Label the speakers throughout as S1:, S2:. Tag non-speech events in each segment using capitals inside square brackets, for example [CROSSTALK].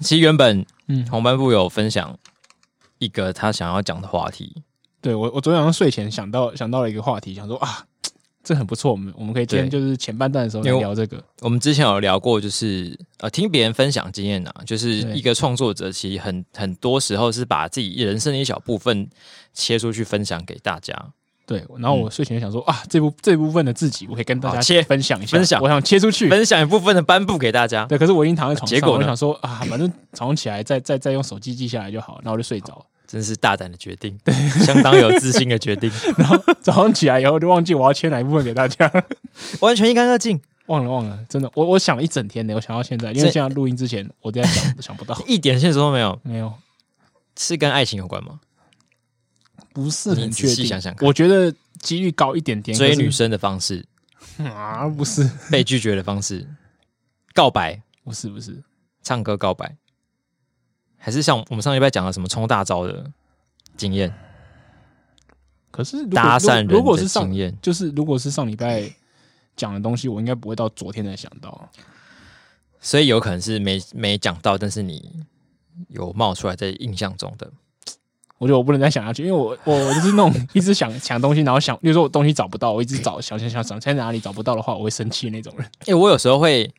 S1: 其实原本
S2: 嗯，
S1: 红斑部有分享一个他想要讲的话题，
S2: 对我我昨天晚上睡前想到想到了一个话题，想说啊，这很不错，我们我们可以今天
S1: 对
S2: 就是前半段的时候来
S1: 因为
S2: 聊这个，
S1: 我们之前有聊过，就是呃，听别人分享经验呐、啊就是
S2: 对
S1: 一个创作者，其实很很多时候是把自己人生的一小部分切出去分享给大家。
S2: 对，然后我睡前想说、啊，这部这部分的自己，我可以跟大
S1: 嗯好
S2: 家
S1: 切
S2: 分享一下，
S1: 分享
S2: 我想切出去。
S1: 分享一部分的颁布给大家。
S2: 对，可是我已经躺在床上，
S1: 结果呢
S2: 我想说啊，反正早上起来再再再用手机记下来就好，然后我就睡着了。 [LAUGHS]
S1: 真是大胆的决定，相当有自信的决
S2: [LAUGHS]
S1: 定，
S2: 早上起来以后就忘记我要切哪一部分给大家，
S1: 完全一干二净，
S2: [LAUGHS] 忘了忘了，真的，我我想了一整天呢，我想到现在，因为
S1: 这
S2: 现在录音之前我都在想，想不到， [LAUGHS]
S1: 一点线索都没有。
S2: 没有，
S1: 是跟爱情有关吗？
S2: 不是很
S1: 你
S2: 确
S1: 仔细
S2: 定。
S1: 想想看
S2: 我觉得几率高一点点。
S1: 追
S2: 可是
S1: 女生的方式，
S2: [LAUGHS] 啊，不是，
S1: 被拒绝的方式，告白，
S2: 不是，不是，
S1: 唱歌告白，还是像我们上礼拜讲的什么冲大招的经验，
S2: 可是如果
S1: 搭讪人
S2: 如果
S1: 的
S2: 是上
S1: 经，验，
S2: 就是如果是上礼拜讲的东西，我应该不会到昨天才想到。啊
S1: 所以有可能是没没讲到，但是你有冒出来在印象中的。
S2: 我觉得我不能再想下去，因为我我我就是那种一直想 [LAUGHS] 想东西，然后想，比如说我东西找不到，我一直找想想想想在哪里找不到的话，我会生气那种人。
S1: 哎、我有时候会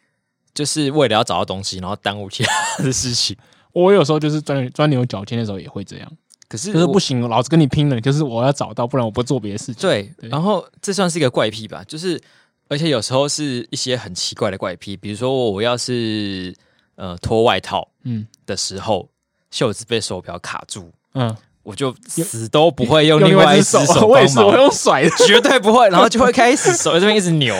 S1: 就是为了要找到东西，然后耽误其他的事情。
S2: 我有时候就是钻钻牛角尖的时候也会这样，
S1: 可是
S2: 就是
S1: 我
S2: 不行，老子跟你拼了，就是我要找到，不然我不做别的事情。
S1: 对，
S2: 对
S1: 然后这算是一个怪癖吧，就是而且有时候是一些很奇怪的怪癖，比如说我要是呃脱外套
S2: 嗯
S1: 的时候，袖子被手表卡住，
S2: 嗯，
S1: 我就死都不会用
S2: 用
S1: 另外一
S2: 一
S1: 只手
S2: 我也
S1: 帮
S2: 是，我
S1: 忙，
S2: 用甩的，
S1: 绝对不会，然后就会开始手在这边一直
S2: [LAUGHS]
S1: 扭，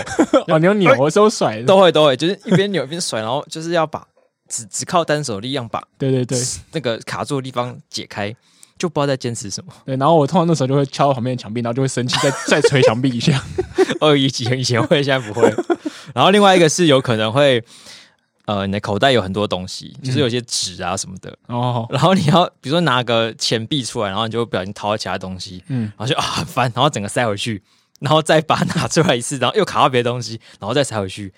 S2: 哦，你用扭，我是用甩的，
S1: 哎都会都会，就是一边扭一边甩，然后就是要把只只靠单手力量把
S2: 对对对
S1: 那个卡住的地方解开，就不知道在坚持什么。 [LAUGHS]
S2: 对。然后我通常那时候就会敲旁边的墙壁，然后就会生气，再再捶墙壁一下。
S1: 二以前以前会，现
S2: [LAUGHS]
S1: 在不会。然后另外一个是有可能会，呃，你的口袋有很多东西，就是有些纸啊什么的。
S2: 哦，
S1: 然后你要比如说拿个钱币出来，然后你就不小心掏到其他东西，
S2: 嗯，
S1: 然后就啊很烦，然后整个塞回去，然后再把它拿出来一次，然后又卡到别的东西，然后再塞回去，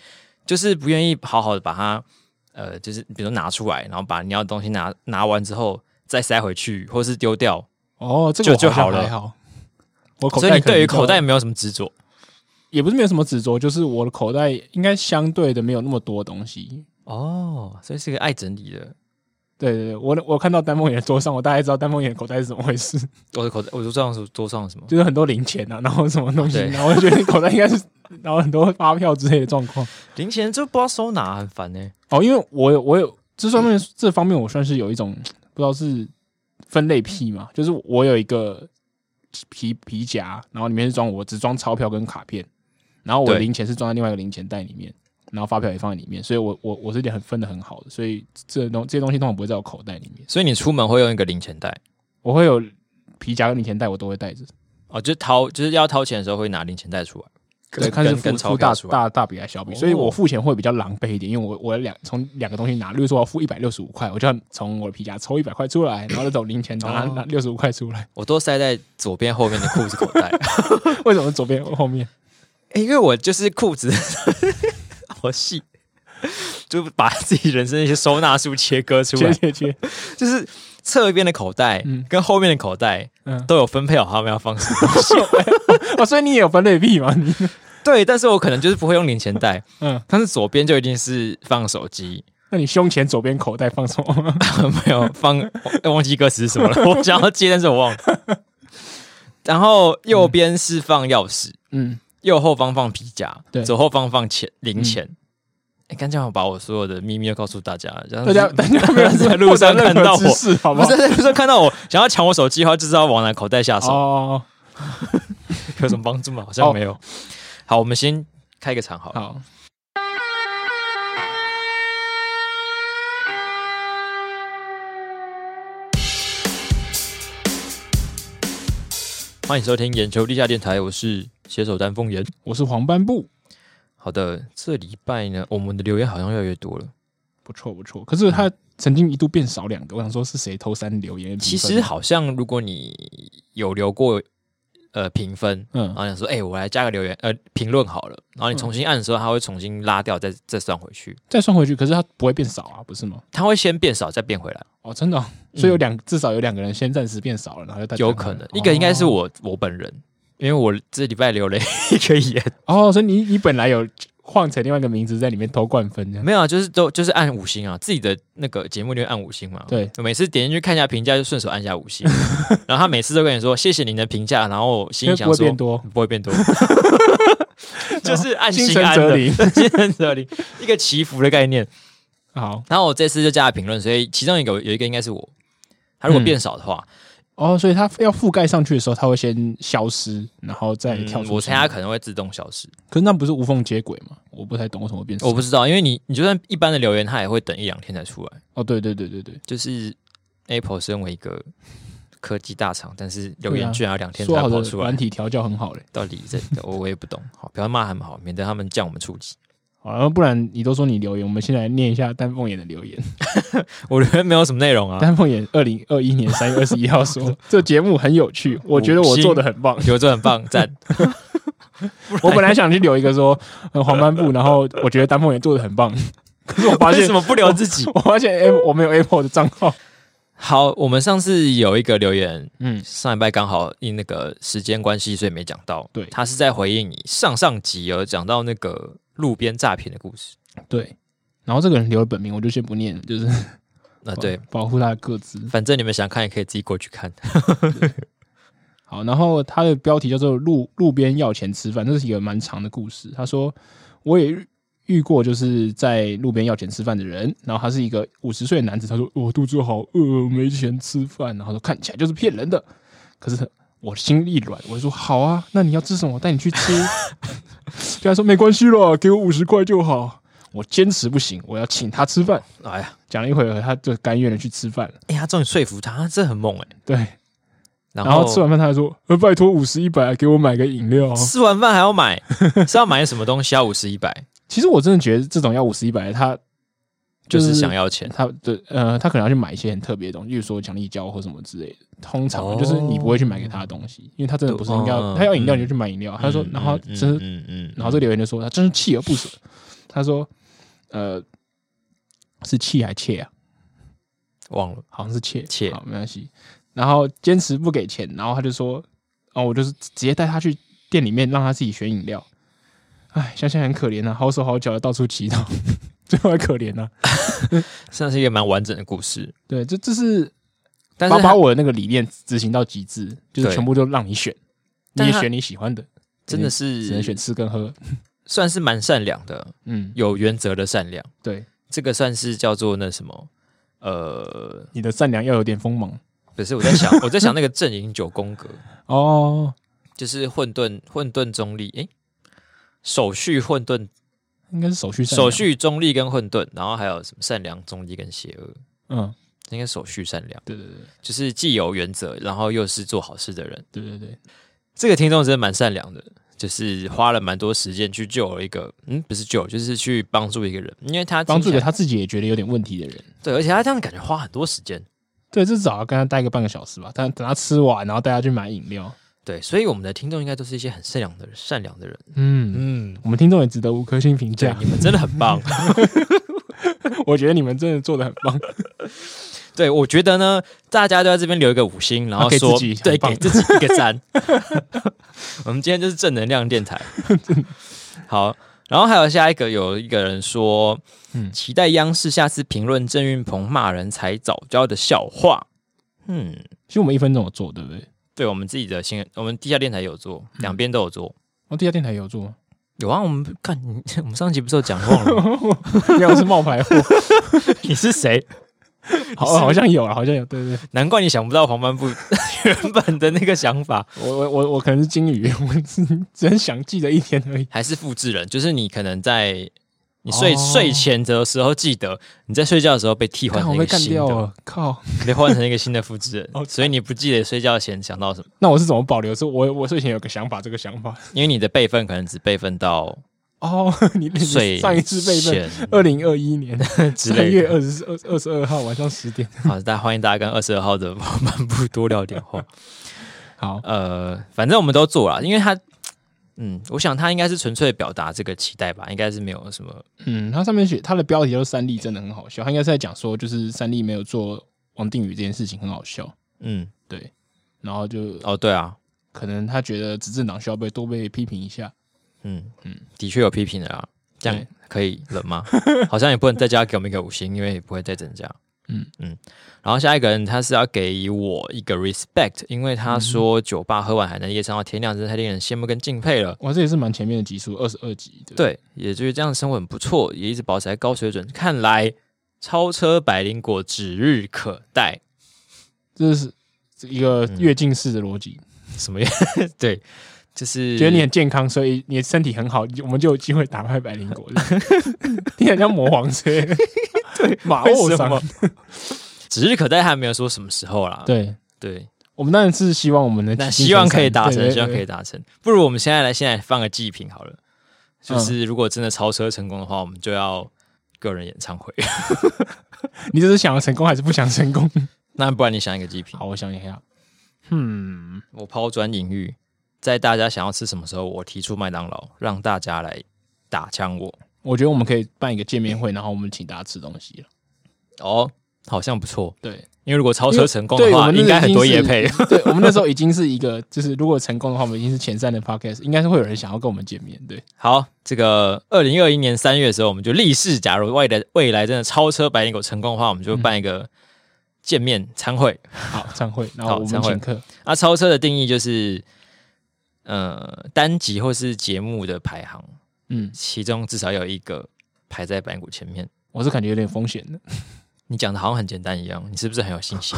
S1: 就是不愿意好好的把它，呃，就是比如说拿出来，然后把你要的东西拿拿完之后再塞回去，或是丢掉。
S2: 哦，这个我
S1: 就就
S2: 好
S1: 好了
S2: 像还好。我口
S1: 所
S2: 袋
S1: 以你
S2: 可能
S1: 对于
S2: 就
S1: 口袋没有什么执着。
S2: 也不是没有什么执着，就是我的口袋应该相对的没有那么多东西。
S1: 哦，所以是个爱整理的。
S2: 对对对，我我看到丹凤眼的桌上，我大概知道丹凤眼的口袋是怎么回事，
S1: 我的口袋，我桌上是桌上有什么？
S2: 就是很多零钱啊，然后什么东西，
S1: 对
S2: 然后我觉得你口袋应该是，然后很多发票之类的状况。
S1: 零钱就不知道收哪，很烦欸呢、
S2: 哦，因为我有我有这方面、这方面我算是有一种不知道是分类癖嘛，就是我有一个皮皮夹，然后里面是装我只装钞票跟卡片，然后我的
S1: 对
S2: 零钱是装在另外一个零钱袋里面，然后发票也放在里面，所以我我我是点很分的很好的，所以这东这些东西通常不会在我口袋里面，
S1: 所以你出门会用一个零钱袋
S2: 我会有皮夹跟零钱袋我都会带着，
S1: 哦，就是掏，就是要掏钱的时候会拿零钱袋出来，
S2: 对，
S1: 跟
S2: 看是
S1: 跟
S2: 付
S1: 跟
S2: 付
S1: 钞
S2: 大
S1: 票出来。
S2: 大大笔还是小笔，所以
S1: 哦
S2: 我付钱会比较狼狈一点，因为我我两从两个东西拿，例如说我要付一百六十五块，我就要从我的皮夹抽一百块出来，然后再从零钱拿
S1: 哦
S2: 拿六十五块出来。
S1: 我都塞在左边后面的裤子口
S2: [LAUGHS]
S1: 袋，
S2: 为什么左边后面？
S1: 欸因为我就是裤子 [LAUGHS] 好细，就把自己人生的一些收纳术切割出
S2: 切
S1: 来，
S2: 切切，
S1: 就是侧边的口袋
S2: 嗯
S1: 跟后面的口袋
S2: 嗯，
S1: 都有分配好他们要放什么。
S2: [LAUGHS] 哦，所以你也有分类币嘛？你
S1: 对，但是我可能就是不会用零钱袋，
S2: 嗯，
S1: 但是左边就一定是放手机， [LAUGHS]
S2: 那你胸前左边口袋放什么？
S1: 没有放，忘忘记歌词是什么了。我想要接，但是我忘了。然后右边是放钥匙，
S2: 嗯，
S1: 右后方放皮夹，
S2: 对嗯
S1: 左后方放钱零钱。哎，刚才我把我所有的秘密都告诉大家，然后
S2: 大家大家没有
S1: 在路上看到我
S2: 是啊 [LAUGHS] 好不
S1: 不
S2: 好哦
S1: 是？在路上看到我想要抢我手机的话，就知道往哪口袋下手，
S2: 哦，
S1: 有什么帮助吗？好
S2: [LAUGHS]
S1: 像没有。好，我们先开个场好了。
S2: 好，
S1: 欢迎收听眼球地下电台，我是携手丹凤眼。
S2: 我是黄斑布，
S1: 好的，这礼拜呢，我们的留言好像越来越多了。
S2: 不错不错。可是他
S1: 嗯
S2: 曾经一度变少两个，我想说是谁偷删留言的评分？
S1: 其实好像如果你有留过呃评分，然
S2: 嗯
S1: 后想说，哎、我来加个留言呃评论好了，然后你重新按的时候，它会重新拉掉，再再算回去，
S2: 再算回去，可是它不会变少啊，不是吗？
S1: 它会先变少再变回来，
S2: 哦，真的哦、所以有两、至少有两个人先暂时变少了，然后
S1: 嗯
S2: 再
S1: 有可能一个应该是
S2: 哦
S1: 我、我本人，因为我这礼拜留 [LAUGHS] 了一个言，
S2: 哦哦，所以你你本来有换成另外一个名字在里面偷灌分这样，
S1: 没有啊，就是都就是按五星啊，自己的那个节目就会按五星嘛。
S2: 对，
S1: 我每次点进去看一下评价，就顺手按下五
S2: [LAUGHS]
S1: 星。然后他每次都跟你说谢谢您的评价，然后我心
S2: 因
S1: 里
S2: 为
S1: 想
S2: 不会
S1: 说
S2: 变多，
S1: 不会变
S2: [LAUGHS]
S1: 多，就是按
S2: 心
S1: [LAUGHS] 心
S2: 诚
S1: 安
S2: 则
S1: 的，
S2: 灵。
S1: 精神则灵，一个祈福的概念。
S2: 好
S1: 然后我这次就加了评论，所以其中一个有一个应该是我，他
S2: 嗯
S1: 如果变少的话，
S2: 哦，所以它要覆盖上去的时候，它会先消失，然后再
S1: 嗯
S2: 哎跳出去、
S1: 我猜他可能会自动消失，
S2: 可是那不是无缝接轨吗？我不太懂为什么会变少。
S1: 我不知道，因为你你就算一般的留言，他也会等一两天才出来。
S2: 哦，对对对对对，
S1: 就是 Apple 身为一个科技大厂，但是留
S2: 对啊
S1: 言居然要两天才
S2: 说好的
S1: 跑出来
S2: 软，体调教很好嘞。
S1: 到底这个我也不懂。好，不要骂他们好，免得他们降我们初级。
S2: 好，然后不然你都说你留言，我们先来念一下丹凤眼的留言。
S1: 我觉得没有什么内容啊，
S2: 丹凤眼二零二一年三月二十一
S1: [LAUGHS]
S2: 号说：“这节目很有趣，我觉得我做的很棒。
S1: 留着很棒，赞。
S2: 我本来想去留一个说、呃、黄斑部，然后我觉得丹凤眼做的很棒，可是 [LAUGHS] 我发
S1: 为
S2: 现
S1: 什么不留自己？
S2: [LAUGHS] 我发现 Apple 我没有 Apple 的账号。
S1: 好，我们上次有一个留言，
S2: 嗯，
S1: 上礼拜刚好因那个时间关系，所以没讲到。
S2: 对
S1: 他是在回应你上上集有讲到那个路边诈骗的故事。
S2: 对。然后这个人留的本名我就先不念了，就是
S1: 啊，对，
S2: 保护他的个资。
S1: 反正你们想看也可以自己过去看。 [LAUGHS]
S2: 好，然后他的标题叫做路“路边要钱吃饭”，这是一个蛮长的故事。他说，我也遇遇过就是在路边要钱吃饭的人，然后他是一个五十岁的男子，他说我肚子好饿，没钱吃饭，然后说看起来就是骗人的，可是我心一软，我就说好啊，那你要吃什么，我带你去吃。 [LAUGHS] 对他说没关系啦，给我五十块就好。我坚持不行，我要请他吃饭。
S1: 哎呀，
S2: 讲了一会儿，他就甘愿的去吃饭了。
S1: 哎呀，终于说服他，这很猛哎、
S2: 对，
S1: 然
S2: 然后吃完饭他哦还说：“呃，拜托五十一百给我买个饮料。”
S1: 吃完饭还要买，是要买什么东西？要五十一百，
S2: 其实我真的觉得这种要五十一百，他
S1: 就是想要钱。
S2: 他的呃，他可能要去买一些很特别的东西，例如说强力胶或什么之类的。通常
S1: 哦
S2: 就是你不会去买给他的东西，因为他真的不是应该要，
S1: 嗯
S2: 他要饮料你就去买饮料。他说，
S1: 嗯
S2: 然后
S1: 嗯
S2: 真
S1: 嗯，嗯嗯
S2: 然后这个留言就说他真是锲而
S1: [LAUGHS]
S2: 不舍。他说，呃，是气还切啊？
S1: 忘了，
S2: 好像是切
S1: 切
S2: 好没关系。然后坚持不给钱，然后他就说，哦，我就是直接带他去店里面，让他自己选饮料。哎，想想很可怜啊，好手好脚的到处乞讨， [LAUGHS] 最后还可怜啊。
S1: 算是一个蛮完整的故事。
S2: 对，这这是
S1: 但是
S2: 把
S1: 他
S2: 把我的那个理念执行到极致，就是
S1: 对
S2: 全部都让你选，你
S1: 但
S2: 也
S1: 他
S2: 选你喜欢的，
S1: 真的
S2: 只能
S1: 是
S2: 选吃跟喝。
S1: 算是蛮善良的，
S2: 嗯，
S1: 有原则的善良。
S2: 对，
S1: 这个算是叫做那什么？呃，
S2: 你的善良要有点锋芒
S1: 不是我在想，我在想那个阵营九宫格，
S2: 哦，
S1: 就是混沌混沌中立，诶、手续混沌，
S2: 应该是手续善良
S1: 手，续中立跟混沌，然后还有什么善良、中立跟邪恶，
S2: 嗯，
S1: 应该手续善良，
S2: 对对对
S1: 就是既有原则，然后又是做好事的人。
S2: 对对对，
S1: 这个听众真的蛮善良的，就是花了蛮多时间去救了一个，嗯，不是救，就是去帮助一个人，因为他
S2: 帮助
S1: 听起
S2: 给
S1: 来
S2: 他自己也觉得有点问题的人。
S1: 对，而且他这样感觉花很多时间，
S2: 对，至少要跟他待个半个小时吧，但等他吃完，然后带他去买饮料。
S1: 对，所以我们的听众应该都是一些很善良的人，善良的人，
S2: 嗯，
S1: 嗯，
S2: 我们听众也值得五颗星评
S1: 对
S2: 价，
S1: 你，们真的很棒，
S2: [LAUGHS] 我觉得你们真的做的很棒。
S1: 对我觉得呢，大家都在这边留一个五星，然后
S2: 啊给自
S1: 说
S2: 己很
S1: 对，
S2: 棒
S1: 给自己一个赞， [LAUGHS] 我们今天就是正能量电 [LAUGHS] 台，好。然后还有下一个，有一个人说，
S2: 嗯
S1: 期待央视下次评论郑运鹏骂人才早教的笑话。嗯，
S2: 其实我们一分钟有做，对不对？
S1: 对我们自己的新，我们地下电台有做，两边都有做。
S2: 哦，地下电台也
S1: [LAUGHS]
S2: 有做吗？
S1: 嗯有啊，我们看，我们上集不是有讲忘了 [LAUGHS] 吗？
S2: 没有，是冒
S1: [LAUGHS]
S2: 牌货。
S1: 你是谁？
S2: 好，好像有啊，好像有。对对对，
S1: 难怪你想不到黄斑部 [LAUGHS] 原本的那个想法，
S2: 我我我我可能是金鱼，我只只能想记得一天而已。
S1: 还是复制人，就是你可能在你睡、
S2: 哦
S1: 睡前的时候记得，你在睡觉的时候被替换成
S2: 看我
S1: 一
S2: 被
S1: 个
S2: 干
S1: 新
S2: 掉哦
S1: 的，
S2: 了，靠！
S1: 被换成一个新的复制
S2: [LAUGHS]
S1: 人
S2: 好，惨
S1: 所以你不记得睡觉前想到什么，
S2: 那我是怎么保留？是我我睡前有个想法，这个想法
S1: 因为你的备份可能只备份到
S2: 哦，你 [LAUGHS] 你
S1: 睡
S2: 上一次备份，二零二一年 [LAUGHS]
S1: 份之
S2: 三
S1: 类
S2: 月
S1: 的。
S2: 二十二二十二号晚上十点。
S1: 好，大家欢迎大家跟二十二号的黄斑部多聊点话。
S2: 好，
S1: 呃，反正我们都做了，因为他，嗯，我想他应该是纯粹表达这个期待吧，应该是没有什么
S2: 嗯，它上面写它的标题就是三立真的很好笑，它应该是在讲说就是三立没有做王定宇这件事情很好笑，
S1: 嗯，
S2: 对，然后就
S1: 哦，对啊，
S2: 可能他觉得执政党需要被多被批评一下，
S1: 嗯
S2: 嗯
S1: 嗯，的确有批评的啦，这样
S2: 对
S1: 可以忍吗？ [LAUGHS] 好像也不能再加给我们一个五星，因为也不会再增加。
S2: 嗯
S1: 嗯嗯，然后下一个人他是要给我一个 respect，因为他
S2: 嗯
S1: 说酒吧喝完还能夜唱到天亮，真是太令人羡慕跟敬佩了。
S2: 哇，这也是蛮前面的集数，二十二集，对不对，
S1: 对，也就是这样，生活很不错，也一直保持在高水准。看来超车百灵果指日可待。
S2: 这是一个跃进式的逻辑，
S1: 什么样？ [LAUGHS] 对，就是
S2: 觉得你很健康，所以你身体很好，我们就有机会打败百灵果，
S1: [LAUGHS]
S2: 这样你很像魔王车，对，马
S1: 为
S2: 后
S1: 什
S2: 伤
S1: 么，指日可待，还没有说什么时候啦。
S2: 对。
S1: 对，
S2: 我们当然是希望我们能
S1: 啊 [LAUGHS] 那
S2: 挤进
S1: 希望
S2: 前三
S1: 可以达
S2: 对
S1: 成，
S2: 对
S1: 希望
S2: 对
S1: 可以达成。不如我们现在来，现在放个祭品好了。就
S2: 嗯
S1: 是如果真的超车成功的话，我们就要个人演唱会。 [LAUGHS]
S2: 你这是想要成功还是不想成功？
S1: 那不然你想一个祭品，
S2: 好，我想一下，嗯，
S1: 我抛砖引玉，在大家想要吃什么时候，我提出麦当劳，让大家来打枪我。
S2: 我觉得我们可以办一个见面会，然后我们请大家吃东西了。
S1: 哦，好像不错。
S2: 对，
S1: 因为如果超
S2: 因为
S1: 车成功
S2: 对
S1: 的
S2: 我
S1: 话，
S2: 们
S1: 应该很多夜
S2: 夜
S1: 配。。 [LAUGHS]
S2: [LAUGHS] 对我们那时候已经是一个，就是如果成功的话，我们已经是前三的 podcast，应该是会有人想要跟我们见面。对，
S1: 好，这个二零二一年三月的时候，我们就立誓，假如未来未来真的超车白领狗成功的话，我们就办一个见面参会。
S2: [LAUGHS] 好，散会，然后
S1: 好
S2: 我们
S1: 散会
S2: 请客。
S1: 啊，超车的定义就是，呃，单集或是节目的排行，
S2: 嗯，
S1: 其中至少有一个排在白骨前面。
S2: 我是感觉有点风险的。 [LAUGHS]
S1: 你讲的好像很简单一样，你是不是很有信心？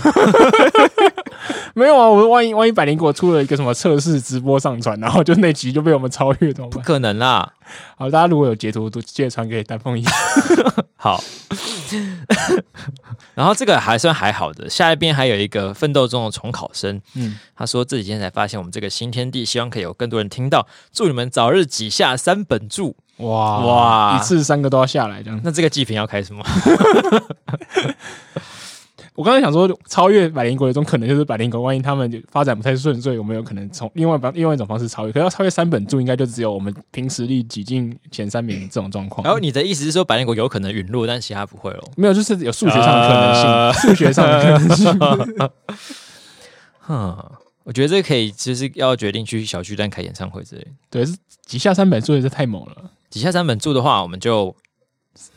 S1: [LAUGHS]
S2: 没有啊，我万一万一百灵果出了一个什么测试直播上传，然后就那集就被我们超越，怎么
S1: 不
S2: 办？
S1: 可能啦！
S2: 好，大家如果有截图，都记得传给丹凤一。
S1: 好， [LAUGHS] 然后这个还算还好的，下一边还有一个奋斗中的重考生，
S2: 嗯，
S1: 他说这几天才发现我们这个新天地，希望可以有更多人听到。祝你们早日挤下三本柱。
S2: 哇
S1: 哇
S2: 一次三个都要下来这样。
S1: 那这个祭品要开什
S2: [LAUGHS]
S1: 么？
S2: 我刚才想说，超越百灵国有一种可能就是百灵国，万一他们就发展不太顺遂，我们有可能从另外方另外一种方式超越。可是要超越三本柱，应该就只有我们凭实力挤进前三名这种状况。
S1: 然后你的意思是说百灵果有可能陨落，但其他不会咯？
S2: 没有，就是有数学上的可能性，
S1: [LAUGHS]
S2: 数学上的可能性。
S1: 哼，我觉得这个可以，就是要决定去小巨蛋开演唱会之类的。
S2: 对，是挤下三本柱也是太猛了。
S1: 挤下三本柱的话，我们就嗯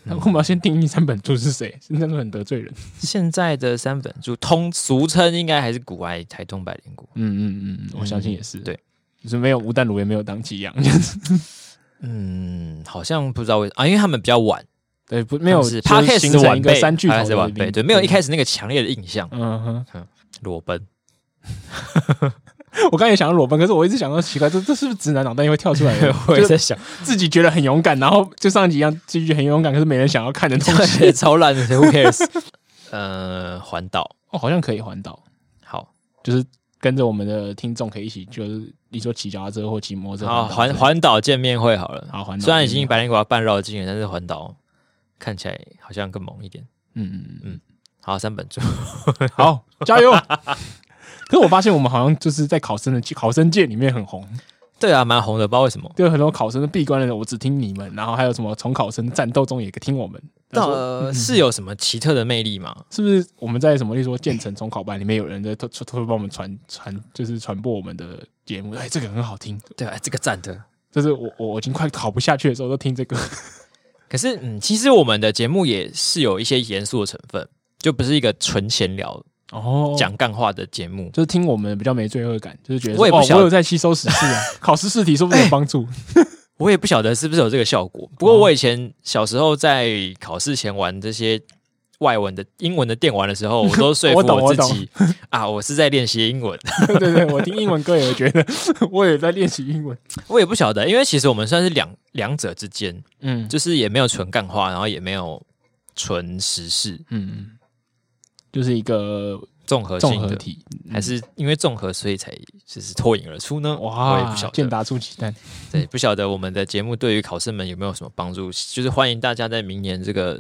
S2: 那我们要先定义三本柱是谁，三本柱很得罪人。
S1: 现在的三本柱通俗称应该还是古埃台东百灵果。
S2: 嗯嗯嗯，我相信也是。
S1: 对，
S2: 就是没有吴淡如，也没有当季阳，
S1: 嗯，好像不知道为啊，因为他们比较晚，
S2: 对，不没有
S1: 他们是 Podcast
S2: 就是形
S1: 是
S2: 成
S1: 晚
S2: 一个
S1: 辈，
S2: 三巨
S1: Podcast
S2: 头
S1: 啊是
S2: 的
S1: 晚
S2: 一
S1: 辈，
S2: 个
S1: 对，没有一。开始那个强烈的印象。
S2: 嗯哼。
S1: 裸奔，？
S2: 我刚才也想要裸奔，可是我一直想到奇怪，这这是不是直男脑袋又会跳出来
S1: [LAUGHS] 我也
S2: 就
S1: 在想，
S2: 自己觉得很勇敢，然后就上一集一样，继续很勇敢，可是没人想要看的东
S1: 对，
S2: 西。
S1: 超烂的，Who cares？呃，环岛，
S2: [LAUGHS] 哦，好像可以环岛，
S1: 好，
S2: 就是跟着我们的听众可以一起，就是你说骑脚踏车或骑摩托车
S1: 好，环
S2: 岛
S1: 环岛见面会好了。
S2: 好环岛。
S1: 虽然已经百灵果要半绕境了，但是环岛看起来好像更猛一点。
S2: 嗯嗯嗯
S1: 好，三本柱，
S2: 嗯好加
S1: [LAUGHS]
S2: 油！可是我发现我们好像就是在考生的考生界里面很红，
S1: 对啊，蛮红的，不知道为什么。 [LAUGHS]
S2: 就有很多考生的闭关的，我只听你们，然后还有什么从考生战斗中也听我们。
S1: 到呃是有什么奇特的魅力吗？
S2: 是不是我们在什么，例如说建成重考班里面有人在偷偷偷偷帮我们传传，就是传播我们的节目？哎，这个很好听，
S1: 对啊，这个赞的。
S2: 就是我我我已经快考不下去的时候都听这个。
S1: 可是，嗯，其实我们的节目也是有一些严肃的成分，就不是一个纯闲聊、
S2: 哦
S1: 讲干话的节目。
S2: 就是听我们比较没罪恶感，就是觉得说
S1: 我也不
S2: 哦
S1: 晓得
S2: 我有在吸收时
S1: [LAUGHS]
S2: 事啊，考试试题说不定有帮助。 [LAUGHS]
S1: 我也不晓得是不是有这个效果。不过我以前小时候在考试前玩这些外文的英文的电玩的时候，哦我都说服
S2: 我懂
S1: 自己啊，我是在练习英文。
S2: 对对对，我听英文歌也觉得 [LAUGHS] 我也在练习英文。
S1: 我也不晓得，因为其实我们算是两两者之间，
S2: 嗯
S1: 就是也没有纯干话，然后也没有纯时事，
S2: 嗯嗯，就是一个
S1: 综合
S2: 综
S1: 性
S2: 合
S1: 的。
S2: 体，
S1: 还是因为综合，所以才就是脱颖而出呢？
S2: 哇，
S1: 我也不晓
S2: 健
S1: 得。
S2: 达出奇蛋。
S1: 对，不晓得我们的节目对于考生们有没有什么帮助？就是欢迎大家在明年这个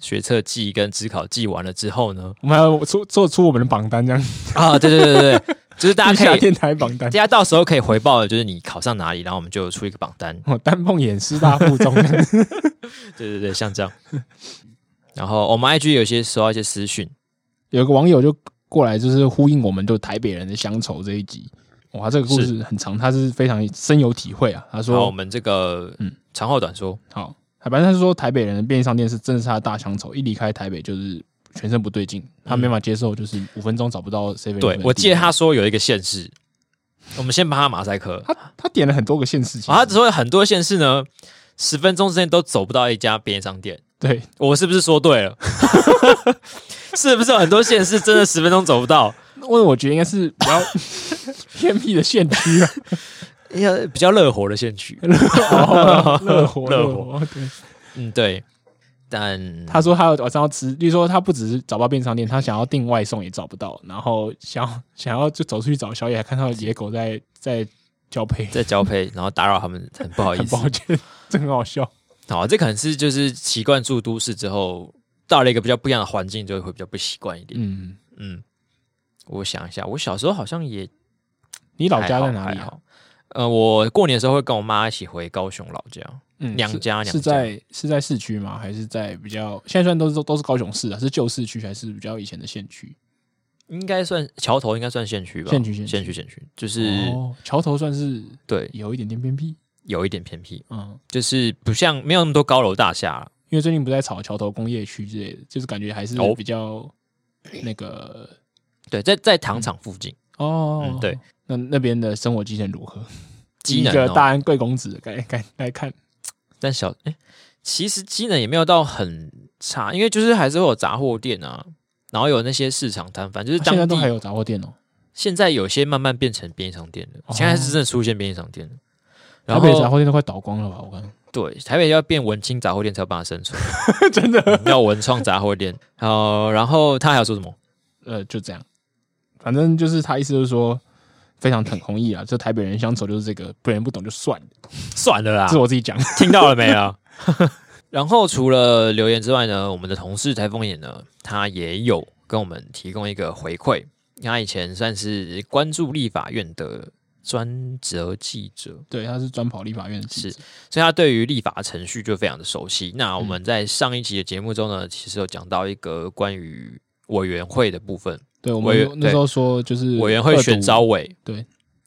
S1: 学测季跟职考季完了之后呢，
S2: 我们还要做做出我们的榜单这样。
S1: 啊，对对对对对，就是大
S2: 地
S1: 家
S2: [LAUGHS] 下
S1: 可以，
S2: 电台榜
S1: 大，
S2: 单
S1: 家到时候可以回报的就是你考上哪里，然后我们就出一个榜单。
S2: 哦，丹凤眼师大附中，
S1: 对对对，像这样。然后我们 IG 有些收到一些私讯，
S2: 有个网友就过来，就是呼应我们对台北人的乡愁这一集。哇，这个故事很长，他是非常深有体会啊。他
S1: 然后我
S2: 说
S1: 们这个
S2: 嗯
S1: 长话短说，：“
S2: 好，反正他是说台北人的便利商店是真的是他的大乡愁，一离开台北就是全身不对劲，他没办法接受，就是五分钟找不到 seven。”
S1: 对我记得他说有一个县市，我们先帮他马赛克。
S2: 他他点了很多个县市，
S1: 啊，他只说很多县市呢，十分钟之内都走不到一家便利商店。
S2: 对
S1: 我是不是说对了？ [LAUGHS] 是不是有很多县市真的十分钟走不到？
S2: 因为我觉得应该是比较 [LAUGHS] 偏僻的县区
S1: [LAUGHS]
S2: 啊， [LAUGHS]
S1: 要比较热火的县区。 [LAUGHS]
S2: 热火
S1: 热
S2: 热
S1: 火
S2: 火。对，
S1: 嗯，对。但
S2: 他说他晚上要吃，例如说他不只是找不到便利商店，他想要订外送也找不到，然后想要想要就走出去找宵夜，还看到野狗在在交配，
S1: 在交配，然后打扰他们，很不好意
S2: 很
S1: 思。
S2: 抱歉，这很好笑。
S1: 好，这可能是就是习惯住都市之后，到了一个比较不一样的环境，就会比较不习惯一点。
S2: 嗯，
S1: 嗯，我想一下，我小时候好像也
S2: 你老
S1: 还
S2: 家
S1: 好
S2: 在哪里
S1: 还
S2: 啊？
S1: 好呃，我过年的时候会跟我妈一起回高雄老家。
S2: 嗯
S1: 娘家娘家
S2: 是是在是在市区吗？还是在比较现在虽然都是都是高雄市啊，是旧市区还是比较以前的县区？
S1: 应该算桥头，应该算县区吧？
S2: 县区县区
S1: 县区，县区，就是、
S2: 哦，桥头算是
S1: 对，
S2: 有一点点偏僻，
S1: 有一点偏僻，
S2: 嗯，
S1: 就是不像没有那么多高楼大厦啊啦。
S2: 因为最近不是在炒桥头工业区之类的，就是感觉还是
S1: 哦
S2: 比较那个
S1: 对，在在
S2: 嗯
S1: 糖厂附近，
S2: 哦，
S1: 嗯对，
S2: 那那边的生活机能如何？
S1: 机
S2: 以
S1: 能
S2: 一个
S1: 哦
S2: 大安贵公子的概概来看，
S1: 但小哎、其实机能也没有到很差，因为就是还是会有杂货店啊，然后有那些市场摊贩，就是
S2: 啊现在
S1: 当
S2: 都
S1: 地
S2: 还有杂货店哦。
S1: 现在有些慢慢变成便利商店了，
S2: 哦
S1: 现在是真的出现便利商店了。然
S2: 台北的杂
S1: 后
S2: 货店都快倒光了吧？我看
S1: 对台北要变文青杂货店才有办法生存，
S2: [LAUGHS]
S1: 嗯
S2: 真的，
S1: 要文创杂货店。好，然后他还有说什么？
S2: 呃，就这样。反正就是他意思就是说，非常很同意啊。这台北人乡愁就是这个，不然不懂就 [LAUGHS] 算了，
S1: 算了啦，
S2: 这是我自己讲。
S1: 听到了没有？ [LAUGHS] 然后除了留言之外呢，我们的同事台风眼呢，他也有跟我们提供一个回馈。他以前算是关注立法院的专责记者，
S2: 对，他是专跑立法院的记者，
S1: 所以他对于立法程序就非常的熟悉。那我们在上一集的节目中呢，其实有讲到一个关于委员会的部分，
S2: 对我
S1: 委
S2: 们
S1: 员
S2: 那时候说就是
S1: 委员会选招
S2: 招，
S1: 委，
S2: 对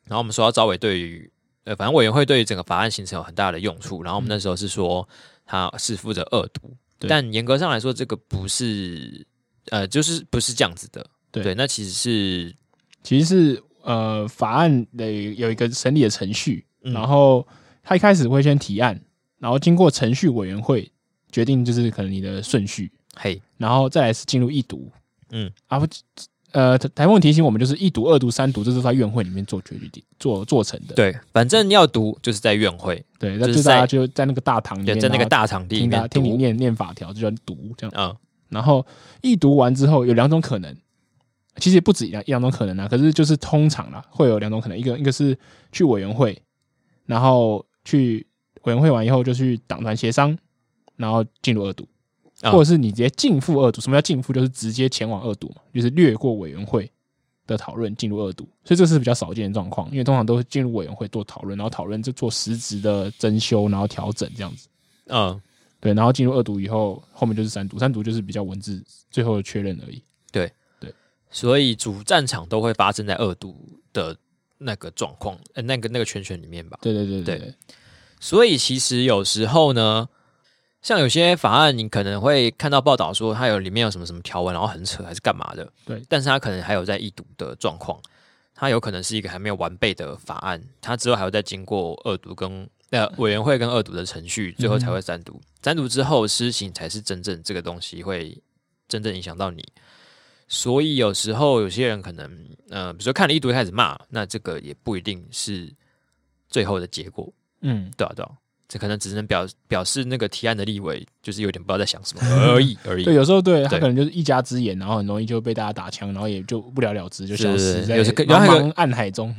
S1: 然后我们说到招委对于呃，反正委员会对于整个法案形成有很大的用
S2: 嗯
S1: 处。然后我们那时候是说他是负责恶毒，
S2: 对
S1: 但严格上来说，这个不是呃，就是不是这样子的。
S2: 对
S1: 那其实是
S2: 其实是呃法案的有一个审理的程序，
S1: 嗯
S2: 然后他一开始会先提案，然后经过程序委员会决定，就是可能你的顺序，
S1: 嘿，
S2: 然后再来是进入一读，
S1: 嗯，
S2: 啊不，呃，台台风提醒我们就是一读、二读、三读，这都是在院会里面做决定、做做成的。
S1: 对，反正要读就是在院会，
S2: 对，那
S1: 就
S2: 就是是大
S1: 在
S2: 家就在那个大堂里
S1: 对，
S2: 面，
S1: 在那个
S2: 然后
S1: 大场地里
S2: 听他
S1: 面
S2: 听你
S1: 读，
S2: 念念法条，就叫读这样。
S1: 嗯，
S2: 然后一读完之后有两种可能，其实也不止两两种可能啊，可是就是通常啦会有两种可能，一个一个是去委员会，然后去委员会完以后就去党团协商，然后进入二读，
S1: 啊
S2: 或者是你直接进赴二读。什么叫进赴？就是直接前往二读嘛，就是略过委员会。的讨论进入二读，所以这是比较少见的状况，因为通常都是进入委员会做讨论，然后讨论就做实质的征修，然后调整这样子。
S1: 嗯，
S2: 对，然后进入二读以后，后面就是三读，三读就是比较文字最后的确认而已。
S1: 所以主战场都会发生在恶毒的那个状况，呃，那个那个圈圈里面吧。
S2: 对对对对，
S1: 所以其实有时候呢，像有些法案，你可能会看到报道说它有里面有什么什么条文，然后很扯还是干嘛的。
S2: 对
S1: 但是它可能还有在易读的状况，它有可能是一个还没有完备的法案，它之后还要再经过二读跟呃委员会跟二读的程序，最后才会三读。三读之后施行才是真正这个东西会真正影响到你。所以有时候有些人可能，呃，比如说看了一读开始骂，那这个也不一定是最后的结果。
S2: 嗯，
S1: 对啊，对啊，这可能只能表表示那个提案的立委就是有点不知道在想
S2: [LAUGHS]
S1: 什么而已而已。
S2: 对，有啊时候对他
S1: 对
S2: 可能就是一家之言，然后很容易就被大家打枪，然后也就不了了之，就是消
S1: 是
S2: 失
S1: 是
S2: 在
S1: 有时
S2: 茫
S1: 然后还有
S2: 茫暗海中。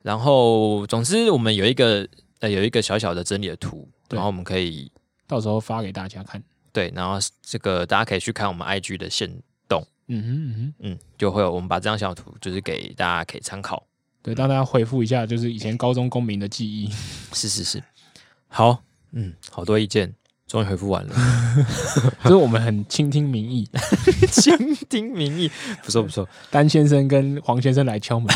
S1: 然后，总之我们有一个呃有一个小小的整理的图，
S2: 对
S1: 然后我们可以
S2: 到时候发给大家看。
S1: 对，然后这个大家可以去看我们 IG 的线动，
S2: 嗯哼嗯哼，
S1: 嗯，就会有我们把这张小图就是给大家可以参考。
S2: 对，让大家回复一下，就是以前高中公民的记忆。 [LAUGHS]
S1: 是是是，好，嗯，好多意见，终于回复完了， [LAUGHS]
S2: 就是我们很倾听民意，
S1: 倾听民意，不错不错。
S2: 丹先生跟黄先生来敲门。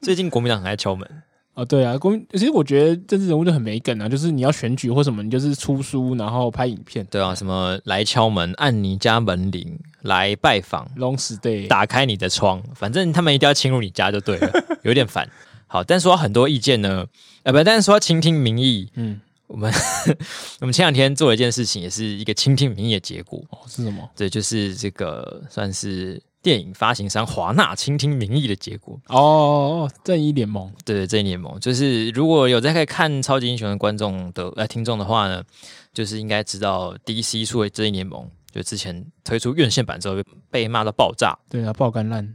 S1: 最近国民党很爱敲门，
S2: 哦，对啊，公民其实我觉得政治人物就很没梗啊，就是你要选举或什么，你就是出书，然后拍影片
S1: 对啊，什么来敲门，按你家门铃，来拜访，
S2: ，long stay。
S1: 打开你的窗，反正他们一定要侵入你家就对了，有点烦。好，但说到很多意见呢，呃，不，但是说到倾听民意，
S2: 嗯，
S1: 我们 [LAUGHS] 我们前两天做了一件事情，也是一个倾听民意的结果，
S2: 哦，是什么？
S1: 对，就是这个算是电影发行商华纳倾听民意的结果。
S2: 哦哦，哦正义联盟。
S1: 对这一联盟，就是如果有在看超级英雄的观众的呃听众的话呢，就是应该知道 DC 出的这一联盟，就之前推出院线版之后被被骂到爆炸，
S2: 对啊，爆肝烂。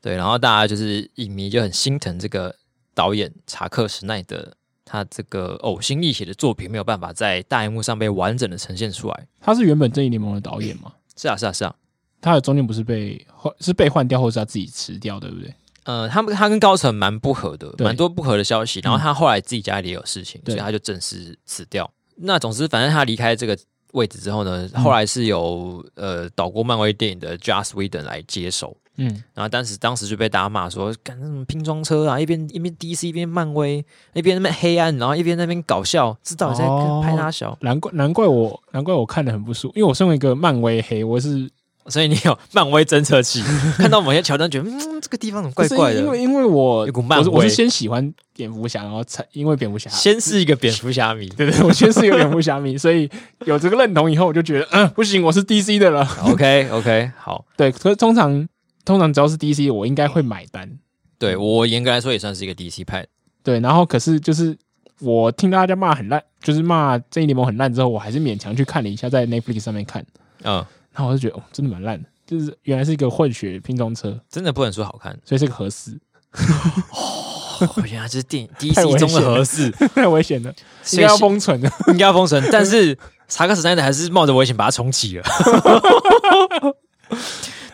S1: 对，然后大家就是影迷就很心疼这个导演查克·史奈德，他这个呕心沥血的作品没有办法在大荧幕上被完整的呈现出来。
S2: 他是原本正义联盟的导演嘛？
S1: 是啊，是啊，是啊。
S2: 他的中间不是被换，是被换掉，或是他自己辞掉，对不对？
S1: 呃，他们他跟高层蛮不合的，
S2: 对嗯
S1: 蛮多不合的消息。然后他后来自己家里也有事情，
S2: 对
S1: 所以他就正式辞掉。那总之，反正他离开这个位置之后呢，
S2: 嗯
S1: 后来是由、呃导过漫威电影的 Joss Whedon 来接手。
S2: 嗯，
S1: 然后当时当时就被大家骂说，干那什么拼装车啊，一边一边 DC 一边漫威，一边那边黑暗，然后一边那边搞笑，知道底在
S2: 哦
S1: 拍他小。
S2: 难怪难怪我难怪我看得很不舒服，因为我身为一个漫威黑，我是
S1: 所以你有漫威侦测器，看到某些桥段，觉得嗯，这个地方怎么怪怪
S2: 是
S1: 的
S2: 因？为因为我
S1: 有股漫
S2: 我是我
S1: 威
S2: 是先喜欢蝙蝠侠，然后才因为蝙蝠侠，
S1: 先是一个蝙蝠侠迷，
S2: 对对，我先是有蝙蝠侠迷， [LAUGHS] 所以有这个认同以后，我就觉得嗯不行，我是 DC 的了。
S1: OK OK，好，
S2: 对，可是通常通常只要是 DC，我应该会买单。
S1: 对我严格来说也算是一个 DC 派，
S2: 对，然后可是就是我听大家骂很烂，就是骂正义联盟很烂之后，我还是勉强去看了一下，在 Netflix 上面看，
S1: 嗯，
S2: 然后我就觉得哦，真的蛮烂的。就是原来是一个混血拼装车，，
S1: 真的不能说好看
S2: 所以是个合适，
S1: 我觉得它就是电影
S2: [LAUGHS] 太危
S1: DC
S2: 险
S1: 中的合
S2: [LAUGHS]
S1: 适，
S2: [LAUGHS] 太危险了，应
S1: 所以
S2: 该要封存的。
S1: 应该要封神，但是查克·史奈德还是冒着危险把它重
S2: [LAUGHS]
S1: 启了，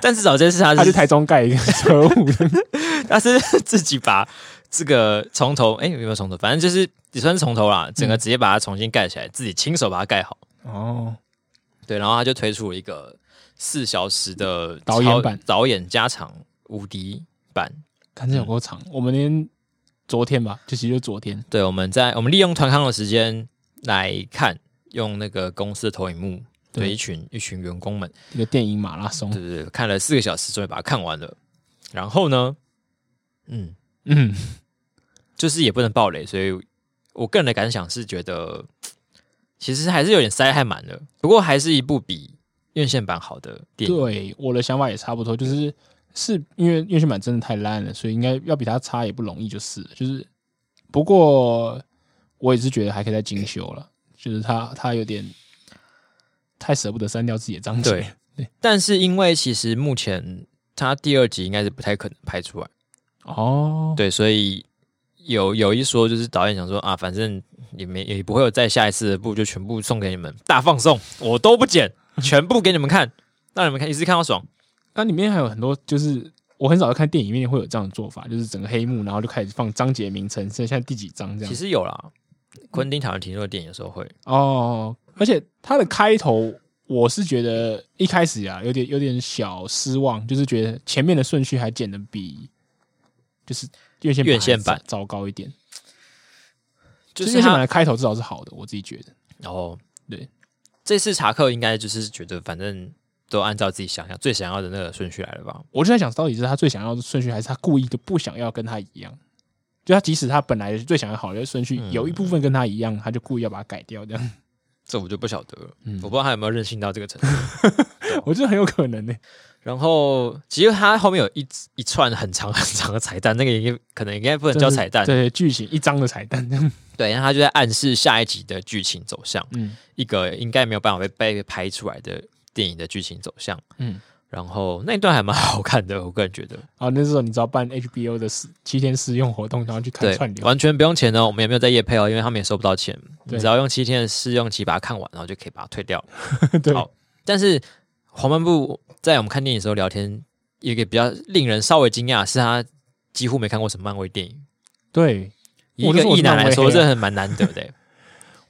S1: 但至少这次他
S2: 他去
S1: 是
S2: 台中盖一个
S1: [LAUGHS]
S2: 车库，
S1: 他是自己把这个从头，哎、有没有从头？反正就是也算是从头啦，
S2: 嗯
S1: 整个直接把它重新盖起来，自己亲手把它盖好。
S2: 哦，
S1: 对，然后他就推出了一个四小时的
S2: 导演
S1: 超
S2: 版
S1: 导演加长无敌版。
S2: 看这有够长。我们连昨天吧，就其实就昨天，
S1: 对，我们在我们利用团康的时间来看，用那个公司的投影幕，对
S2: 对
S1: 一群一群员工们，
S2: 一个电影马拉松
S1: 对，对对，看了四个小时，终于把它看完了。然后呢，嗯，
S2: 嗯，
S1: 就是也不能暴雷，所以我个人的感想是觉得，其实还是有点塞太满了，不过还是一部比院线版好的电影。
S2: 对，我的想法也差不多，就是是因为院线版真的太烂了，所以应该要比它差也不容易，就是了就是。不过我也是觉得还可以再精修了，就是他他有点太舍不得删掉自己的章节。
S1: 对，但是因为其实目前它第二集应该是不太可能拍出来。
S2: 哦，
S1: 对，所以有有一说，就是导演想说啊，反正也没也不会有再下一次的部，就全部送给你们大放送，我都不剪，全部给你们看，让你们看一次看到爽。
S2: 那里面还有很多，就是我很少看电影里面会有这样的做法，就是整个黑幕，然后就开始放章节名称，剩下第几章这样
S1: 其。实有啦，昆汀塔伦提诺的电影有时候会，
S2: 哦，而且它的开头，我是觉得一开始啊，有点有点小失望，就是觉得前面的顺序还剪的比就是院线
S1: 院线版
S2: 还糟糕一点，
S1: 就
S2: 就是院线版
S1: 他
S2: 的开头至少是好的，我自己觉得。
S1: 哦，
S2: 对，
S1: 这次查克应该就是觉得反正都按照自己想要最想要的那个顺序来了吧？
S2: 我就在想，到底是他最想要的顺序，还是他故意的不想要跟他一样？就他即使他本来最想要好的顺序，
S1: 嗯
S2: 有一部分跟他一样，他就故意要把它改掉，这样 [LAUGHS]
S1: 这我就不晓得了，
S2: 嗯
S1: 我不知道他有没有任性到这个程度。
S2: 我觉得很有可能呢、
S1: [LAUGHS] 然后，其实他后面有一一串很长很长的彩蛋，那个应该可能应该不能叫彩蛋，
S2: 对剧情一张的彩蛋 [LAUGHS] 这样。
S1: 对，然后他就在暗示下一集的剧情走向，
S2: 嗯
S1: 一个应该没有办法被被拍出来的电影的剧情走向。
S2: 嗯，
S1: 然后那一段还蛮好看的，我个人觉得，
S2: 啊，那时候你知道办 HBO 的试七天试用活动，然后去看
S1: 对
S2: 串，流，
S1: 完全不用钱哦，我们也没有在夜配哦，因为他们也收不到钱，你
S2: 对
S1: 只要用七天的试用期把它看完，然后就可以把它退掉。
S2: 对，
S1: 好但是黄漫步在我们看电影的时候聊天，有一个比较令人稍微惊讶，是他几乎没看过什么漫威电影。
S2: 对
S1: 以一
S2: 我就
S1: 个
S2: 说
S1: 异
S2: 我是
S1: 男
S2: 漫
S1: 来
S2: 威
S1: 说，
S2: 黑
S1: 这
S2: 啊
S1: 很蛮难得
S2: [LAUGHS]
S1: 的。欸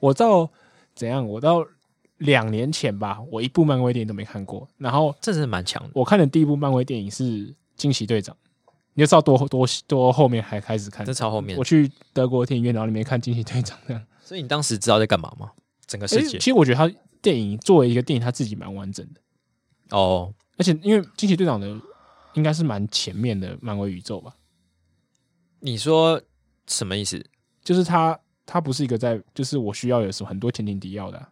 S2: 我到怎样？我到两年前吧，我一部漫威电影都没看过。然后
S1: 这真的蛮强的。
S2: 我看的第一部漫威电影是《惊奇队长》，你就知道多多多后面还开始看
S1: 这。超后面
S2: 我，去德国电影院，然后里面看《惊奇队长》这样。
S1: 所以你当时知道在干嘛吗？整个
S2: 诶
S1: 世界
S2: 其实我觉得他电影作为一个电影，他自己蛮完整的。
S1: 哦，
S2: 而且因为《惊奇队长》的应该是蛮前面的漫威宇宙吧，
S1: 你说什么意思？
S2: 就是他他不是一个在就是我需要有什么很多前情提要的啊、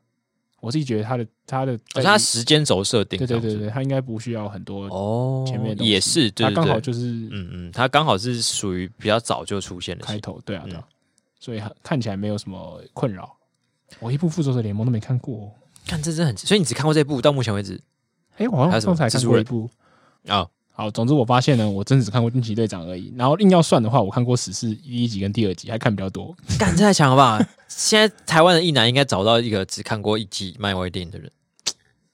S2: 我自己觉得他的他的
S1: 哦，是它时间轴设定
S2: 对
S1: 这样
S2: 对
S1: 子，
S2: 对对，他应该不需要很多
S1: 哦，
S2: 前面的东西
S1: 也是，对
S2: 他
S1: 对
S2: 刚好
S1: 对
S2: 就是
S1: 嗯嗯，它刚好是属于比较早就出现的事
S2: 开头，对啊
S1: 嗯
S2: 对啊，所以他看起来没有什么困扰。我一部《复仇者联盟》都没看过哦，
S1: 看这真的很，所以你只看过这部，到目前为止
S2: 哎，我好
S1: 还有
S2: 像
S1: 什么
S2: 刚才
S1: 蜘
S2: 看
S1: 蛛
S2: 过一
S1: 人
S2: 部。
S1: 啊，
S2: 好，总之我发现呢，我真的只看过《惊奇队长》而已。然后硬要算的话，我看过《史诗》第一集跟第二集，还看比较多。
S1: 干、这太强了吧！ [LAUGHS] 现在台湾的一男应该找到一个只看过一集漫威电影的人，。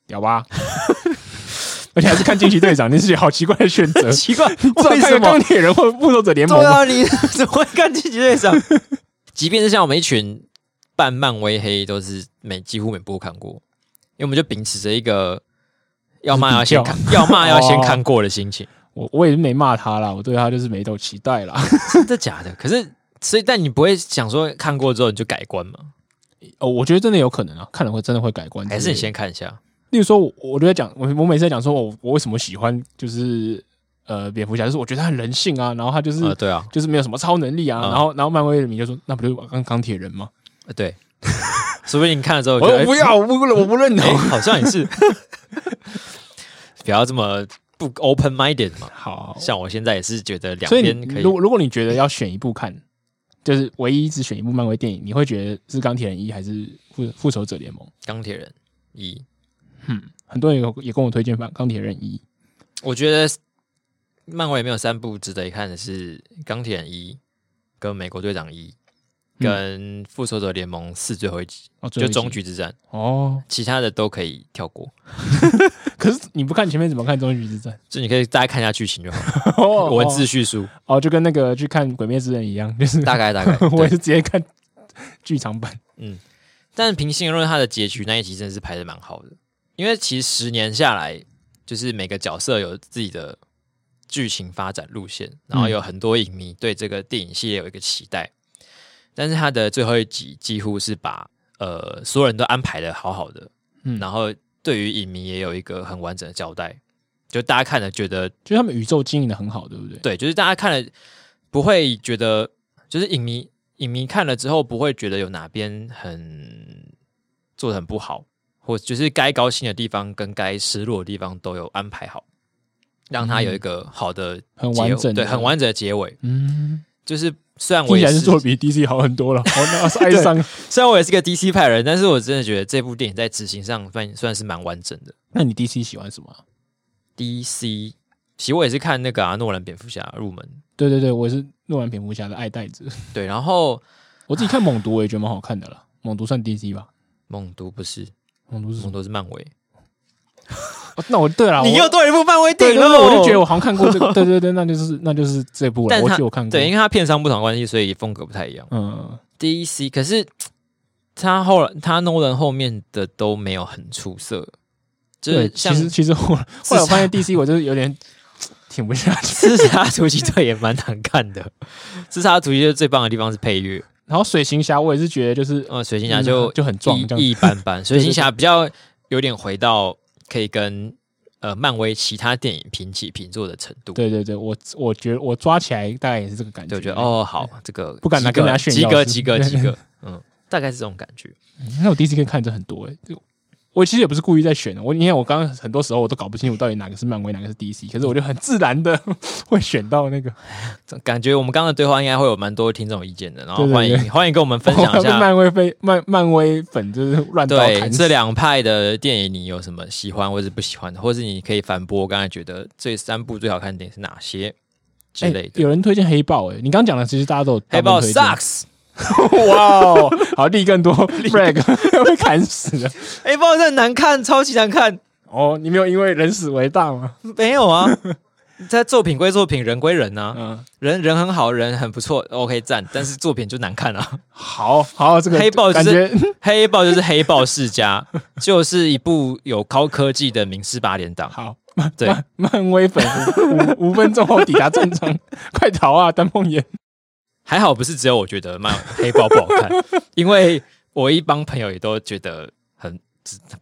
S2: 屌吧？ [LAUGHS] 而且还是看惊奇队长，你是好奇怪的选择
S1: 奇怪，
S2: 我想
S1: [LAUGHS] 呃为什
S2: 看个
S1: 么
S2: 钢？铁人或复仇者联盟
S1: 对
S2: 吗？
S1: 啊，你 [LAUGHS] 怎么会看惊奇队长？ [LAUGHS] 即便是像我们一群半漫威黑，都是每几乎每部都看过，因为我们就秉持着一个要骂要先看，要骂要先看过的心情，
S2: 我我也是没骂他啦，我对他就是没有期待啦。
S1: [LAUGHS] 真的假的？可是，所以但你不会想说看过之后你就改观吗？
S2: 哦，我觉得真的有可能啊，看了会真的会改观之类
S1: 还
S2: 的。
S1: 是你先看一下？
S2: 例如说，我我就在讲，我我每次在讲说哦我我为什么喜欢就是呃蝙蝠侠，就是我觉得他很人性啊，然后他就是、
S1: 呃，对啊，
S2: 就是没有什么超能力啊，
S1: 嗯
S2: 然后然后漫威的迷就说那不就是钢钢铁人吗？
S1: 呃对，说不定你看了之后
S2: [LAUGHS] 我
S1: 觉
S2: 说
S1: 得，
S2: 我不要，我不我不认
S1: 哎、 [LAUGHS]
S2: 同
S1: 哎。好像也是，不要这么不 open minded 嘛。
S2: 好，
S1: 像我现在也是觉得两
S2: 所以
S1: 边
S2: 你
S1: 可以
S2: 如果如果你觉得要选一部看，就是唯一只选一部漫威电影，你会觉得是钢铁人一还是复复仇者联盟？
S1: 钢铁人一，
S2: 很多人有也跟我推荐翻钢铁人一，
S1: 我觉得漫威里面有三部值得一看的是钢铁人一、跟美国队长一、跟复仇者联盟四最后一集，
S2: 嗯哦，最
S1: 就
S2: 后一集
S1: 终局之战，
S2: 哦。
S1: 其他的都可以跳过，
S2: 可是你不看前面怎么看终局之
S1: [LAUGHS]
S2: 战？
S1: 就你可以大概看一下剧情就好，
S2: [LAUGHS] 哦
S1: [LAUGHS] 文字叙述
S2: 哦哦，就跟那个去看《鬼灭之刃》一样，就是
S1: 大概大
S2: [LAUGHS]
S1: 概
S2: 我
S1: 对
S2: 也是直接看剧场版。
S1: 但平心而论，它的结局那一集真的是拍的蛮好的，因为其实十年下来，就是每个角色有自己的剧情发展路线，然后有很多影迷对这个电影系列有一个期待，但是它的最后一集几乎是把呃所有人都安排的好好的，
S2: 嗯
S1: 然后对于影迷也有一个很完整的交代，就大家看了觉得
S2: 就是他们宇宙经营的很好，对不对？
S1: 对，就是大家看了不会觉得，就是影迷影迷看了之后不会觉得有哪边很做的很不好，或就是该高兴的地方跟该失落的地方都有安排好，让他有一个好的
S2: 嗯很
S1: 结
S2: 完整的
S1: 对，很完整的结尾。
S2: 嗯，
S1: 就是虽然
S2: 听
S1: 我
S2: 起
S1: 也
S2: 来
S1: 是
S2: 是做得比 DC 好
S1: [LAUGHS]
S2: 很多了。我那是哀伤， [LAUGHS]
S1: 虽然我也是个 DC 派人，但是我真的觉得这部电影在执行上算算是蛮完整的。
S2: 那你 DC 喜欢什么啊？
S1: DC 其实我也是看那个啊诺兰蝙蝠侠入门，
S2: 对对对，我是诺兰蝙蝠侠的爱戴者。
S1: 对，然后
S2: [LAUGHS] 我自己看猛毒，我也觉得蛮好看的了。猛毒算 DC 吧？
S1: 猛毒不是
S2: 猛毒是什
S1: 猛
S2: 么？
S1: 毒是漫威，
S2: 哦那我对了，
S1: 你
S2: 我
S1: 又多了一部漫威电
S2: 对
S1: 影
S2: 对
S1: 了，
S2: 对，我就觉得我好像看过这
S1: [LAUGHS]
S2: 个。对对对，那就是那就是这部了。
S1: 但
S2: 我
S1: 它
S2: 记得我看过。
S1: 对，因为它片商不同的关系，所以风格不太一样。
S2: 嗯，
S1: DC 可是他后来他 Nolan 后面的都没有很出色，就
S2: 对，
S1: 是
S2: 其
S1: 像
S2: 实
S1: 《
S2: 其实后后来我发现 DC 我就是有点 [LAUGHS] 挺不下去。 [LAUGHS]
S1: 刺杀突击队》也蛮难看的，《刺杀突击队》最棒的地方是配乐，
S2: 然后水行侠我也是觉得就是
S1: 呃，水行侠
S2: 嗯
S1: 就
S2: 就很壮这样
S1: 一一般般。水
S2: 对
S1: 行侠比较有点回到可以跟呃漫威其他电影平起平坐的程度。
S2: 对对对，我我觉得我抓起来大概也是这个感
S1: 对，
S2: 觉。
S1: 我觉得，哦，好，这个
S2: 嗯不敢拿
S1: 及格
S2: 跟人家炫
S1: 及
S2: 耀
S1: 格
S2: 是
S1: 及格
S2: 对
S1: 及格，
S2: [LAUGHS]
S1: 嗯，大概是这种感觉。
S2: 那我 DC 可以看这很多哎、就我其实也不是故意在选的，我你看我刚刚很多时候我都搞不清楚到底哪个是漫威，哪个是 DC，可是我就很自然的 [LAUGHS] 会选到那个。
S1: 感觉我们刚刚的对话应该会有蛮多听众意见的，然后
S2: 对对
S1: 欢迎
S2: 对
S1: 欢迎跟我们分享一
S2: 我 [LAUGHS] 被
S1: 下，
S2: 漫威非漫漫威粉就是乱刀
S1: 对
S2: 砍死
S1: 这两派的电影你有什么喜欢或是不喜欢的，或是你可以反驳刚才觉得这三部最好看的电影是哪些之
S2: 哎
S1: 类的。
S2: 有人推荐黑豹哎、你刚刚讲的其实大家都有
S1: 黑豹
S2: 大部分推荐
S1: sucks，
S2: [LAUGHS] 哇哦，
S1: [LAUGHS]
S2: [LAUGHS] 好立更多 flag 被砍死了。
S1: 黑豹真的很难看，超级难看。
S2: 哦，你没有因为人死为大吗？
S1: 没有啊，
S2: [LAUGHS]
S1: 在作品归作品，人归人啊，
S2: 嗯，
S1: 人人很好，人很不错，OK 赞，但是作品就难看啊。
S2: 好好，这个
S1: 黑豹就
S2: 感
S1: 是
S2: 觉 [LAUGHS]
S1: 黑豹就是黑豹世家， [LAUGHS] 就是一部有高科技的明示八连档。
S2: 好。
S1: 对，
S2: 漫 [LAUGHS] 漫威粉五五五分钟后抵达战场， [LAUGHS] 快逃啊！丹凤眼，
S1: 还好不是只有我觉得漫黑豹不好看，因为我一帮朋友也都觉得很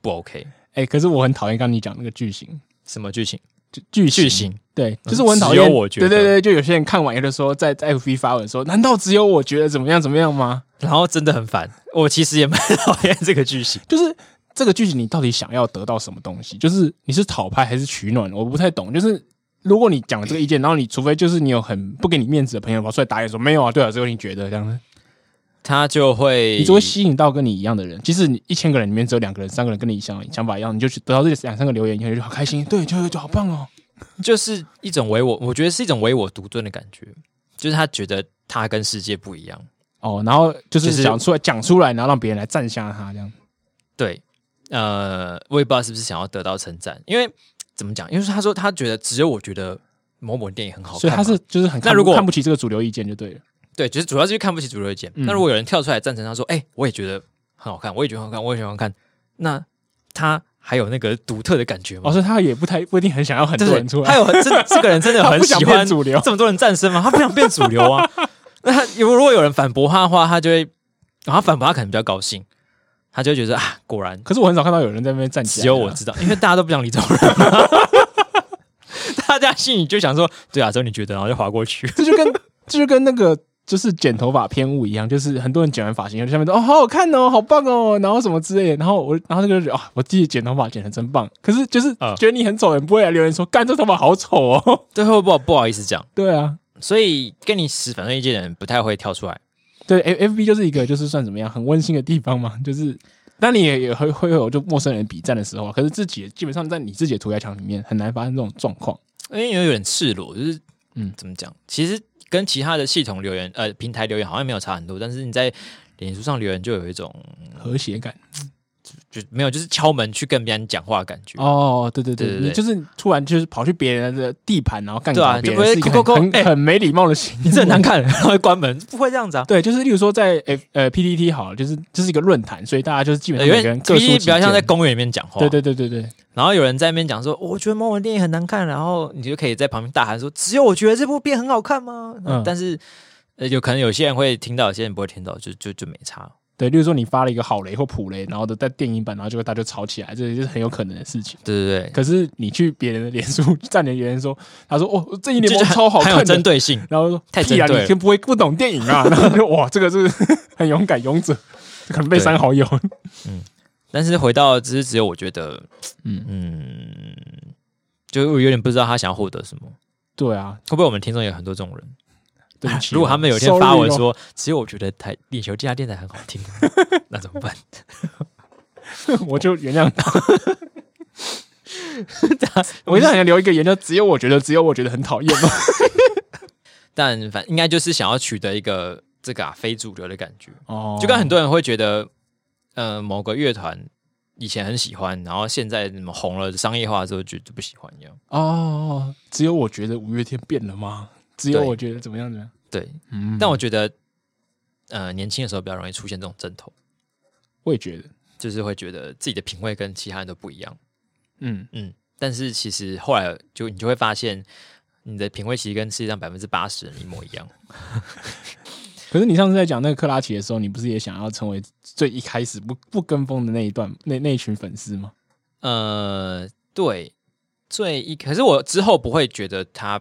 S1: 不 OK。
S2: 哎、可是我很讨厌刚你讲那个剧情，
S1: 什么剧情？
S2: 剧剧情
S1: 剧情
S2: 对，
S1: 嗯
S2: 就是我很讨厌。
S1: 只有我觉得
S2: 对对对，就有些人看完以后就说，在在 FB 发文说，难道只有我觉得怎么样怎么样吗？
S1: 然后真的很烦，我其实也蛮讨厌这个剧
S2: [LAUGHS]
S1: 情。
S2: 就是这个剧情你到底想要得到什么东西？就是你是讨拍还是取暖？我不太懂。就是如果你讲了这个意见，然后你除非就是你有很不给你面子的朋友跑出来打脸说没有啊，对啊，只有你觉得这样子，
S1: 他就会
S2: 你就会吸引到跟你一样的人。即使你一千个人里面只有两个人、三个人跟你想想法一样，你就去得到这两三个留言以后你就好开心，对，就就好棒哦。
S1: 就是一种唯我，我觉得是一种唯我独尊的感觉，就是他觉得他跟世界不一样。
S2: 哦，然后就是
S1: 就是
S2: 讲出来讲出来，然后让别人来赞下他这样。
S1: 对，呃，我也不知道是不是想要得到称赞，因为怎么讲？因为他说他觉得只有我觉得某某电影很好看嘛，
S2: 所以他是就是很看
S1: 那
S2: 不
S1: 如果
S2: 看不起这个主流意见就对了。
S1: 对，就是主要就是看不起主流意见。
S2: 嗯
S1: 那如果有人跳出来赞成他说：“哎、我也觉得很好看，我也觉得很好看，我也喜欢看。”那他还有那个独特的感觉吗？
S2: 哦，所以他也不太不一定很想要很
S1: 对
S2: 多
S1: 不
S2: 人出
S1: 对？
S2: 来，
S1: 还有这这个人真的
S2: [LAUGHS] 他
S1: 很
S2: 不想
S1: 喜
S2: 变
S1: 欢
S2: 主流。
S1: 这么多人战胜吗？他不想变主流啊。 [LAUGHS] 那他如果有人反驳他的话，他就会，然后反驳他可能比较高兴，他就会觉得啊，果然
S2: 可是我很少看到有人在那边站起来的啊，
S1: 只有我知道，因为大家都不想理这种人、 [LAUGHS] 大家心里就想说，对啊，只有你觉得，然后就划过去。
S2: [LAUGHS] 这就跟这就跟那个就是剪头发偏误一样，就是很多人剪完发型，就下面都哦好好看哦，好棒哦，然后什么之类的，然后我然后那个人就觉得啊，我自己剪头发剪的真棒，可是就是
S1: 啊
S2: 觉得你很丑，人不会来留言说干这头发好丑哦， [LAUGHS]
S1: 最后不好不好意思讲，
S2: 对啊，
S1: 所以跟你持反对意见的人不太会跳出来。
S2: 对，F F B 就是一个就是算怎么样很温馨的地方嘛，就是。但你也也会会有就陌生人比战的时候啊，可是自己基本上在你自己的涂鸦墙里面很难发生这种状况。
S1: 因为有点赤裸，就是嗯
S2: 嗯，
S1: 怎么讲？其实跟其他的系统留言，呃，平台留言好像没有差很多，但是你在脸书上留言就有一种
S2: 和谐感
S1: 就没有，就是敲门去跟别人讲话的感觉。
S2: 哦，对对对，
S1: 对对对
S2: 你就是突然就是跑去别人的地盘，然后干
S1: 对啊
S2: 掉别
S1: 就不
S2: 人，
S1: 会
S2: 是一
S1: go-
S2: 个
S1: go-
S2: 很
S1: 哎
S2: 很很没礼貌的行为。
S1: 你这很难看， [LAUGHS] 然后会关门，不会这样子啊。
S2: 对，就是例如说在呃呃 PTT 好了，就是这是一个论坛，所以大家就是基本上
S1: 因
S2: 每
S1: 为
S2: 个人各抒
S1: P
S2: 己
S1: 比较像在哦
S2: 见
S1: 公园里面讲话，
S2: 对对对对对，
S1: 然后有人在那边讲说，我觉得某某电影很难看，然后你就可以在旁边大喊说，只有我觉得这部片很好看吗？
S2: 嗯
S1: 但是呃，有可能有些人会听到，有些人不会听到，就就就没差。
S2: 对，例如说你发了一个好雷或普雷，然后都在电影版，然后就大家就吵起来，这就是很有可能的事情。
S1: 对对对，
S2: 可是你去别人的脸书，站人别人说，他说哦，这一联
S1: 就
S2: 盟
S1: 很
S2: 超好
S1: 很有
S2: 看
S1: 针
S2: 的，
S1: 对性。
S2: 然后说
S1: 太
S2: 屁啊，
S1: 针对
S2: 你
S1: 了
S2: 就不会不懂电影啊， [LAUGHS] 然后就哇，这个是 [LAUGHS] 很勇敢勇者，可能被
S1: 对
S2: 删好友。
S1: 但是回到只是只有我觉得，嗯
S2: 嗯
S1: 嗯，就我有点不知道他想要获得什么。
S2: 对啊，
S1: 会不会我们听众有很多这种人？
S2: 对不起
S1: [LAUGHS]
S2: 哦，
S1: 如果他们有一天发文
S2: sorry 哦，
S1: 说，只有我觉得台地球这家电台很好听，那怎么办？
S2: [LAUGHS] 我就原谅
S1: [LAUGHS]
S2: 他。
S1: 但
S2: 我一直很想留一个言，就只有我觉得，只有我觉得很讨厌
S1: [LAUGHS]
S2: 嘛。
S1: 但反应该就是想要取得一个这个、啊、非主流的感觉，
S2: 哦
S1: 就跟很多人会觉得，呃，某个乐团以前很喜欢，然后现在怎么红了商业化之后就就不喜欢一样。
S2: 哦，只有我觉得五月天变了吗？只有
S1: 对
S2: 我觉得怎么样怎么样？
S1: 对，
S2: 嗯，
S1: 但我觉得，呃，年轻的时候比较容易出现这种阵头。
S2: 我也觉得，
S1: 就是会觉得自己的品味跟其他人都不一样，
S2: 嗯，
S1: 嗯，但是其实后来就你就会发现，你的品味其实跟世界上百分之八十人一模一样，
S2: 可是你上次在讲那个克拉奇的时候，你不是也想要成为最一开始不不跟风的那一段那那一群粉丝吗？
S1: 呃，对，最一可是我之后不会觉得他，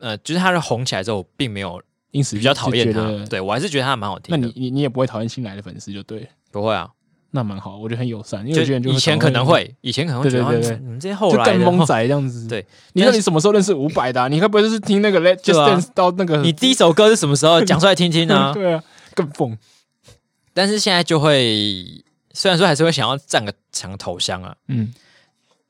S1: 呃，就是他的红起来之后，我并没有
S2: 因此
S1: 比较讨厌
S2: 就觉
S1: 他，
S2: 得。
S1: 对我还是觉得他蛮好
S2: 那
S1: 听
S2: 你
S1: 的，
S2: 你你也不会讨厌新来的粉丝就对了，
S1: 不会啊，
S2: 那蛮好，我觉得很友善，因为
S1: 就
S2: 有些人就
S1: 以前可能会，以前可能会觉得
S2: 对对
S1: 啊
S2: 对对
S1: 你们这些
S2: 讨
S1: 后
S2: 厌。就
S1: 来
S2: 跟
S1: 的
S2: 风
S1: 哦
S2: 仔这样
S1: [LAUGHS]
S2: 子，
S1: 对，
S2: 你说
S1: 但是
S2: 你什么时候认识伍佰的啊、你该不会就是听那个《Let
S1: 对
S2: Just
S1: 啊
S2: Dance》到那个？，
S1: 你第一首歌是什么时候？讲出来听听啊
S2: [LAUGHS] 对啊，跟风。
S1: 但是现在就会，虽然说还是会想要占个墙头香啊，
S2: 嗯，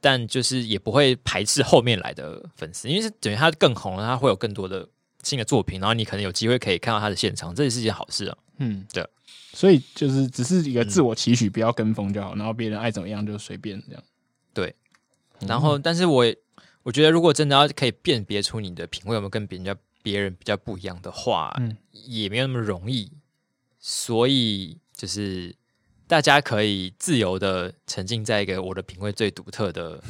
S1: 但就是也不会排斥后面来的粉丝，因为是等于他更红了，他会有更多的新的作品，然后你可能有机会可以看到他的现场，这也是一件好事啊。
S2: 嗯，
S1: 对。
S2: 所以就是只是一个自我期许，不要跟风就好，然后别人爱怎么样就随便这样。
S1: 对，然后，但是我也我觉得，如果真的要可以辨别出你的品味有没有跟别人家别人比较不一样的话，
S2: 嗯
S1: 也没有那么容易。所以就是大家可以自由的沉浸在一个我的品味最独特的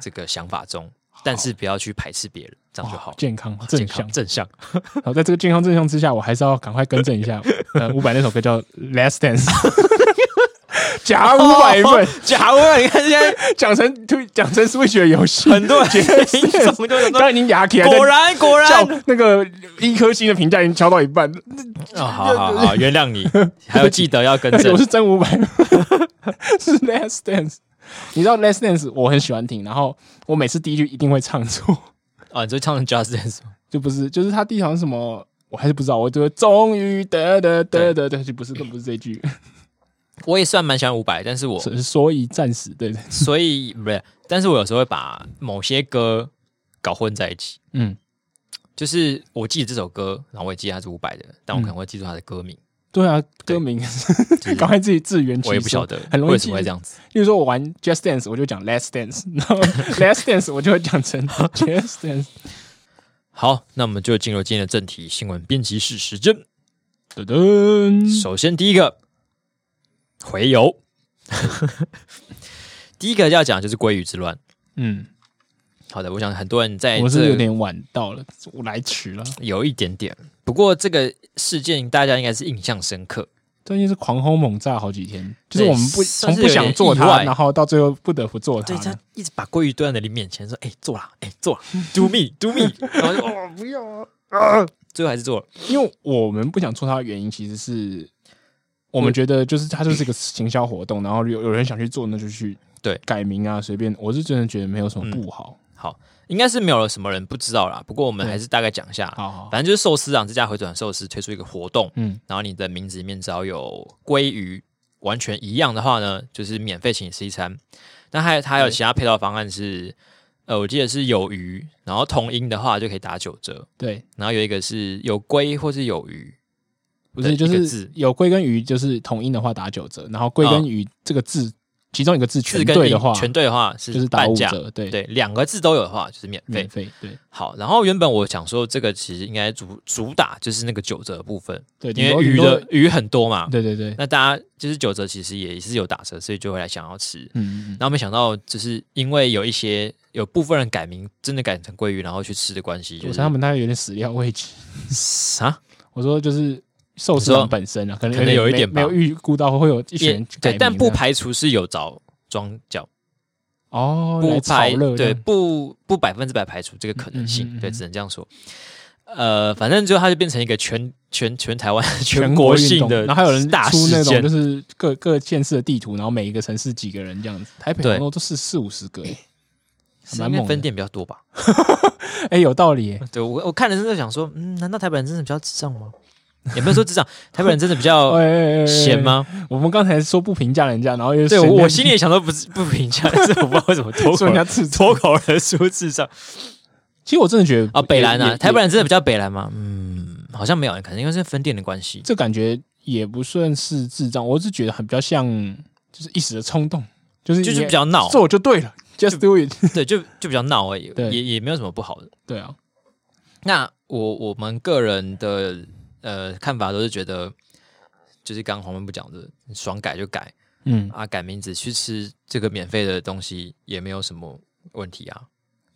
S1: 这个想法中，但是不要去排斥别人，这样就
S2: 哇
S1: 好。哦
S2: 健康
S1: 健
S2: 正向
S1: 康。正向，
S2: [LAUGHS] 然后在这个健康正向之下，我还是要赶快更正
S1: [LAUGHS]
S2: 一下，呃，伍佰那首歌叫《Last Dance》，假伍佰份，
S1: 哦假如啊你看现在
S2: [LAUGHS] 讲成推讲成 Switch 的游戏， [LAUGHS]
S1: 很多人听众就想
S2: 当
S1: 说，
S2: 然已经牙起来，
S1: 果然果然
S2: 叫那个一颗星的评价已经敲到一半，
S1: 哦，好好好，原谅你，还有记得要更
S2: 但是
S1: 正
S2: 哎我。是真
S1: [LAUGHS]
S2: 伍佰，是 Last Dance。你知道 Last Dance 我很喜欢听，然后我每次第一句一定会唱错，
S1: 哦，你就唱成 Just Dance 吗？
S2: 就不是就是他第一行是什么。我还是不知道，我就会终于得得得得得，就不是，更不是这句，
S1: 我也算蛮喜欢伍佰，但是我
S2: 所所以暂时对对，
S1: 所以不是，但是我有时候会把某些歌搞混在一起。
S2: 嗯，
S1: 就是我记得这首歌，然后我也记得它是伍佰的，但我可能会记住它的歌名，
S2: 对啊，歌名 [LAUGHS] 赶快自己自嗯圆其说，
S1: 我也不晓得
S2: 很容易
S1: 为
S2: 记
S1: 什么会这。样子。
S2: 例如说，我玩 Just Dance，我就讲 Last Dance，然后 Last Dance 我就会讲成 Just
S1: [LAUGHS]
S2: Dance。
S1: 好，那我们就进入今天的正题新闻编辑室时间。
S2: 噔噔，
S1: 首先第一个回
S2: [LAUGHS]
S1: 游，第一个要讲就是鲑鱼之乱。
S2: 嗯，
S1: 好的，我想很多人在
S2: 我是
S1: 哎这
S2: 有点晚到了，我来迟了。
S1: 有一点点，不过这个事件大家应该是印象深刻。
S2: 最近是狂轰猛炸好几天，就是
S1: 对
S2: 我们不
S1: 算
S2: 从
S1: 是
S2: 不想
S1: 有
S2: 做
S1: 点意
S2: 它，
S1: 外
S2: 然后到最后不得不做它
S1: 对
S2: 了。
S1: 他一直把鲑鱼端在你面前说：“哎、做啦，哎、
S2: [LAUGHS]
S1: 做啦，do me do me。”然后就哦，
S2: 哦，不要啊！
S1: 最后还是做了。
S2: 因为我们不想做它的原因，其实是
S1: 我
S2: 我们觉得就是它就是一个行销活动，然后有有人想去做，那就去
S1: 对嗯
S2: 改名啊，随便。我是真的觉得没有什么不好。
S1: 好，应该是没有什么人不知道啦。不过我们还是大概讲一下，
S2: 好好，
S1: 反正就是寿司长这家回转寿司推出一个活动，
S2: 嗯
S1: 然后你的名字里面只要有鲑鱼完全一样的话呢，就是免费请你吃一餐。那还有它还有其他配套方案是，呃，我记得是有鱼，然后同音的话就可以打九折，
S2: 对，
S1: 然后有一个是有龟或是有鱼，
S2: 不
S1: 对
S2: 是，就
S1: 一个
S2: 是
S1: 字嗯
S2: 有龟跟鱼，就是同音的话打九折，然后龟跟鱼这个字，其中一个字
S1: 字
S2: 全
S1: 跟
S2: 对
S1: 音
S2: 的话，
S1: 全对的话是
S2: 就是打
S1: 半
S2: 五
S1: 价，
S2: 折，对，
S1: 对，两个字都有的话就是免费
S2: 免。费，对
S1: 好，然后原本我想说这个其实应该主主打就是那个九折的部分，
S2: 对，
S1: 因为
S2: 顶多
S1: 鱼，
S2: 顶
S1: 的鱼很多嘛
S2: 多，对对对，
S1: 那大家就是九折其实也是有打折，所以就会来想要吃。
S2: 嗯，嗯嗯
S1: 然后没想到就是因为有一些有部分人改名，真的改成鲑鱼，然后去吃的关系，就
S2: 我
S1: 是
S2: 猜他们大概有点始料未及。
S1: 啊，
S2: 我说就是寿司
S1: 你说
S2: 郎本身啊，可能
S1: 可能有一
S2: 没
S1: 点吧
S2: 没有预估到会有一群
S1: 也
S2: 人改
S1: 对，
S2: 名
S1: 但
S2: 这
S1: 不
S2: 样
S1: 排除是有找庄脚，
S2: 哦，
S1: 不
S2: 来
S1: 排
S2: 炒热这
S1: 对
S2: 样，
S1: 不不百分之百排除这个可能性，
S2: 嗯嗯嗯嗯
S1: 对，只能这样说。呃，反正最后它就变成一个全全 [LAUGHS] 全台湾
S2: 全
S1: 国
S2: 运
S1: 性
S2: 动
S1: 的
S2: 然后还有人
S1: 大
S2: 出那
S1: 事
S2: 种
S1: 件
S2: 就，是各各县市的地图，然后每一个城市几个人这样子，台北
S1: 对
S2: 好像都是四五十个，欸
S1: 是
S2: 蛮
S1: 因为
S2: 猛
S1: 分
S2: 的
S1: 店比较多吧？
S2: 哎，有道理欸，
S1: 对我我看了真的想说，嗯，难道台北人真的比较智障吗？也没有说智障，台北人真的比较
S2: [LAUGHS] 哎
S1: 闲？哦吗？
S2: 哎哎啊哎我们刚才说不评价人家，然后又
S1: 对
S2: 省
S1: 我
S2: 略
S1: 我心里也想说不是不评价， [LAUGHS] 但是我不知道为什么脱口
S2: [LAUGHS] 说人家智
S1: 脱口而出智
S2: [LAUGHS]
S1: 障
S2: 其实我真的觉得
S1: 啊，北兰
S2: 也
S1: 啊，
S2: 也
S1: 台北人真的比较北兰吗？嗯，好像没有，可能因为是分店的关系。
S2: 这感觉也不算是智障，我是觉得很比较像就是一时的冲动，就是
S1: 就是
S2: 也
S1: 比较闹
S2: 做就对了，just do it。
S1: 对，就就比较闹而已，
S2: 对
S1: 也也没有什么不好的。
S2: 对啊，
S1: 那我我们个人的呃看法都是觉得，就是刚刚黄文不讲的，爽改就改
S2: 嗯，
S1: 啊，改名字去吃这个免费的东西也没有什么问题啊。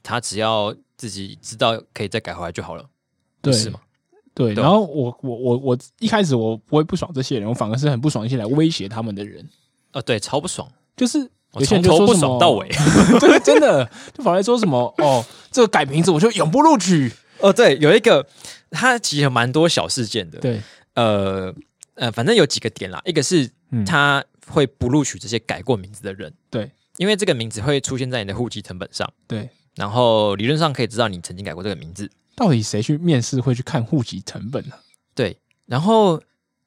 S1: 他只要自己知道可以再改回来就好了，不
S2: 对，
S1: 是吗？
S2: 对，
S1: 对啊
S2: 然后我我我我一开始我不会不爽这些人，我反而是很不爽一些来威胁他们的人，
S1: 啊，对，超不爽，
S2: 就是
S1: 我
S2: 有
S1: 从
S2: 些人就
S1: 头
S2: 说
S1: 不
S2: 什
S1: 爽
S2: 么
S1: 到尾，。
S2: [LAUGHS]
S1: [LAUGHS]
S2: 对，真的就跑来说什么哦，这个改名字我就永不录取，
S1: 哦，对，有一个，它其实蛮多小事件的。，
S2: 对，
S1: 呃呃，反正有几个点啦，一个是
S2: 嗯
S1: 他会不录取这些改过名字的人，
S2: 对
S1: 因为这个名字会出现在你的户籍成本上，
S2: 对，
S1: 然后理论上可以知道你曾经改过这个名字。
S2: 到底谁去面试会去看户籍成本呢、啊
S1: 对，然后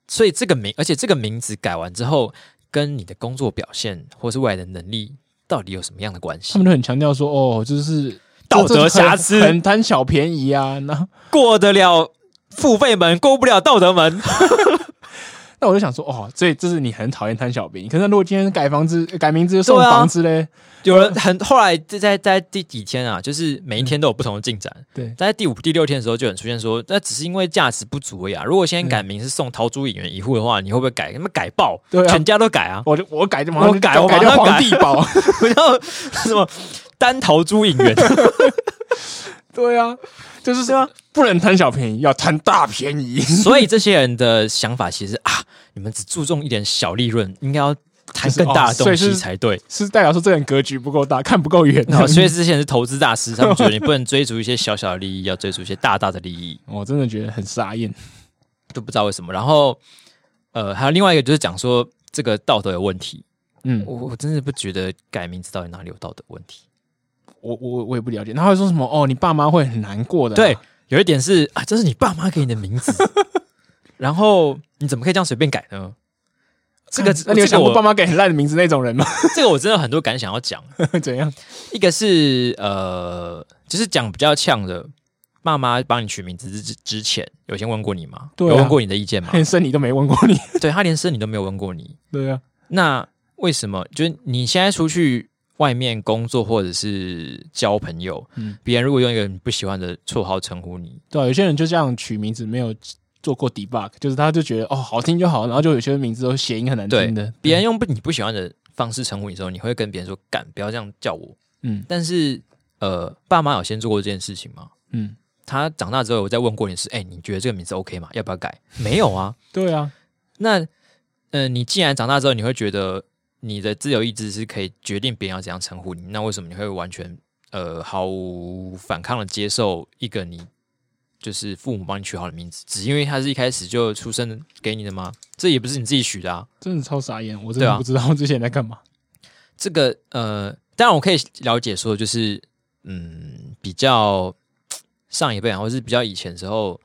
S1: 所以这个名，而且这个名字改完之后，跟你的工作表现或是未来的能力到底有什么样的关
S2: 他
S1: 系？
S2: 们都很强调说哦，就是
S1: 道德
S2: 这这很
S1: 瑕疵
S2: 很贪小便宜啊，那。
S1: 过得了付费门，过不了道德门。
S2: 那我就想说，哦，所以这是你很讨厌贪小便宜。可是如果今天改房子、呃改名字送
S1: 对啊
S2: 房子嘞，
S1: 有人很后来在在在第几天啊，就是每一天都有不同的进展。
S2: 对
S1: 在第五、第六天的时候，就有人出现说，那只是因为价值不足而已啊。如果现在改名是送陶朱影院一户的话，你会不会改？他妈改爆，
S2: 嗯对啊
S1: 全家都改啊！
S2: [LAUGHS] 我就我改就马上
S1: 我改我
S2: 改
S1: 马
S2: 掉
S1: 上
S2: 皇
S1: 改
S2: 帝 [LAUGHS] 堡。
S1: 不要什么单陶朱影院，
S2: 对啊，就是说不能贪小便宜，要贪大便宜。
S1: [LAUGHS] 所以这些人的想法其实啊，你们只注重一点小利润，应该要谈更大的东
S2: 就是哦所以
S1: 西
S2: 是
S1: 才
S2: [LAUGHS]
S1: 对。
S2: [LAUGHS] 是代表说这人格局不够大，看不够远。啊 [LAUGHS]
S1: 然后，所以这些人是投资大师，他们觉得你不能追逐一些小小的利益，要追逐一些大大的利益，
S2: 我真的觉得很傻眼。
S1: 都不知道为什么。然后，呃，还有另外一个就是讲说这个道德有问题，
S2: 嗯，
S1: 我我真的不觉得改名字到底哪里有道德问题。
S2: 我我我也不了解。然后还说什么哦，你爸妈会很难过的、
S1: 对，，有一点是啊，这是你爸妈给你的
S2: [LAUGHS]
S1: 名字，然后你怎么可以这样随便改呢？这个，
S2: [LAUGHS] 嗯那你有
S1: 这
S2: 想
S1: 个
S2: 过爸
S1: 我
S2: 妈给很烂的名字那种人吗？ [LAUGHS]
S1: 这个我真的很多感想要讲。
S2: 怎样？
S1: 一个是呃，就是讲比较呛的，爸妈帮你取名字之之前，有先问过你吗？
S2: 对啊
S1: 有问过你的意见吗？
S2: 连生你都没问过你。
S1: 对他连生你都没有问过你，
S2: [LAUGHS] 对啊，
S1: 那为什么？就是你现在出去外面工作或者是交朋友，
S2: 嗯
S1: 别人如果用一个你不喜欢的绰号称呼你，
S2: 对啊，有些人就这样取名字没有做过 debug，就是他就觉得哦好听就好，然后就有些名字都谐音很难
S1: 对
S2: 听的。
S1: 别人用不你不喜欢的方式称呼你的时候，你会跟别人说“干，不要这样叫我”。
S2: 嗯
S1: 但是呃，爸妈有先做过这件事情吗？
S2: 嗯，
S1: 他长大之后，我再问过你是，哎、你觉得这个名字 OK 吗？要不要改？没有啊，
S2: 对啊，
S1: 那，呃，你既然长大之后，你会觉得你的自由意志是可以决定别人要怎样称呼你，那为什么你会完全呃毫无反抗的接受一个你就是父母帮你取好的名字，只因为他是一开始就出生给你的吗？这也不是你自己取的啊。
S2: 真的超傻眼，我真
S1: 对
S2: 的
S1: 啊
S2: 不知道之前在干嘛。
S1: 这个呃，当然我可以了解说，就是嗯，比较上一辈啊，或是比较以前的时候，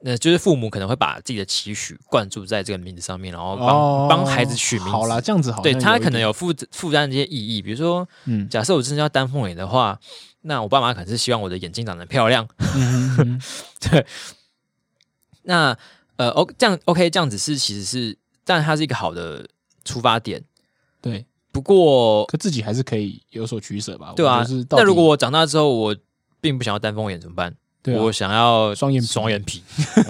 S1: 那就是父母可能会把自己的期许灌注在这个名字上面，然后帮、
S2: 哦
S1: 帮孩子取名字。
S2: 好啦，这样子好像
S1: 对
S2: 一点。
S1: 他可能有负负担这些意义，比如说，
S2: 嗯
S1: 假设我真的要丹凤眼的话，那我爸妈可能是希望我的眼睛长得漂亮。[LAUGHS]
S2: 嗯嗯嗯
S1: 那呃，O 这样 OK，这样子是其实是，但它是一个好的出发点。
S2: 对，
S1: 不过，
S2: 可自己还是可以有所取舍吧。
S1: 对啊
S2: 就是，到
S1: 那
S2: 底
S1: 如果我长大之后我并不想要丹凤眼怎么办？
S2: 对啊
S1: 我想要
S2: 双眼皮
S1: 双眼
S2: [LAUGHS]
S1: 皮，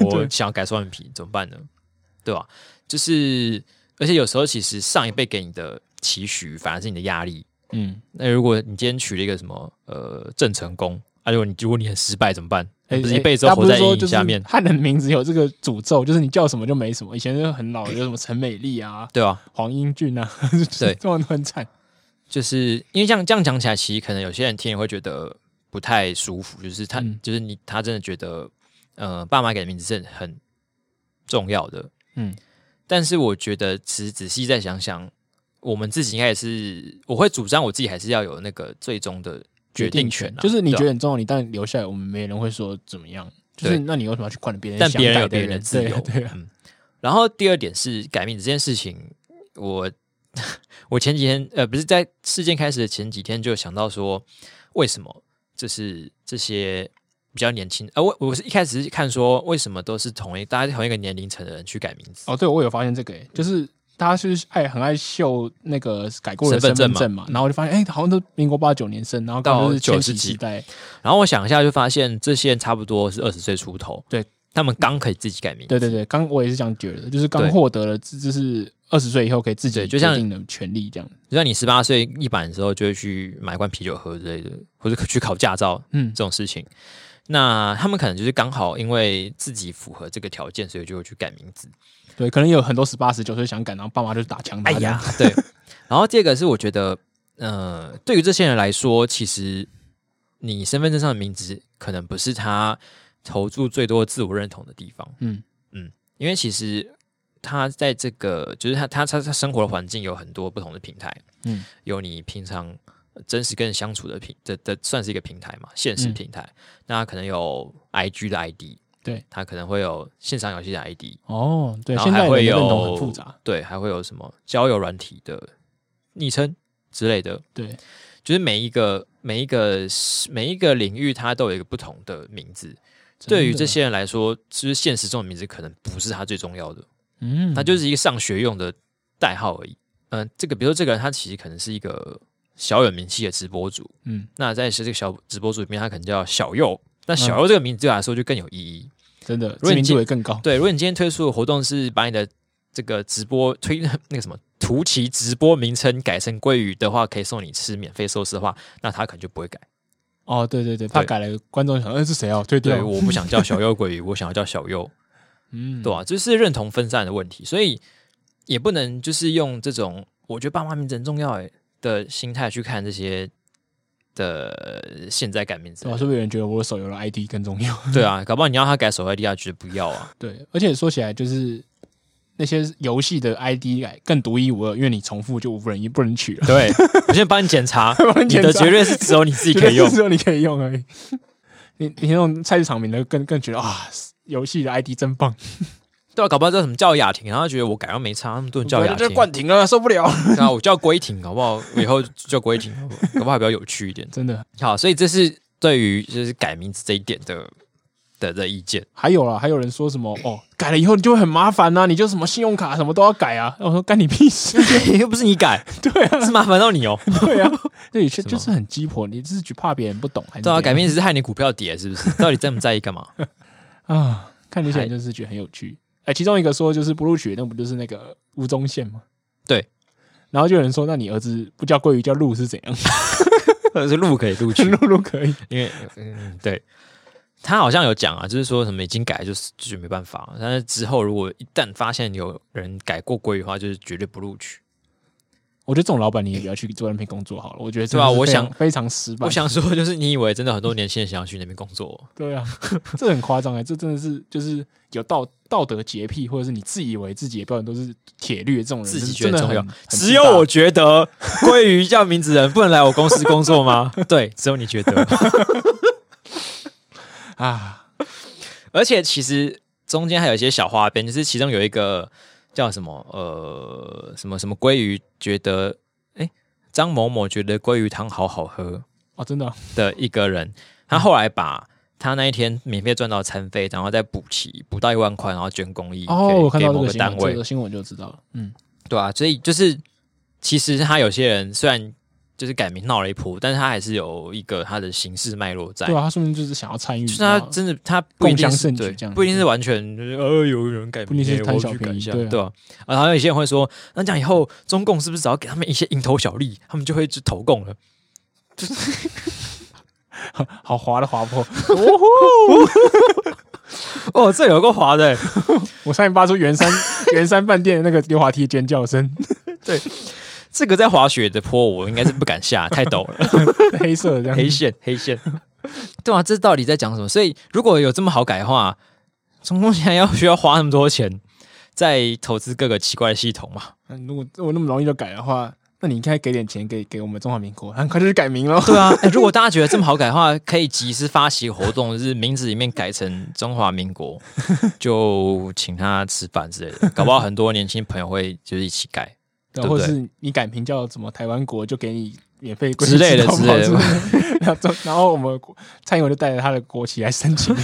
S1: 我想要改双眼皮怎么办呢？对吧、就是，而且有时候其实上一辈给你的期许反而是你的压力。
S2: 嗯，
S1: 那如果你今天取了一个什么呃郑成功，啊，如果你如果你很失败怎么办？
S2: 哎
S1: 你不是
S2: 哎
S1: 一辈子都
S2: 他不
S1: 活
S2: 是
S1: 在
S2: 说
S1: 阴影
S2: 就是
S1: 下面，
S2: 汉人的名字有这个诅咒，就是你叫什么就没什么。以前就很老的，有什么陈美丽啊、 [LAUGHS]
S1: 对吧？
S2: 黄英俊啊，就是
S1: 对
S2: 这种都很惨。
S1: 就是因为这样这样讲起来，其实可能有些人听也会觉得不太舒服，就是他、
S2: 嗯
S1: 就是你他真的觉得呃爸妈给的名字是很重要的，
S2: 嗯，
S1: 但是我觉得其实仔细再想想，我们自己应该也是，我会主张我自己还是要有那个最终的决定权、啊，
S2: 就是你
S1: 对啊
S2: 觉得很重要，你但留下来，我们没人会说怎么样。就是
S1: 对
S2: 那你为什么要去管别人想
S1: 但
S2: 改的人？
S1: 别人有别人的自由，
S2: 对对啊，
S1: 嗯。然后第二点是改名字这件事情，我我前几天呃不是在事件开始的前几天就想到说，为什么就是这些比较年轻呃我我是一开始是看说为什么都是同一大家同一个年龄层的人去改名字，
S2: 哦，对，我有发现这个、欸，就是大家就是爱很爱秀那个改过的
S1: 身份
S2: 身
S1: 证
S2: 份
S1: 嘛嗯
S2: 证嘛，然后我就发现，哎、好像都民国八九年生，然后刚好
S1: 到
S2: 就是千禧
S1: 90
S2: 世代，
S1: 然后我想一下就发现这些人差不多是二十岁出头，
S2: 对
S1: 他们刚可以自己改名字，
S2: 对对对，刚我也是这样觉得，就是刚
S1: 对
S2: 获得了自就是二十岁以后可以自己
S1: 对就像
S2: 决定的权利这样。
S1: 就像你十八岁一版的时候，就会去买一罐啤酒喝之类的，或者去考驾照，
S2: 嗯
S1: 嗯，这种事情。那他们可能就是刚好因为自己符合这个条件，所以就会去改名字。
S2: 对，可能有很多十八十九岁想改，然后爸妈就是打
S1: 哎
S2: 枪他这样。，
S1: [LAUGHS] 对。然后第二个是我觉得，呃，对于这些人来说，其实你身份证上的名字可能不是他投注最多自我认同的地方。
S2: 嗯
S1: 嗯，因为其实他在这个就是他他他他生活的环境有很多不同的平台。
S2: 嗯
S1: 有你平常真实跟人相处的平的的算是一个平台嘛，现
S2: 嗯
S1: 实平台。那可能有 IG 的 ID，
S2: 对，
S1: 它可能会有线上游戏的 ID，
S2: 哦，对，
S1: 然后
S2: 现在
S1: 还会
S2: 人的
S1: 有
S2: 认同很复杂。
S1: 对，还会有什么交友软体的昵称之类的，
S2: 对，
S1: 就是每一个每一个每一个领域它都有一个不同的名字。
S2: 真的
S1: 对于这，些人来说，就是现实中的名字可能不是他最重要的，
S2: 嗯，
S1: 它就是一个上学用的代号而已。嗯、这个比如说这个人，他其实可能是一个小有名气的直播主，
S2: 嗯，
S1: 那在是这个小直播主里面，他可能叫小右。那小
S2: 嗯
S1: 右这个名字对我来说就更有意义。
S2: 真的
S1: 果
S2: 知
S1: 你
S2: 名
S1: 记
S2: 度也更高。
S1: 对，如果你今天推出的活动是把你的这个直播推那个什么图奇直播名称改成鲑鱼的话，可以送你吃免费寿司的话，那他可能就不会改。
S2: 哦，对对对，怕
S1: 对
S2: 改了观众想，哎，是谁啊？对
S1: 对，
S2: 对，
S1: 我不想叫小右鲑鱼，我想要叫小右。
S2: [LAUGHS] 嗯，
S1: 对啊，就是认同分散的问题，所以也不能就是用这种我觉得爸妈名字很重要诶的心态去看这些的现在改名字啊
S2: 对。啊吧？是不是有人觉得我的手游的 ID 更重要？
S1: 对啊，搞不好你要他改手 ID 他觉得不要
S2: [LAUGHS]
S1: 啊。
S2: 对，而且说起来，就是那些游戏的 ID 改更独一无二，因为你重复就无人也不能取了， [LAUGHS]
S1: 对，我先帮你检查，
S2: 帮你
S1: 你
S2: 检
S1: 的
S2: 查。
S1: 绝对是只有你自己可以用
S2: 只有你可以用而已。你你用菜市场名的更更觉得啊，游戏的 ID 真棒，
S1: 对啊，搞不好叫什么叫雅婷，然后他觉得我改又没差，那么多人叫雅
S2: 这
S1: 婷，
S2: 冠廷啊，受不了，
S1: [LAUGHS] 对啊，我叫龟婷，搞不好我以后就叫龟婷，好不好搞不好还比较有趣一点。 [LAUGHS]
S2: 真的。
S1: 好，所以这是对于就是改名字这一点的的的意见。
S2: 还有啦，还有人说什么哦，改了以后你就会很麻烦呐、你就什么信用卡什么都要改啊。我说干你屁事，
S1: [LAUGHS] 又不是你改，
S2: 啊 [LAUGHS] 对啊，
S1: 是麻烦到你哦。
S2: [LAUGHS] 对啊，对，
S1: 什
S2: 就
S1: 么
S2: 就是很鸡婆，你就是只怕别人不懂，还是
S1: 对
S2: [LAUGHS]
S1: 啊，
S2: 怎
S1: 改
S2: 样
S1: 名只是害你股票跌，是不是？到底在不在意干
S2: [LAUGHS]
S1: 嘛？
S2: 啊，看这些人就是觉得很有趣。哎、其中一个说就是不录取，那不就是那个吴宗宪吗？
S1: 对，
S2: 然后就有人说，那你儿子不叫桂鱼叫鹿是怎样？ [LAUGHS]
S1: 或者是录可以录取，
S2: 鹿鹿可以，
S1: [LAUGHS] 因为嗯，对他好像有讲啊，就是说什么已经改就是就没办法，但是之后如果一旦发现有人改过规的话，就是绝对不录取。
S2: 我觉得这种老板你也不要去做那边工作好了，我觉得
S1: 对啊
S2: 真的是
S1: 我
S2: 非常
S1: 想
S2: 非常失败。
S1: 我想说，就是你以为真的很多年轻人想要去那边工作，哦
S2: 对啊， [LAUGHS] 这很夸张哎，这真的是就是有道道德洁癖，或者是你自以为自己的标准都是铁律的这种人，
S1: 自
S2: 嗯真
S1: 己觉
S2: 的
S1: 得重要
S2: 很，很
S1: 只
S2: 自
S1: 有
S2: 大
S1: 我觉得鲑鱼叫名字人不能来我公司工作
S2: [LAUGHS]
S1: 吗？对，只有你觉得。
S2: 啊，
S1: 而且其实中间还有一些小花边，就是其中有一个叫什么呃什么什么鲑鱼，觉得哎张某某觉得鲑鱼汤好好喝
S2: 哦，真的啊
S1: 的一个人，他后来把他那一天免费赚到的餐费，然后再补齐补到一万块，然后捐公益
S2: 哦，
S1: 给
S2: 我看到
S1: 给
S2: 这
S1: 某
S2: 个
S1: 个
S2: 新闻，
S1: 单
S2: 这
S1: 位
S2: 个，新闻就知道了，嗯，
S1: 对啊，所以就是其实他有些人虽然。就是改名闹了一波，但是他还是有一个他的形式脉络在。
S2: 对啊，他说明就是想要参与，
S1: 就是他
S2: 然后
S1: 真的他不一定
S2: 共享
S1: 是
S2: 盛举
S1: 对，
S2: 这样
S1: 不一定是完全就是呃有人改
S2: 不一
S1: 名，
S2: 定是
S1: 欸
S2: 贪
S1: 我
S2: 小
S1: 去
S2: 便
S1: 改一
S2: 宜
S1: 下，
S2: 对啊
S1: 对吧？啊然后有些人会说，那这样以后中共是不是只要给他们一些蝇头小利，他们就会去投共了？
S2: 好滑的滑坡，
S1: 哦，这有个滑的 [LAUGHS] 欸，
S2: 我差点发
S1: [LAUGHS]
S2: 出圆山圆山饭店那个溜滑梯尖叫声， [LAUGHS]
S1: 这个在滑雪的坡我应该是不敢下，太陡了，
S2: 黑色
S1: [LAUGHS]
S2: 的这样
S1: 黑线黑线。对啊，这到底在讲什么？所以如果有这么好改的话，中共现在要需要花那么多钱在投资各个奇怪的系统嘛？
S2: 那如果我那么容易就改的话，那你应该给点钱给给我们中华民国，很快就去改名了。
S1: [LAUGHS] 对啊、欸如果大家觉得这么好改的话，可以及时发起活动，就是名字里面改成中华民 [LAUGHS] 国，就请他吃饭之类的，搞不好很多年轻朋友会就是一起改
S2: 对
S1: 对不
S2: 或者
S1: 对
S2: 是你改名叫什么台湾国，就给你免费国
S1: 之类的
S2: 之
S1: 之类的
S2: 的。 [LAUGHS] 然后中然后我们国蔡英文就带着他的国旗来申
S1: [LAUGHS]
S2: 请。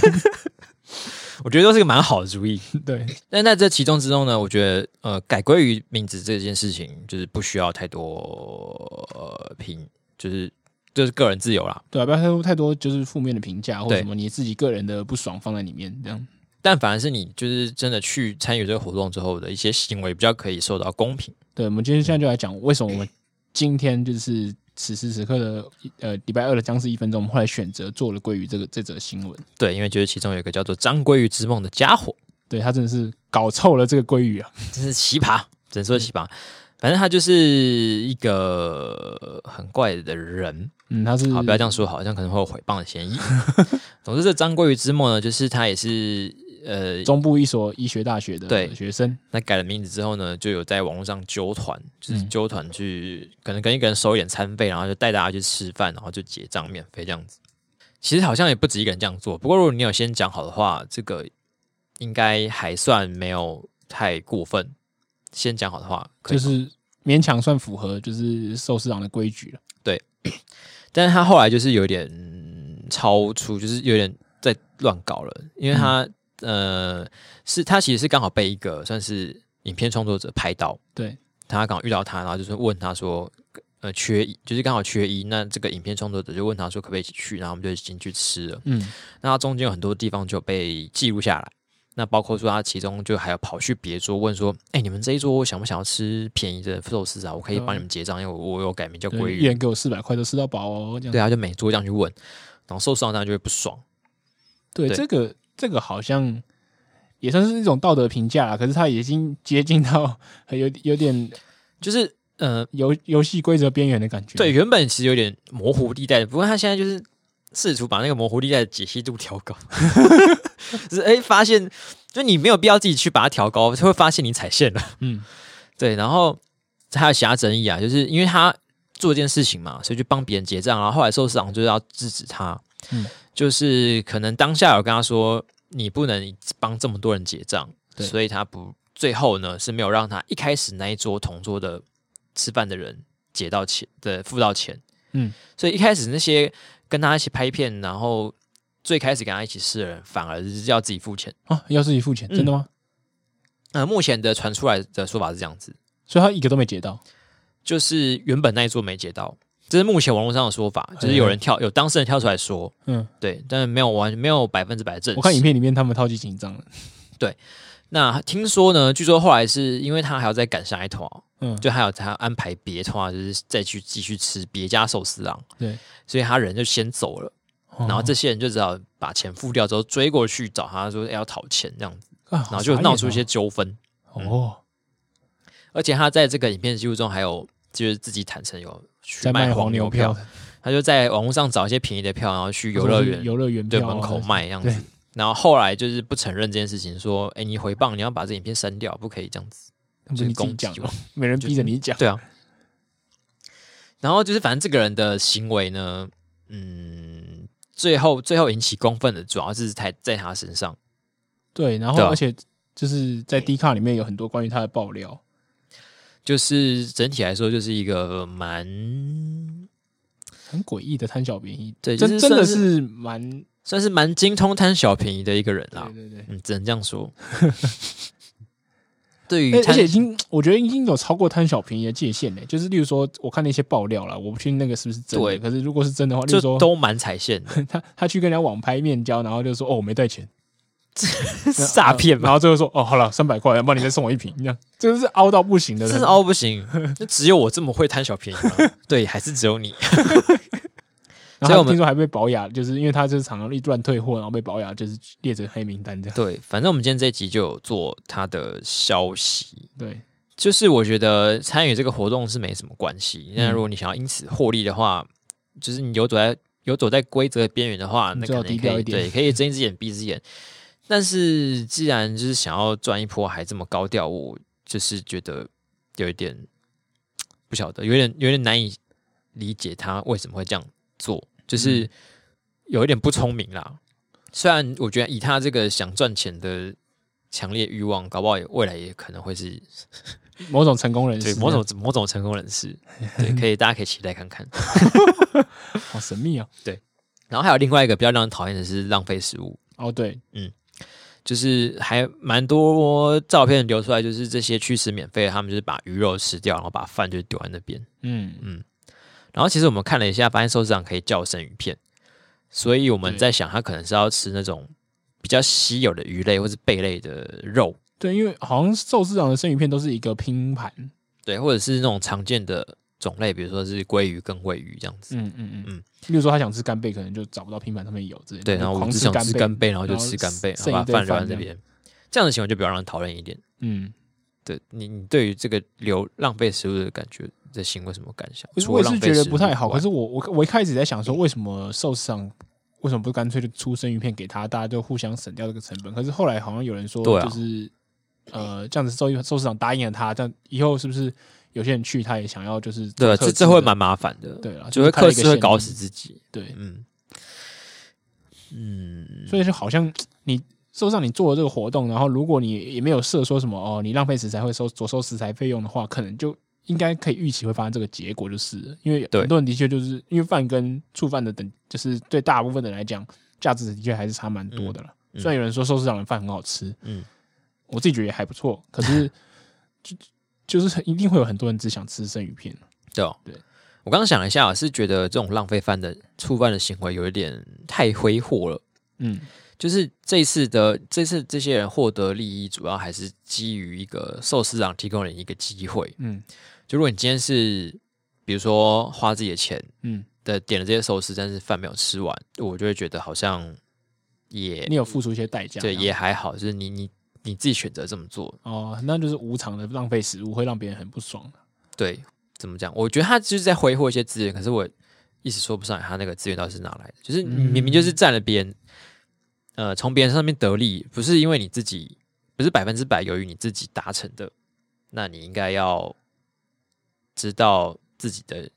S1: 我觉得都是个蛮好的主意。
S2: 对，
S1: 但在这其中之中呢，我觉得呃，改归于名字这件事情，就是不需要太多呃评，就是就是个人自由啦。
S2: 对啊，不要太多太多就是负面的评价或者
S1: 对
S2: 什么你自己个人的不爽放在里面，这样
S1: 但反而是你就是真的去参与这个活动之后的一些行为，比较可以受到公平。
S2: 对，我们
S1: 嗯
S2: 今天现在就来讲为什么我们今天就是此时此刻的呃礼拜二的僵尸一分钟，我们后来选择做了关于这个这则新闻，
S1: 对，因为就是其中有一个叫做张归于之梦的家伙，
S2: 对他真的是搞臭了这个鲑鱼啊，
S1: 真是奇葩，只能说奇葩。反正他就是一个很怪的人，
S2: 嗯，他是
S1: 好，不要这样说，好像可能会有诽谤的嫌疑。总之，这张桂鱼之梦呢，就是他也是呃，
S2: 中部一所医学大学的
S1: 对
S2: 学生，
S1: 那改了名字之后呢，就有在网络上揪团，就是
S2: 嗯
S1: 揪团去，可能跟一个人收一点餐费，然后就带大家去吃饭，然后就结账免费这样子。其实好像也不止一个人这样做，不过如果你有先讲好的话，这个应该还算没有太过分。先讲好的话，可以
S2: 就是勉强算符合就是寿司郎的规矩了。
S1: 但是他后来就是有点嗯超出，就是有点在乱搞了，因为他呃，是他其实是刚好被一个算是影片创作者拍到，
S2: 对，
S1: 他刚好遇到他，然后就是问他说，呃，缺一就是刚好缺一，那这个影片创作者就问他说可不可以一起去，然后我们就进去吃了。
S2: 嗯，
S1: 那它中间有很多地方就有被记录下来，那包括说他其中就还有跑去别桌问说，哎、你们这一桌想不想要吃便宜的寿司啊？我可以帮你们结账，因为我我有改名叫
S2: 对
S1: 鲑
S2: 一
S1: 鱼。
S2: 人给我四百块都吃到饱哦，这样
S1: 对啊，就每桌这样去问，然后受伤当然就会不爽。
S2: 对，
S1: 对
S2: 这个这个好像也算是一种道德评价啦，可是它已经接近到有有点
S1: 就是呃，
S2: 游游戏规则边缘的感觉。
S1: 对，，原本其实有点模糊地带，不过他现在就是试图把那个模糊地带的解析度调高， [LAUGHS] 就是哎、发现就你没有必要自己去把它调高，就会发现你踩线了。
S2: 嗯，
S1: 对，然后还有其他争议啊，就是因为他做一件事情嘛，所以就帮别人结账，然后后来寿司郎就是要制止他，
S2: 嗯
S1: 就是可能当下有跟他说你不能帮这么多人结账，
S2: 对
S1: 所以他不最后呢是没有让他一开始那一桌同桌的吃饭的人结到钱的付到钱，
S2: 嗯，
S1: 所以一开始那些跟他一起拍片，然后最开始跟他一起试的人反而是要自己付钱。
S2: 啊，要自己付钱，
S1: 嗯
S2: 真的吗？
S1: 呃，目前的传出来的说法是这样子，
S2: 所以他一个都没解到。
S1: 就是原本那一桌没结到，这是目前网络上的说法，就是
S2: 哎
S1: 有人跳有当事人跳出来说，
S2: 嗯，
S1: 对，但是没有完没有百分之百证实。
S2: 我看影片里面他们超级紧张的。
S1: 那听说呢，据说后来是因为他还要再赶下一团，
S2: 嗯，
S1: 就还有他安排别团，就是再去继续吃别家寿司郎，
S2: 对，哦
S1: 所以他人就先走了，
S2: 然
S1: 然后这些人就只好把钱付掉之后追过去找他说、哎要讨钱这样子，
S2: 然
S1: 然后就闹出一些嗯纠纷。
S2: 哦，
S1: 而且他在这个影片记录中还有就是自己坦诚有去
S2: 在卖
S1: 黄
S2: 黄牛
S1: 票
S2: 票，，
S1: 他就在网络上找一些便宜的票，然后去游乐园
S2: 游乐园
S1: 对
S2: 票啊
S1: 门口。卖这样
S2: 对
S1: 子。然后后来就是不承认这件事情，说：“哎，你回谤，你要把这影片删掉，不可以这样子。
S2: 那不是你自己讲
S1: 就是
S2: 吗
S1: 攻？
S2: 没人逼着你讲”。
S1: 对啊。然后就是反正这个人的行为呢，嗯，最后最后引起公愤的主要是在在他身上。
S2: 对，然后
S1: 对啊
S2: 而且就是在 D 卡里面有很多关于他的爆料。
S1: 就是整体来说，就是一个蛮
S2: 很诡异的贪小便宜，
S1: 对就
S2: 真
S1: 是
S2: 真的
S1: 算是
S2: 是蛮对
S1: 算是蛮精通贪小便宜的一个人啦。
S2: 对对，
S1: 嗯，只能这样
S2: [LAUGHS]
S1: 说。对于
S2: 而
S1: 贪
S2: 而且已经我觉得已经有超过贪小便宜的界限嘞。就是例如说，我看那些爆料啦，我不确定那个是不是真的，
S1: 对
S2: 可是如果是真的话，例如
S1: 就
S2: 说
S1: 都蛮踩线的，
S2: [LAUGHS] 他他去跟人家网拍面交，然后就说哦我没带钱，啊
S1: 诈骗
S2: 然
S1: 嘛，
S2: 后最后说哦好了三百块，要不然你再送我一瓶，这样真的是凹到不行的
S1: 真
S2: 人
S1: 是。凹不行，就只有我这么会贪小便宜吗？
S2: [LAUGHS]
S1: 对，还是只有你。
S2: 然
S1: 所以
S2: 后
S1: 我
S2: 他
S1: 们
S2: 听说还被保雅，就是因为他就是常常一乱退货，然后被保雅就是列成黑名单这样。
S1: 对，反正我们今天这一集就有做他的消息，
S2: 对，
S1: 就是我觉得参与这个活动是没什么关系。那
S2: 嗯
S1: 如果你想要因此获利的话，就是你游走在游走在规则的边缘的话，
S2: 你
S1: 那
S2: 最好
S1: 可能也
S2: 低调
S1: 可以
S2: 一点
S1: 对，可以睁一只眼闭一只眼。但是既然就是想要赚一波，还这么高调，我就是觉得有一点不晓得，有点有点难以理解他为什么会这样做，
S2: 嗯
S1: 就是有一点不聪明啦。虽然我觉得以他这个想赚钱的强烈欲望，搞不好也未来也可能会是
S2: 某种成功人
S1: 对
S2: 士，
S1: 某种某种成功人士，对，可以大家可以期待看看。
S2: 好神秘啊。
S1: 然后还有另外一个比较让人讨厌的是浪费食物，
S2: 哦对，
S1: 就是还蛮多照片流出来，就是这些去吃免费的，他们就是把鱼肉吃掉，然后把饭就丢在那边。
S2: 嗯，
S1: 然后其实我们看了一下，发现寿司郎可以叫生鱼片，所以我们
S2: 对
S1: 在想，他可能是要吃那种比较稀有的鱼类或是贝类的肉，
S2: 对，因为好像寿司郎的生鱼片都是一个拼盘，
S1: 对，或者是那种常见的种类，比如说是鲑鱼跟尾鱼这样子。
S2: 嗯嗯嗯
S1: 嗯
S2: 嗯。例如说他想吃干贝，可能就找不到拼盘上面有之类的。
S1: 对，然后我
S2: 狂
S1: 只
S2: 吃
S1: 想
S2: 干
S1: 吃
S2: 贝，
S1: 干贝，然后就
S2: 然后
S1: 吃干贝，然后
S2: 剩
S1: 把
S2: 一堆
S1: 饭留在
S2: 饭
S1: 那
S2: 这
S1: 边。这样的行为就比较让人讨厌一点。
S2: 嗯，
S1: 对你，你对于这个留浪费食物的感觉的行为什么感想？
S2: 我是
S1: 除了
S2: 我也是
S1: 浪费
S2: 觉得
S1: 食
S2: 不
S1: 物
S2: 太好。
S1: 以
S2: 可
S1: 外
S2: 是我我我一开始在想说，为什么寿司郎为什么不干脆就出生鱼片给他，大家就互相省掉这个成本？可是后来好像有人说，
S1: 对啊
S2: 就是、呃这样子寿寿司郎答应了他，这样以后是不是有些人去他也想要就是
S1: 对啊，这
S2: 做特
S1: 这
S2: 制
S1: 会
S2: 的
S1: 蛮麻烦的，
S2: 对啊，
S1: 就是会
S2: 开了
S1: 克
S2: 一个
S1: 制会
S2: 先
S1: 搞
S2: 例
S1: 死自己。
S2: 对，
S1: 嗯嗯，
S2: 所以就好像你受上你做了这个活动，然后如果你也没有设说什么哦，你浪费食材会收所收食材费用的话，可能就应该可以预期会发生这个结果，就是了因为
S1: 对
S2: 很多人的确就是因为饭跟触饭的等，就是对大部分的人来讲，价值的确还是差蛮多的了。虽然有人说寿司郎的饭很好吃，
S1: 嗯，
S2: 我自己觉得也还不错，可
S1: [LAUGHS]
S2: 是就就是一定会有很多人只想吃生鱼片。
S1: 对哦，
S2: 对。
S1: 我刚刚想了一下，是觉得这种浪费饭的触犯的行为有一点太挥霍了。
S2: 嗯，
S1: 就是这一次的这次这些人获得利益，主要还是基于一个寿司郎提供了你一个机会。
S2: 嗯
S1: 就如果你今天是比如说花自己的钱
S2: 嗯，
S1: 的点了这些寿司，但是饭没有吃完，我就会觉得好像也
S2: 你有付出一些代价，
S1: 对
S2: 这样
S1: 也还好，就是你你你自己选择这么做，
S2: 哦，那就是无偿的浪费食物，会让别人很不爽。
S1: 对，怎么讲？我觉得他就是在挥霍一些资源，可是我一时说不上来他那个资源到底是哪来的。就是你
S2: 嗯
S1: 明明就是占了别人，呃，从别人上面得利，不是因为你自己，不是百分之百由于你自己达成的，那你应该要知道自己的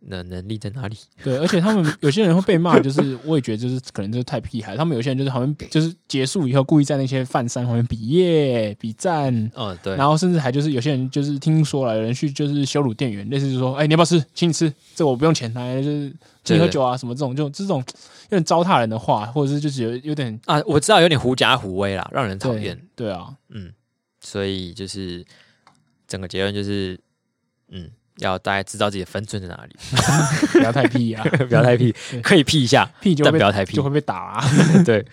S1: 能能力在哪里。
S2: 对，而且他们有些人会被骂，就是 [LAUGHS] 我也觉得就是可能就是太屁孩。他们有些人就是好像就是结束以后故意在那些饭山旁边比耶比赞，
S1: 嗯，对，
S2: 然后甚至还就是有些人就是听说了，有人去就是羞辱店员，类似就是说，哎、你要不要吃？请你吃，这我不用钱，来就是请你喝酒啊什么这种，就这种有点糟蹋人的话，或者是就是有有点
S1: 啊，我知道有点狐假虎威啦，让人讨
S2: 对
S1: 厌。[LAUGHS]
S2: 对啊，
S1: 嗯，所以就是整个结论就是，嗯，要大家知道自己的分寸在哪里。
S2: 不要太屁
S1: [LAUGHS]
S2: 啊，
S1: 不要太屁，可以屁一下， [LAUGHS]
S2: 屁就会
S1: 但
S2: 被
S1: 不要太屁
S2: 就。会被打、啊。
S1: 对，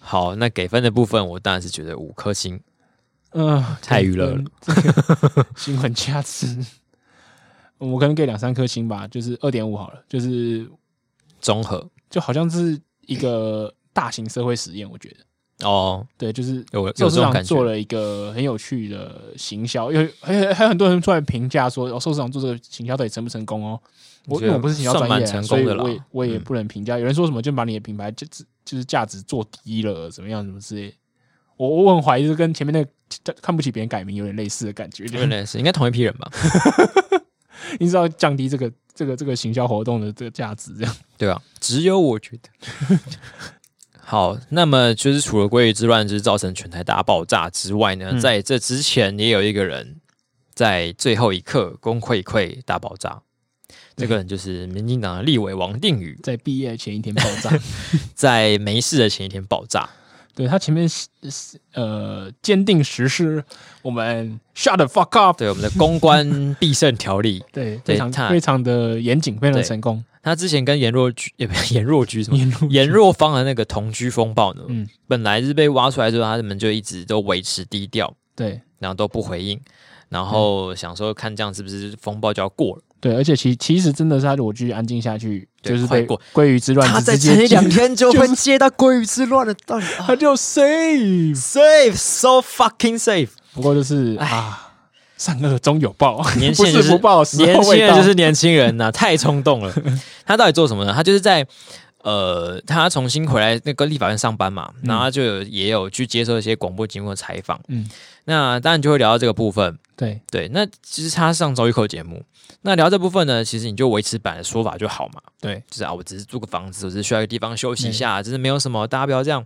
S1: 好，那给分的部分，我当然是觉得五颗星。
S2: 嗯、
S1: 太娱乐了
S2: 这个 [LAUGHS] 新闻加持，我可能给两三颗星吧，就是二点五好了，就是
S1: 综合
S2: 就好像是一个大型社会实验，我觉得。
S1: 哦，
S2: 对，就是
S1: 有有
S2: 寿
S1: 这
S2: 司
S1: 种
S2: 郎
S1: 感
S2: 做
S1: 觉，
S2: 了一个很有趣的行销，有 [LAUGHS] 还有还有很多人出来评价说，哦，寿司郎做这个行销到底成不成功哦？我
S1: 我
S2: 因为我不是行销专
S1: 算
S2: 业
S1: 蛮
S2: 啊，
S1: 成
S2: 所以
S1: 功的
S2: 我也
S1: 啦
S2: 我也
S1: 嗯
S2: 不能评价。有人说什么就把你的品牌就就是价值做低了，怎么样，怎么之类。我我很怀疑，就是跟前面那个看不起别人改名有点类似的感觉，就
S1: 原
S2: 是
S1: 来是应该同一批人吧？
S2: 你知道降低这个这个这个行销活动的这个价值，这样。
S1: 对吧？只有我觉得。 [LAUGHS] 好，那么就是除了鲑鱼之乱就是造成全台大爆炸之外呢，
S2: 嗯
S1: 在这之前也有一个人在最后一刻功亏一篑大爆炸，这个人就是民进党的立委王定宇，
S2: 在毕业前一天爆
S1: [LAUGHS]
S2: 炸，
S1: 在没事的前一天爆炸。
S2: 对他前面是是呃坚定实施我们 shut the fuck up，
S1: 对我们的公关必胜条例，
S2: 对，
S1: 对
S2: 非常
S1: 他
S2: 非常的严谨，非常
S1: 对
S2: 的成功。
S1: 他之前跟颜若居也不 [LAUGHS] 是颜若居什么
S2: 沿路
S1: 颜若芳的那个同居风暴呢，
S2: 嗯
S1: 本来是被挖出来之后，他们就一直都维持低调，
S2: 对
S1: 然后都不回应，然
S2: 嗯
S1: 后想说看这样是不是风暴就要过了，
S2: 对，而且其其实真的是他，我继续安静下去，
S1: 对
S2: 就是
S1: 快
S2: 被
S1: 过
S2: 鲑鱼之乱
S1: 他再
S2: 直接
S1: 撑一两
S2: 进，
S1: 天就
S2: 就
S1: 会
S2: 是
S1: 接到鲑鱼之乱的到底。
S2: [LAUGHS] 他 [LAUGHS] 就 save。
S1: Safe, so fucking safe。
S2: 不过就是
S1: 唉
S2: 啊，善恶终有报，
S1: 年
S2: 不
S1: 轻人就是是
S2: 不报，时
S1: 年
S2: 候
S1: 轻
S2: 未
S1: 人
S2: 到。
S1: 就是年轻人呐、 [LAUGHS] 太冲动了。他到底做什么呢？他就是在呃，他重新回来那个立法院上班嘛，然后他就有也有去接受一些广播节目的采访。
S2: 嗯，
S1: 那当然就会聊到这个部分。
S2: 对
S1: 对，那其实他上周一口节目，那聊这部分呢，其实你就维持版的说法就好嘛，
S2: 对，
S1: 就是啊，我只是租个房子，我只是需要一个地方休息一下，只是没有什么，大家不要这样。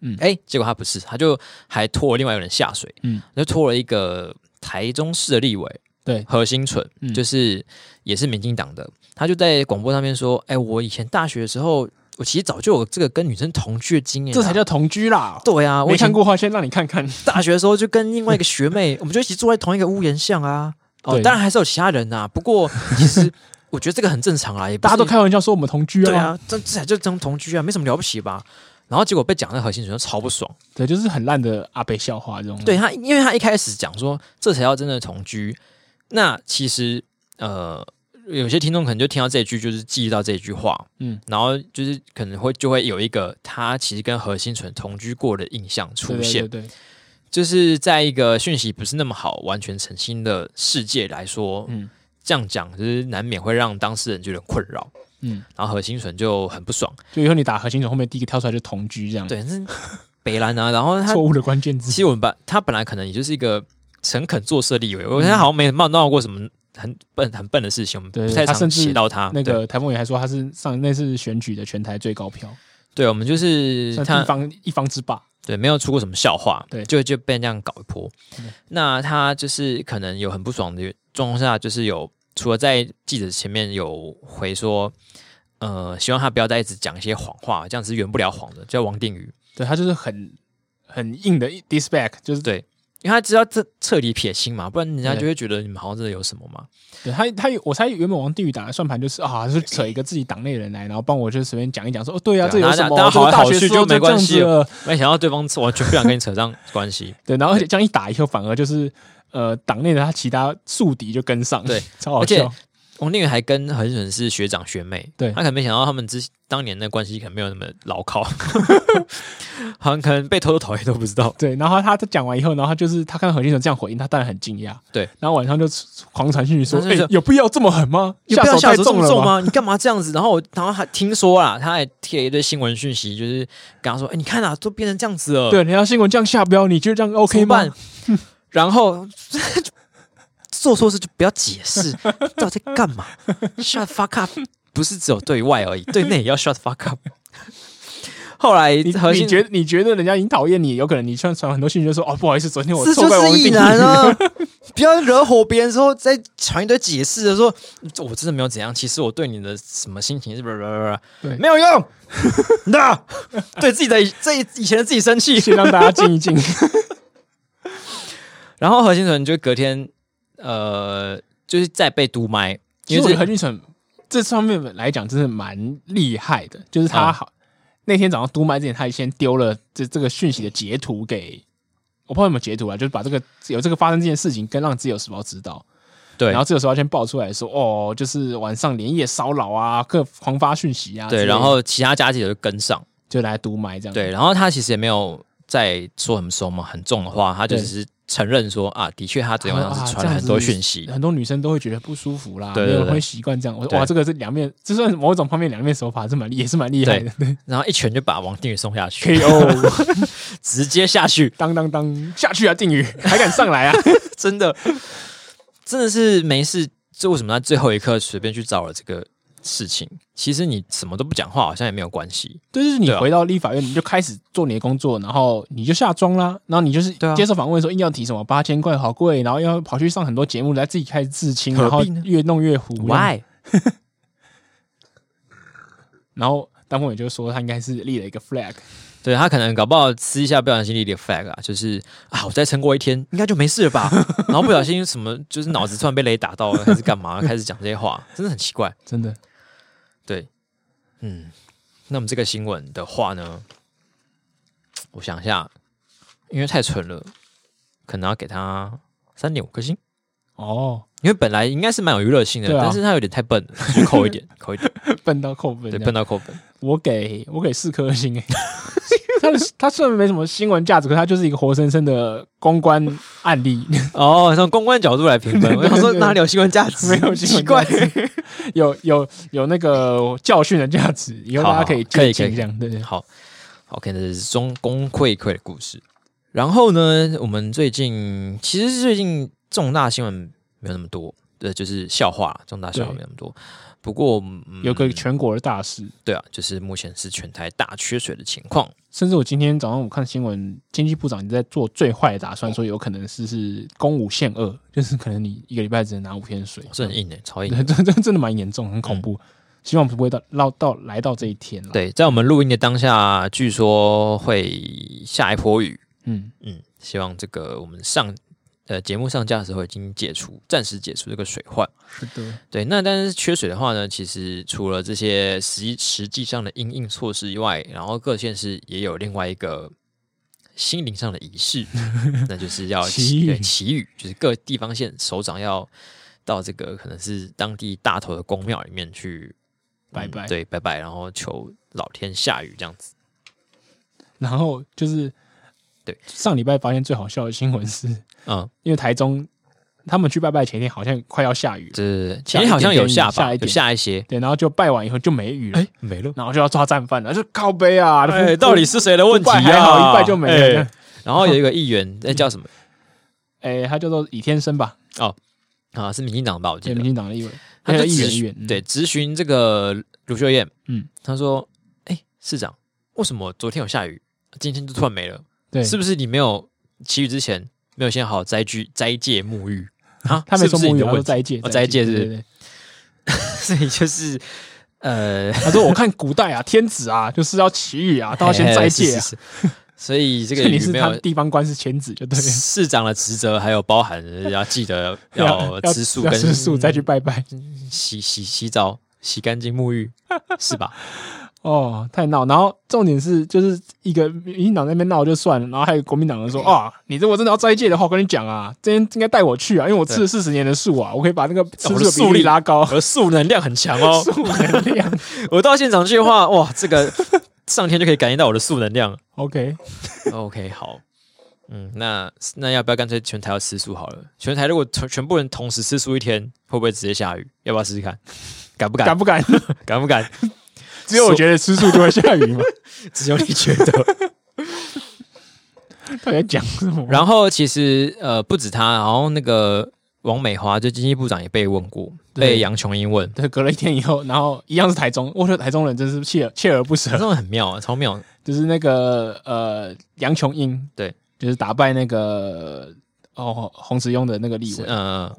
S2: 嗯
S1: 哎、结果他不是，他就还拖了另外一个人下水，
S2: 嗯，
S1: 就拖了一个台中市的立委，
S2: 对
S1: 何新纯，
S2: 嗯
S1: 就是也是民进党的，他就在广播上面说，哎、我以前大学的时候，我其实早就有这个跟女生同居的经验啊、
S2: 这才叫同居啦。
S1: 对啊，我
S2: 没
S1: 以前
S2: 看过的话，先让你看看。
S1: 大学的时候就跟另外一个学 [LAUGHS] 妹，我们就一起住在同一个屋檐下啊。哦，
S2: 对
S1: 当然还是有其他人呐、啊，不过其实我觉得这个很正常 [LAUGHS] 啊，也不
S2: 大
S1: 是
S2: 家都开玩笑说我们同居
S1: 对
S2: 啊，
S1: 啊，这这才就当同居啊，没什么了不起吧。然后结果被讲那核心主就超不爽，
S2: 对，就是很烂的阿北笑话这种。
S1: 对他，因为他一开始讲说这才叫真的同居，那其实呃，有些听众可能就听到这一句，就是记忆到这一句话，
S2: 嗯
S1: 嗯，然后就是可能会就会有一个他其实跟何心纯同居过的印象
S2: 对，
S1: 出
S2: 对
S1: 现，
S2: 对对，
S1: 就是在一个讯息不是那么好、完全澄清的世界来说，
S2: 嗯
S1: 这样讲就是难免会让当事人觉得很困扰，
S2: 嗯，
S1: 然后何心纯就很不爽，
S2: 就以后你打核心总后面第一个跳出来就同居这样，
S1: 对，是 [LAUGHS] 北兰啊，然后他
S2: 错误的关键字
S1: 其。实我们把他本来可能也就是一个诚恳做事的立委，我觉得他好像没闹闹过什么很笨很笨的事情，我们
S2: 对
S1: 不太
S2: 他
S1: 常
S2: 甚至
S1: 写到他，
S2: 那
S1: 啊对
S2: 个台风也还说他是上那次选举的全台最高票，
S1: 对，我们就是
S2: 算
S1: 他
S2: 一方一方之霸。
S1: 对，没有出过什么笑话，
S2: 对嗯
S1: 就就被人这样搞一波
S2: 对。
S1: 那他就是可能有很不爽的状况下，就是有除了在记者前面有回说，呃，希望他不要再一直讲一些谎话，这样是圆不了谎的。叫王定宇，
S2: 对他就是很很硬的 disback，就是
S1: 对，因为他知道这彻底撇清嘛，不然人家
S2: 对
S1: 就会觉得你们好像真的有什么嘛。
S2: 对他他我猜原本王定宇打的算盘就是啊，就是扯一个自己党内人来，然后帮我就随便讲一讲说哦，对啊，
S1: 对
S2: 这
S1: 啊
S2: 有什么？
S1: 大家
S2: 这个
S1: 大家好来
S2: 大学
S1: 好去
S2: 时候
S1: 就没
S2: 这样子
S1: 关系了
S2: 了
S1: 没想到对方完全不想跟你扯上关系，
S2: 对，然后而且这样一打以后，反而就是呃，党内的他其他宿敌就跟上，
S1: 对，
S2: [LAUGHS] 超好
S1: 而且
S2: 笑。
S1: 王哦定宇还跟很准是学长学妹，
S2: 对
S1: 他可能没想到他们之当年的关系可能没有那么牢
S2: [LAUGHS]
S1: 靠，好像可能被偷偷讨厌都不知道。
S2: 对，然后他他讲完以后，然后他就是他看到何金城这样回应，他当然很惊讶。
S1: 对，
S2: 然后晚上就狂传讯息说：“
S1: 他就
S2: 哎、
S1: 说
S2: 有必要这么狠吗？
S1: 有必要
S2: 下
S1: 下手这
S2: 重
S1: 么
S2: 了
S1: 重？吗？你干嘛这样子？然后我，然后还听说啦，他还贴了一堆新闻讯息，就是跟他说：“哎、你看啊，都变成这样子了，
S2: 对，人家新闻这样下标，你觉得这样 OK
S1: 怎么
S2: 吗
S1: 办？” [LAUGHS] 然后做错事就不要解
S2: [LAUGHS]
S1: 释，到底在干嘛？Shut the fuck up！不是只有对外而已，对内也要 shut the fuck
S2: [LAUGHS]
S1: up。后来
S2: 你
S1: 核心
S2: 你觉得你觉得人家已经讨厌你，有可能你传传很多讯息就说：“哦，不好意思，昨天我
S1: 这
S2: 错怪
S1: 就
S2: 王
S1: 是意
S2: 定宇。
S1: 男
S2: [LAUGHS]
S1: 啊！不要惹火别人之后再传一堆解释的说，哦我真的没有怎样，其实我对你的什么心情是不是不不
S2: 对。
S1: 不没有用，那对自己的这以前的自己生气
S2: 先让大家静
S1: [LAUGHS]
S2: 一静。
S1: 然后何心纯就隔天呃，就是再被督麦，
S2: 其
S1: 因
S2: 实我
S1: 为
S2: 觉得何
S1: 这
S2: 俊成这上面来讲真是蛮厉害的，就是他
S1: 嗯
S2: 好、那天早上督麦之前，他先丢了这这个讯息的截图给我，不知道有没有截图啊，就是把这个有这个发生这件事情跟让自由时报知道，
S1: 对
S2: 然后自由时报先爆出来说，哦，就是晚上连夜骚扰啊，各狂发讯息啊之类
S1: 对，
S2: 的，
S1: 然后其他家姐就跟上，
S2: 就来督麦这样，
S1: 对，然后他其实也没有再说什么什么很重的话，他就
S2: 对
S1: 只是承认说啊，的确他昨天晚上
S2: 啊
S1: 是
S2: 这
S1: 传了
S2: 样
S1: 很多
S2: 子
S1: 讯息，
S2: 很多女生都会觉得不舒服啦，
S1: 对对
S2: 没有人
S1: 对
S2: 会习惯这样。我说
S1: 对
S2: 哇，这个是两面，这算某种方面两面手法，是蛮也是蛮厉害的。对
S1: 然后一拳就把王定宇送下去，
S2: ，KO，
S1: [LAUGHS] 直接下去。
S2: [LAUGHS] 当当当，下去啊，
S1: [LAUGHS]
S2: 定宇还敢上来啊？
S1: 真的，真的是没事。这为什么在最后一刻随便去找了这个事情？其实你什么都不讲话，好像也没有关系。
S2: 对就是你
S1: 对啊
S2: 回到立法院，你就开始做你的工作，然后你就下妆啦，然后你就是
S1: 对啊
S2: 接受访问的时候硬要提什么八千块好贵，然后要跑去上很多节目来自己开始自清，然后
S1: 何必呢
S2: 越弄越糊。
S1: Why？
S2: 然后当凤也就说他应该是立了一个 flag，
S1: 对他可能搞不好私一下不小心立了 flag 啊，就是啊，我再撑过一天应该就没事了 [LAUGHS] 吧？然后不小心什么就是脑子突然被雷打到了，还是干嘛？开始讲这些话，真的很奇怪。
S2: 真的
S1: 对，嗯，那我们这个新闻的话呢，我想一下，因为太蠢了，可能要给他三点五颗星。
S2: 哦， [LAUGHS]
S1: 因为本来应该是蛮有娱乐性的，
S2: 对啊
S1: 但是他有点太笨了，就扣一
S2: [LAUGHS]
S1: 点，扣一点，
S2: 笨到扣分
S1: 对，
S2: 这样。
S1: 笨到扣分。
S2: 我给我给四颗
S1: [LAUGHS]
S2: 星诶、他的他虽然没什么新闻价值，可他就是一个活生生的公关案例， [LAUGHS]
S1: 哦，从公关角度来评分，我想说
S2: 对对
S1: 哪里有新闻价值？
S2: 没有新
S1: 奇
S2: 闻价
S1: 怪。
S2: 值，有有有那个教训的价值，以后
S1: 好
S2: 大家可以
S1: 好可以
S2: 借鉴
S1: 可以
S2: 这样，对对
S1: 好，OK，这是中工会会的故事。然后呢，我们最近其实最近重大新闻没有那么多，对，就是笑话，重大笑话
S2: 对
S1: 没有那么多。不过、嗯、
S2: 有个全国的大事。
S1: 对啊，就是目前是全台大缺水的情况。
S2: 甚至我今天早上我看新闻，经济部长已经在做最坏的打
S1: 哦
S2: 算，说有可能是是公五限二，就是可能你一个礼拜只能拿五天水，
S1: 这很硬诶、超硬的
S2: 对，。 [LAUGHS] 这这真的蛮严重，很恐怖。希望不会到到到来到这一天了。，
S1: 嗯对，在我们录音的当下，据说会下一波雨。
S2: 嗯，
S1: 嗯，希望这个我们上呃节目上架的时候已经解除，暂时解除这个水患。
S2: 是的，
S1: 对，那但是缺水的话呢，其实除了这些实际实际上的因应措施以外，然后各县市也有另外一个心灵上的仪
S2: [LAUGHS]
S1: 式，那就是要
S2: 祈
S1: 祈对
S2: 雨
S1: 祈雨，就是各地方县首长要到这个可能是当地大头的宫庙里面去
S2: 拜
S1: 嗯
S2: 拜。
S1: 对，拜拜，然后求老天下雨这样子。
S2: 然后就是
S1: 对
S2: 上礼拜发现最好笑的新闻是，
S1: 嗯，
S2: 因为台中他们去拜拜前一天好像快要下雨了，
S1: 对对对，
S2: 下
S1: 前天
S2: 一
S1: 好
S2: 点
S1: 像有
S2: 给你
S1: 下
S2: 嗯下
S1: 吧，
S2: 一
S1: 有
S2: 点
S1: 下一些。
S2: 对，然后就拜完以后就没雨了，
S1: 哎，没了。
S2: 然后就要抓战犯了，就靠背啊，
S1: 哎、到底是谁的
S2: 不
S1: 问题
S2: 拜还
S1: 呀、
S2: 好，一拜就没了。
S1: 哎然后有一个议
S2: [LAUGHS]
S1: 员，那、叫什么
S2: 哎，他叫做倚天生吧，
S1: 啊？是民进党吧？我记
S2: 对，
S1: 得
S2: 民。进党的议员，
S1: 他就咨
S2: 议员，议嗯
S1: 询
S2: 员，
S1: 对，咨询这个卢秀燕，
S2: 嗯，
S1: 他说：“哎、市长，为什么昨天有下雨，今天就突然没了？
S2: 对，
S1: 是不是你没有祈雨之前没有先好好斋具斋戒沐浴啊？
S2: [LAUGHS] 他没
S1: 是不
S2: 说
S1: 是
S2: 母
S1: 你
S2: 语，
S1: 的
S2: 他说
S1: 问题？
S2: 斋戒
S1: 哦，斋戒
S2: 对
S1: 是
S2: 对对
S1: 所以就是
S2: [LAUGHS]
S1: 呃，
S2: 他说我看古代啊，天子啊，就是要祈雨啊，都要先斋戒
S1: 哎是
S2: 啊。
S1: 是是所以这
S2: 这
S1: 个
S2: 你
S1: 鱼
S2: 是
S1: 没
S2: 他
S1: 有
S2: 地方官是千子，就对了。
S1: 市长的职责，还有包含要记得
S2: [LAUGHS] 要
S1: 要吃素
S2: 要
S1: 跟
S2: 吃素再去拜拜。
S1: 洗洗洗澡、洗干净、沐浴，是
S2: [LAUGHS]
S1: 吧？
S2: 哦，太闹！然后重点是，就是一个民进党在那边闹就算了，然后还有国民党人说啊，你如果真的要斋戒的话，我跟你讲啊，今天应该带我去啊，因为我吃了四十年的素啊，我可以把那个
S1: 我
S2: 吃素
S1: 的
S2: 的
S1: 素
S2: 比例
S1: 力
S2: 拉高，。
S1: 我的素能量很强哦
S2: [LAUGHS] 素能量。
S1: [LAUGHS] 我到现场去的
S2: [LAUGHS]
S1: 话，哇，这个上天就可以感应到我的素能量。
S2: OK，
S1: OK，好，嗯，那那要不要干脆全台要吃素好了？全台如果全全部人同时吃素一天，会不会直接下雨？要不要试试看？敢不敢？
S2: 敢
S1: 敢
S2: 不敢？
S1: 不敢？
S2: 只有我觉得吃素就会下 [LAUGHS] 雨嘛？
S1: 只有你觉得。
S2: [LAUGHS] 到底在讲什么？
S1: 然后其实呃，不止他，然后那个王美花，就经济部长也被问过，
S2: 对
S1: 被杨琼英问，
S2: 对，隔了一天以后，然后一样是台中，我觉得台中人真是锲而锲而不
S1: 这
S2: 舍，
S1: 种很妙，啊，超妙。
S2: [LAUGHS] 就是那个呃杨琼英，
S1: 对，
S2: 就是打败那个哦洪慈庸的那个立
S1: 是
S2: 委，
S1: 呃，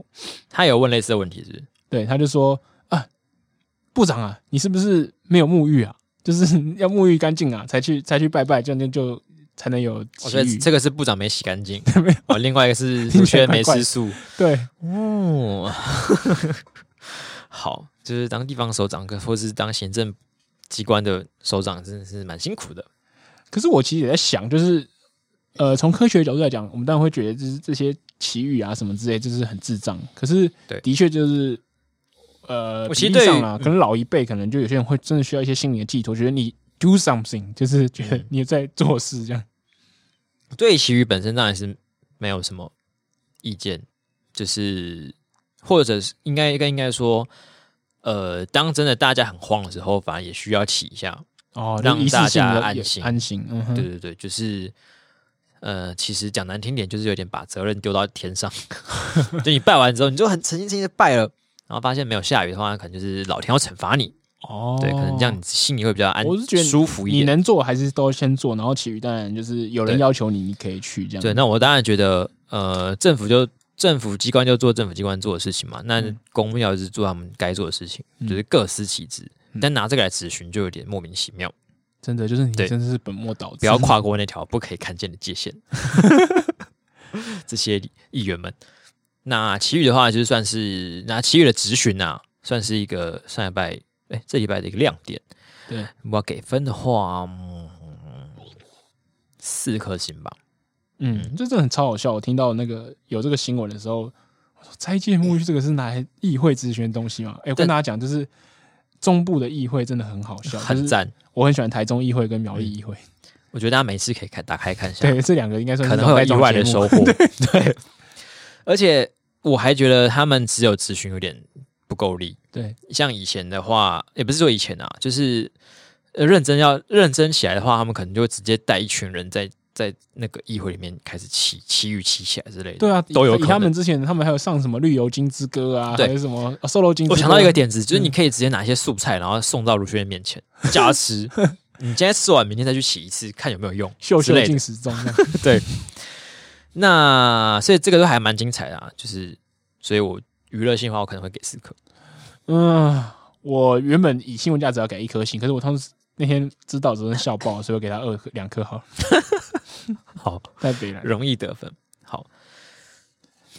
S1: 他有问类似的问题是不是
S2: 对，他就说啊，部长啊，你是不是没有沐浴啊？就是 [LAUGHS] 要沐浴干净啊，才去才去拜拜，这样就就才能有
S1: 我
S2: 奇
S1: 觉得
S2: 遇。
S1: 哦这个是部长没洗干
S2: [LAUGHS]
S1: 净，哦，另外一个是陆轩没吃素。
S2: 对，
S1: 哦， [LAUGHS] 好，就是当地方首长跟或是当行政机关的首长，真的是蛮辛苦的。
S2: 可是我其实也在想，就是呃，从科学角度来讲，我们当然会觉得就是这些奇遇啊什么之类，就是很智障。可是
S1: 对
S2: 的确就是呃，
S1: 我其实
S2: 比例
S1: 对
S2: 上啊，
S1: 于
S2: 可能老一辈可能就有些人会真的需要一些心理的寄托，觉得你 do something，就是觉
S1: 嗯
S2: 得你在做事这样。
S1: 对其余本身当然是没有什么意见，就是或者是应该应该应该说，呃，当真的大家很慌的时候，反而也需要起一下。
S2: 哦，就
S1: 让
S2: 仪式
S1: 大
S2: 性
S1: 家
S2: 的
S1: 安
S2: 也
S1: 心
S2: 安心，嗯哼，
S1: 对对对，就是呃，其实讲难听点，就是有点把责任丢到天上。就你拜完之后，你就很诚心诚意的拜了，然后发现没有下雨的话，可能就是老天要惩罚你。
S2: 哦，
S1: 对，可能这样你心里会比较安，
S2: 我是觉得
S1: 舒服一
S2: 你
S1: 点。
S2: 能做还是都先做，然后其余当然就是有人
S1: 对
S2: 要求你，你可以去这样。
S1: 对，那我当然觉得，呃，政府就政府机关就做政府机关做的事情嘛，那
S2: 嗯
S1: 公务要是做他们该做的事情，
S2: 嗯
S1: 就是各司其职。
S2: 嗯
S1: 但拿这个来咨询，就有点莫名其妙。
S2: 真的就是你
S1: 对
S2: 真的是本末倒置，
S1: 不要跨过那条不可以看见的界
S2: [LAUGHS]
S1: 限。这些议员们，那其余的话就是算是那其余的质询啊，算是一个上礼拜哎这礼拜的一个亮点。
S2: 对，
S1: 我要给分的话，嗯，四颗星吧。
S2: 嗯，这真的很超好笑。我听到那个有这个新闻的时候，我说斋戒沐浴这个是拿来议会咨询的东西嘛？哎、我跟
S1: 对
S2: 大家讲，就是中部的议会真的很好笑，
S1: 很
S2: 就是
S1: 赞。嗯
S2: 我很喜欢台中议会跟苗栗议会，
S1: 我觉得大家每次可以看打开看一下，
S2: [LAUGHS] 对，这两个应该算是
S1: 啊可能会有意外的
S2: 那
S1: 收
S2: 种带
S1: 获。
S2: [LAUGHS]
S1: 对， [LAUGHS] 而且我还觉得他们只有咨询有点不够力。
S2: 状节目，
S1: 像以前的话，也不是说以前啊，就是呃认真要认真起来的话，他们可能就会直接带一群人在在那个议会里面开始起起语起起来之类的。
S2: 对对啊，
S1: 都有
S2: 以
S1: 可
S2: 他
S1: 能
S2: 们之前，他们还有上什么绿油精之歌啊，还
S1: 对
S2: 有什么哦瘦肉精之歌。
S1: 我想到一个点子，就是
S2: 嗯
S1: 你可以直接拿一些素菜，然后送到卢轩面前叫他
S2: [LAUGHS]
S1: 吃。你今天吃完，明天再去洗一次，看有没有用
S2: 秀
S1: 之
S2: 秀
S1: 类的
S2: 进。时钟这样，
S1: 那所以这个都还蛮精彩的啊，就是所以我娱乐性的话，我可能会给四颗。
S2: 嗯，我原本以新闻价值要给一颗星，可是我当时那天知道真的笑爆，所以我给他二颗两颗好了，
S1: 好，
S2: 太北了。
S1: 容易得分。好，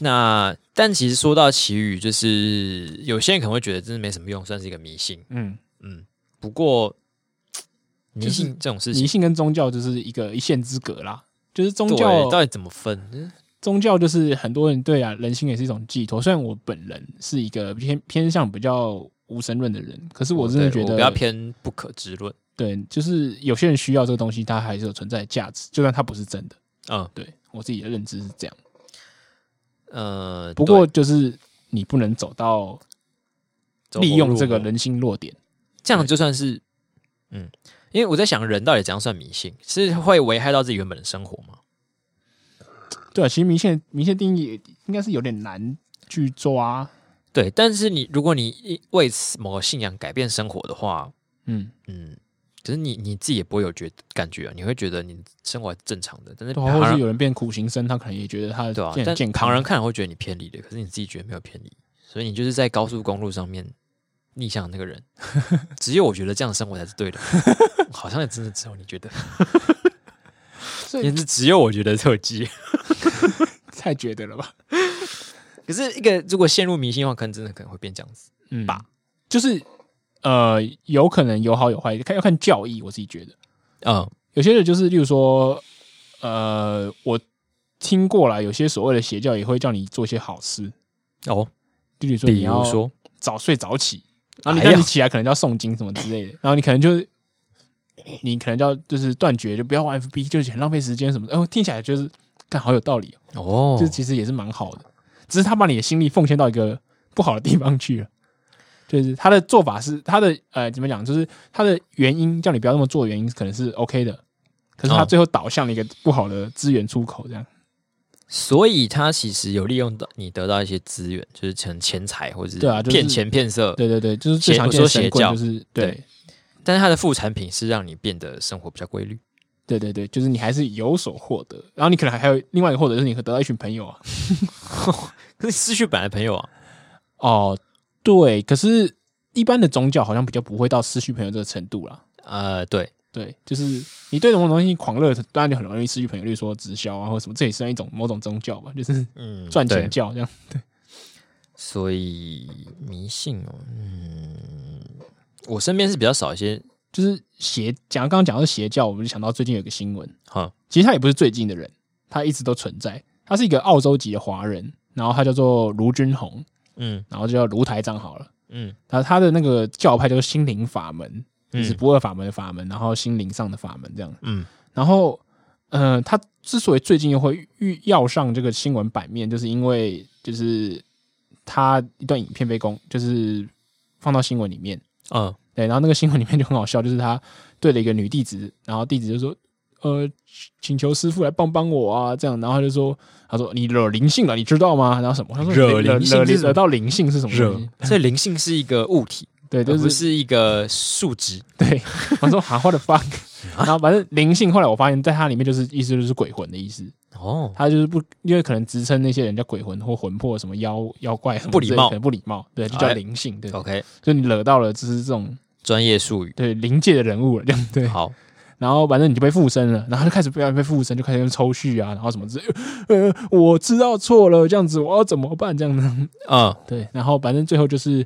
S1: 那但其实说到奇遇，就是有些人可能会觉得真的没什么用，算是一个迷信。
S2: 嗯，
S1: 嗯，不过迷
S2: 就是
S1: 信这种事情
S2: 迷，信跟宗教就是一个一线之隔啦，就是宗
S1: 对
S2: 教
S1: 到底怎么分？
S2: 宗教就是很多人对啊，人心也是一种寄托。虽然我本人是一个偏偏向比较无神论的人，可是我真的
S1: 哦对
S2: 觉得
S1: 比较偏不可知论。
S2: 对，就是有些人需要这个东西，它还是有存在的价值，就算它不是真的。
S1: 嗯
S2: 对我自己的认知是这样。
S1: 呃，
S2: 不过就是你不能走到
S1: 对
S2: 利用这
S1: 走火入
S2: 个，
S1: 魔
S2: 人心弱点。
S1: 这样就算是嗯，因为我在想，人到底怎样算迷信？是会危害到自己原本的生活吗？
S2: 对啊，其实迷信迷信定义应该是有点难去抓。
S1: 对，但是你如果你为此某个信仰改变生活的话，
S2: 嗯，
S1: 嗯，可是你你自己也不会有觉感觉啊，你会觉得你生活还是正常的，但是
S2: 对
S1: 旁
S2: 啊，或者是
S1: 人
S2: 有人变苦行僧，他可能也觉得他
S1: 对啊，
S2: 健
S1: 但
S2: 健康
S1: 旁人看了会觉得你偏离了，可是你自己觉得没有偏离，所以你就是在高速公路上面逆向的那个
S2: [LAUGHS]
S1: 人，只有我觉得这样的生活才是对的，好像也真的只有你觉得，
S2: [LAUGHS] 所以
S1: 也是只有我觉得特
S2: [LAUGHS]
S1: 技。
S2: 太绝对了
S1: [LAUGHS]
S2: 吧？
S1: 可是一个如果陷入迷信的话，可能真的可能会变这样子。
S2: 嗯
S1: 吧，
S2: 就是呃，有可能有好有坏，看要看教义。我自己觉得，
S1: 嗯
S2: 有些人就是，例如说，呃，我听过啦，有些所谓的邪教也会叫你做一些好事，
S1: 哦，
S2: 例如说你
S1: 比
S2: 要
S1: 如说
S2: 早睡早起，然后你
S1: 哎呀
S2: 但你起来可能就要诵经什么之类的，然后你可能就你可能就要就是断绝，就不要玩 FB，就是很浪费时间什么的。哦，听起来就是干好有道理、哦，
S1: 哦
S2: 这，其实也是蛮好的，只是他把你的心力奉献到一个不好的地方去了。 [LAUGHS] 就是他的做法是他的呃怎么讲，就是他的原因叫你不要那么做的原因可能是 OK 的，可是他
S1: 哦
S2: 最后导向了一个不好的资源出口，这样
S1: 所以他其实有利用到你得到一些资源，就是钱钱财或者是
S2: 对啊就是
S1: 骗钱骗色，
S2: 对对对，就是最
S1: 邪
S2: 常
S1: 我
S2: 见的
S1: 说
S2: 神
S1: 邪
S2: 棍
S1: 教
S2: 就是对
S1: 但是它的副产品是让你变得生活比较规律。
S2: 对对对，就是你还是有所获得，然后你可能还有另外一个获得就是你可得到一群朋友啊，
S1: 可是失去本来的朋友啊，
S2: 哦对，可是一般的宗教好像比较不会到失去朋友这个程度啦，
S1: 呃，对，
S2: 对，就是你对某种东西狂热，当然就很容易失去朋友，例如说直销啊，或者什么，这也算一种某种宗教吧，就是
S1: 嗯，
S2: 赚钱
S1: 对
S2: 教这样。
S1: 所以迷信哦，嗯，我身边是比较少一些，
S2: 就是邪，讲刚刚讲到邪教，我们就想到最近有一个新闻，
S1: 哈，
S2: 其实他也不是最近的人，他一直都存在，他是一个澳洲籍的华人，然后他叫做卢君红，
S1: 嗯
S2: 然后就叫卢台长好了。
S1: 嗯
S2: 然后他的那个教派叫做心灵法门，就是
S1: 嗯
S2: 不二法门的法门，然后心灵上的法门这样。
S1: 嗯，
S2: 然后，呃，他之所以最近又会遇要上这个新闻版面，就是因为就是他一段影片被公，就是放到新闻里面。
S1: 嗯，
S2: 对，然后那个新闻里面就很好笑，就是他对了一个女弟子，然后弟子就说：“呃，请求师傅来帮帮我啊！”这样，然后他就说：“他说你惹灵性了，你知道吗？”然后什么？他说：“
S1: 惹
S2: 惹
S1: 灵性
S2: 惹
S1: 是什么
S2: 惹到灵性是什么东西？
S1: 所以灵性是一个物体，
S2: 对，
S1: 而
S2: 就
S1: 不
S2: 是
S1: 是一个数值。
S2: 对，我说喊话的 fuck，然后反正灵性，后来我发现在它里面就是意思就是鬼魂的意思，
S1: 哦，
S2: 他就是不因为可能职称那些人叫鬼魂或魂魄什么妖妖怪什么
S1: 不礼
S2: 之类的
S1: 貌
S2: 可能不礼貌，对，就
S1: 哎
S2: 叫灵性，对，
S1: OK，
S2: 就你惹到了就是这种
S1: 专业术语，
S2: 对灵界的人物了，这样对，
S1: 好，
S2: 然后反正你就被附身了，然后就开始不要被附身，就开始用抽蓄啊，然后什么之类，呃，我知道错了，这样子我要怎么办？这样子，
S1: 嗯，
S2: 对，然后反正最后就是。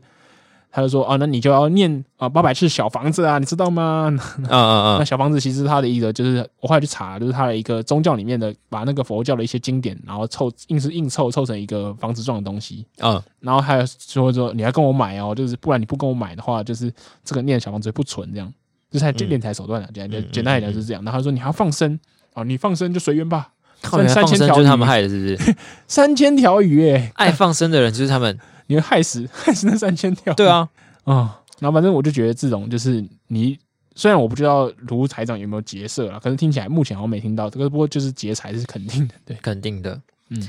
S2: 他就说：“哦，那你就要念啊八百次小房子啊，你知道吗？
S1: 嗯嗯
S2: 那
S1: 嗯，
S2: 小房子其实它的一个就是我后来去查，就是它的一个宗教里面的，把那个佛教的一些经典，然后凑硬是硬凑凑成一个房子状的东西。
S1: 嗯，
S2: 然后还有说说你要跟我买哦，就是不然你不跟我买的话，就是这个念小房子不存这样，就是他
S1: 嗯
S2: 敛财手段啊，简
S1: 嗯
S2: 简简单来讲就是这样。然后他说你还要放生哦，你放生就随缘吧，
S1: 靠，原来
S2: 三
S1: 放
S2: 千
S1: 生
S2: 条
S1: 就是他
S2: 鱼
S1: 们害的，是不 [LAUGHS] 是？
S2: 三千条鱼诶、
S1: 爱放生的人就是他们。
S2: [LAUGHS] 你会害死 [LAUGHS] 害死那三千条。
S1: [LAUGHS] 对啊，
S2: 啊、然后反正我就觉得这种就是你，虽然我不知道卢台长有没有劫色啦，可是听起来目前好像没听到，这个不过就是劫财是肯定的，对
S1: 肯定的。
S2: 嗯
S1: 嗯，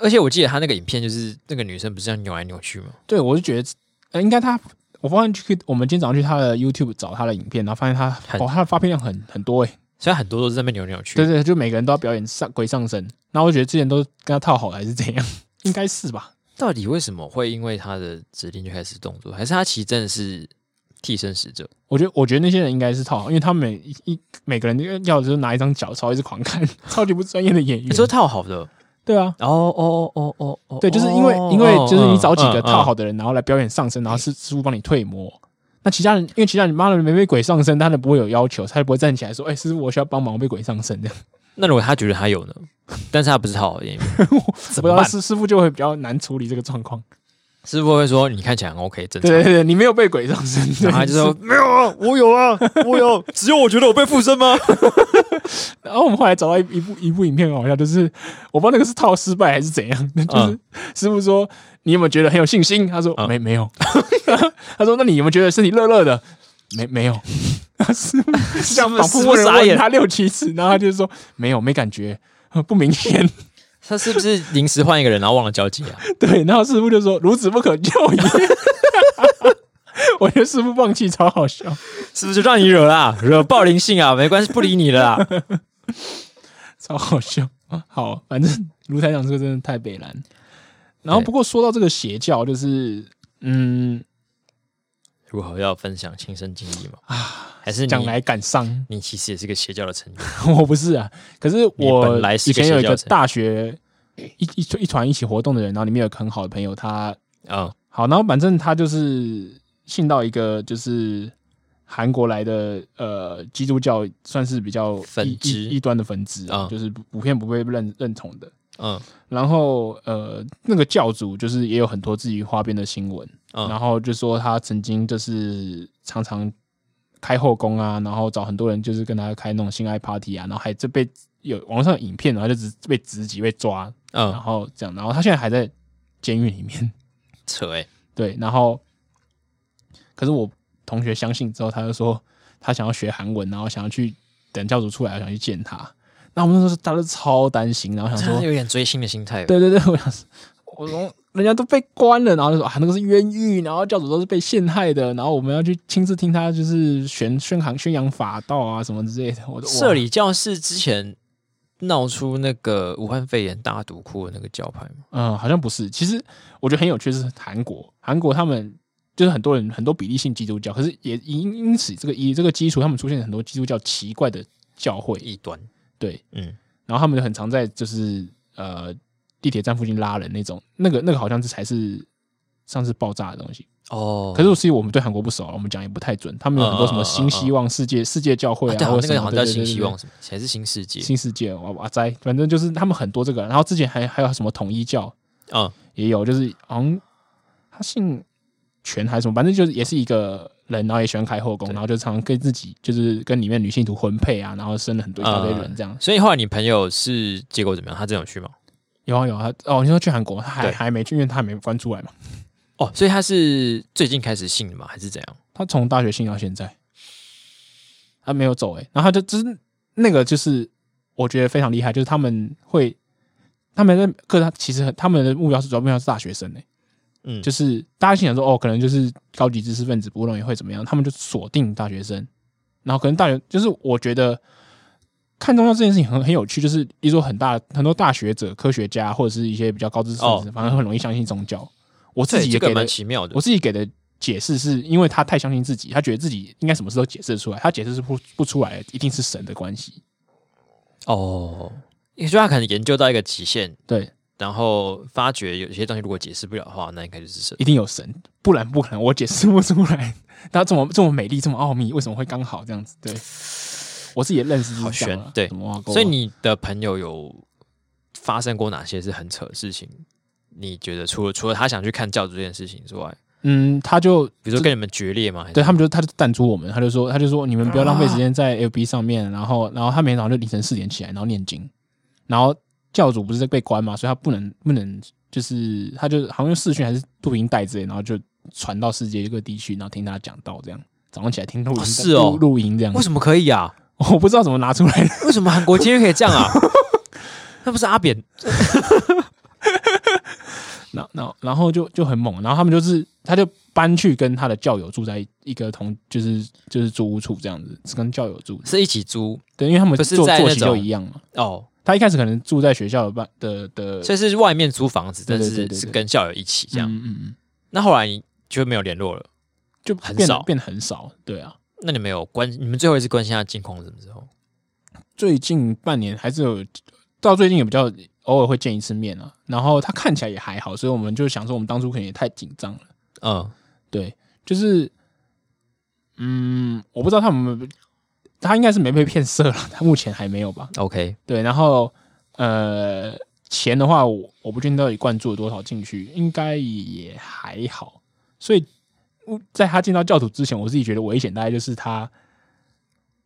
S1: 而且我记得他那个影片，就是那个女生不是这样扭来扭去吗？
S2: 对，我就觉得、呃、应该他，我发现去我们今天早上去他的 YouTube 找他的影片，然后发现他
S1: 很
S2: 哦他的发片量很很多诶、欸
S1: 虽然很多都是在那边扭来扭去。
S2: 对对，就每个人都要表演上鬼上身，然后我觉得之前都跟他套好了还是怎样， [LAUGHS] 应该是吧？
S1: 到底为什么会因为他的指令就开始动作？还是他其实真的是替身使者？
S2: 我觉得，我觉得那些人应该是套好，因为他们每一一每个人要就是拿一张脚超一直狂看， [LAUGHS] 超级不专业的演员。
S1: 你说套好的？
S2: 对啊，
S1: 哦哦哦哦哦，
S2: 对，就是因为因为就是
S1: 嗯
S2: 你找几个套好
S1: 好，
S2: 的人，然后来表演上身，然后是师傅帮你退魔。那其他人，因为其他人妈的没被鬼上身，他就不会有要求，他就不会站起来说：“哎、师傅，我需要帮忙，我被鬼上身。”这样，
S1: 那如果他觉得他有呢？但是他不是套好的
S2: [LAUGHS]
S1: 演员，
S2: 我
S1: 怎么
S2: 不知道
S1: 办？
S2: 师师傅就会比较难处理这个状
S1: [LAUGHS]
S2: 况。
S1: 师傅会说你看起来很 OK，正常
S2: 对。对对，你没有被鬼上身，
S1: 然后他就说没有啊，我有啊，我有，只有我觉得我被附身吗？
S2: 然后我们后来找到一一部一部影片很好笑，就是我不知道那个是套失败还是怎样， [LAUGHS] 就是师傅说你有没有觉得很有信心？他说
S1: 嗯
S2: 没没有， [LAUGHS] 他说那你有没有觉得身体热热的？没没有， [LAUGHS] 师
S1: [LAUGHS]
S2: 傅是这样
S1: 师
S2: 反
S1: 傅
S2: 复问
S1: 傻眼
S2: 问他六七次，然后他就说没有没感觉，不明显。 [LAUGHS]
S1: 他是不是临时换一个人，然后忘了交接啊？
S2: 对，然后师傅就说孺子不可教也。 [LAUGHS] 我觉得师傅放弃超好笑，
S1: 是不是让你惹啦？惹爆灵性啊？没关系，不理你了啦。
S2: 超好笑。啊好，反正卢台长这个真的太北蓝。然后
S1: 对
S2: 不过说到这个邪教，就是嗯，
S1: [LAUGHS] 如何要分享亲身经历吗？啊，还是你
S2: 讲来感伤， [LAUGHS]
S1: 你其实也是个邪教的成员，
S2: 我不是啊。可是
S1: 你
S2: 我
S1: 本来是
S2: 以前
S1: 个邪
S2: 有一
S1: 教
S2: 个
S1: 成员
S2: 大学一一一团一起活动的人，然后里面有个很好的朋友，他
S1: 嗯，
S2: 好，然后反正他就是信到一个就是韩国来的呃基督教，算是比较
S1: 分
S2: 异
S1: 支
S2: 异异端的分支啊，
S1: 嗯
S2: 就是不普遍不被认认同的。
S1: 嗯
S2: 然后呃，那个教主就是也有很多自己花边的新闻，
S1: 嗯
S2: 然后就说他曾经就是常常开后宫啊，然后找很多人就是跟他开那种性爱 party 啊，然后还这被有网络上有影片，然后就直被直击被抓，然
S1: 嗯，
S2: 后这样，然后他现在还在监狱里面， [LAUGHS]
S1: 扯哎、
S2: 对，然后可是我同学相信之后，他就说他想要学韩文，然后想要去等教主出来，想去见他。那我们那时候大家都超担心，然后想
S1: [LAUGHS] 真
S2: 说
S1: 的有点追星的心态，，哦
S2: 对对对，我想是，我说人家都被关了，然后就说啊那个是冤狱，然后教主都是被陷害的，然后我们要去亲自听他就是宣宣行宣扬法道啊什么之类的。
S1: [LAUGHS]
S2: 我就哇
S1: 社里教是之前闹出那个武汉肺炎大毒窟的那个教派吗？
S2: 嗯，好像不是。其实我觉得很有趣的是韩国，韩国他们就是很多人很多比例信基督教，可是也因因此这个以这个基础，他们出现很多基督教奇怪的教会，
S1: 异端，
S2: 对，
S1: 嗯，
S2: 然后他们就很常在就是呃地铁站附近拉人那种，那个那个好像是才是上次爆炸的东西，
S1: 哦，
S2: 可是其实我们对韩国不熟啊，我们讲也不太准。他们有很多什么新希望世界、世界教会
S1: 啊
S2: 啊，
S1: 对，好
S2: 或
S1: 像
S2: 者
S1: 那
S2: 什
S1: 个
S2: 么
S1: 好像叫
S2: 对对
S1: 新
S2: 对
S1: 希
S2: 对
S1: 望什么，还是新世界，
S2: 新世界哇哇塞，反正就是他们很多这个。然后之前还还有什么统一教
S1: 嗯
S2: 也有，就是好像他姓全还是什么，反正就是也是一个人，然后也喜欢开后宫，
S1: 对
S2: 然后就常常跟自己就是跟里面女性徒婚配啊，然后生了很多一大堆人这样。
S1: 呃所以后来你朋友是结果怎么样？他真的有去吗？
S2: 有啊有啊，他哦，你说去韩国，他还
S1: 对
S2: 还没去，因为他还没关出来嘛。
S1: 哦，所以他是最近开始信的吗？还是怎样？
S2: 他从大学信到现在，他没有走哎、欸，然后他就就是那个就是我觉得非常厉害，就是他们会他们在各他其实很他们的目标是主要目标是大学生哎、
S1: 嗯，
S2: 就是是大家心想说哦，可能就是高级知识分子不容易会怎么样，他们就锁定大学生，然后可能大学就是我觉得看宗教这件事情很很有趣，就是一说很大很多大学者、科学家或者是一些比较高知识分子，反正很容易相信宗教。我自己也
S1: 哦这
S2: 给
S1: 个
S2: 了
S1: 蛮奇妙的
S2: 我。自己给的解释是因为他太相信自己，他觉得自己应该什么事都解释得出来，他解释是不不出来，一定是神的关系。
S1: 哦，也就他可能研究到一个极限，
S2: 对，
S1: 然后发觉有些东西如果解释不了的话，那应该就是神。
S2: 一定有神，不然不可能，我解释不出来。 [LAUGHS] 他这么这么美丽，这么奥秘，为什么会刚好这样子？对，我自己的认识就是这样
S1: 好悬
S2: 啊
S1: 对
S2: 什么挖沟啊
S1: 所以你的朋友有发生过哪些是很扯的事情？你觉得除了除了他想去看教主这件事情之外，
S2: 嗯，他就
S1: 比如说跟你们决裂吗？还是
S2: 对他们就他就淡出我们，他就说他就说你们不要浪费时间
S1: 啊
S2: 在 FB 上面，然后然后他每天早上就凌晨四点起来，然后念经，然后教主不是被关嘛，所以他不能不能就是他就好像用视讯还是录音带之类，然后就传到世界各地区，然后听他讲道这样，早上起来听录音带、
S1: 哦是哦
S2: 录录音这样
S1: 为，什么可以啊？
S2: [LAUGHS] 我不知道怎么拿出来的，
S1: 为什么韩国监狱可以这样 [LAUGHS] 啊？那不是阿扁？
S2: 然后然后然后就就很猛，然后他们就是他就搬去跟他的教友住在一个同就是就是租屋处这样子，是跟教友住，
S1: 是一起租
S2: 对，因为他们
S1: 不是
S2: 作
S1: 在那
S2: 作息都
S1: 种
S2: 一样嘛。
S1: 哦，
S2: 他一开始可能住在学校的办的的，
S1: 所以是外面租房子，但
S2: 对对
S1: 是
S2: 对对
S1: 是
S2: 对
S1: 跟校友一起这样。
S2: 嗯嗯嗯，
S1: 那后来你就没有联络了，
S2: 就
S1: 很
S2: 变得
S1: 少
S2: 变得很少，对啊。
S1: 那你们有关？你们最后一次关心他近况是什么时候？
S2: 最近半年还是有，到最近也比较偶尔会见一次面啊。然后他看起来也还好，所以我们就想说，我们当初可能也太紧张了，
S1: 嗯，
S2: 对，就是，嗯，我不知道他们，他应该是没被骗色了，他目前还没有吧？
S1: OK，
S2: 对，然后呃，钱的话，我我不确定到底灌注了多少进去，应该也还好。所以嗯在他进到教徒之前，我自己觉得危险，大概就是他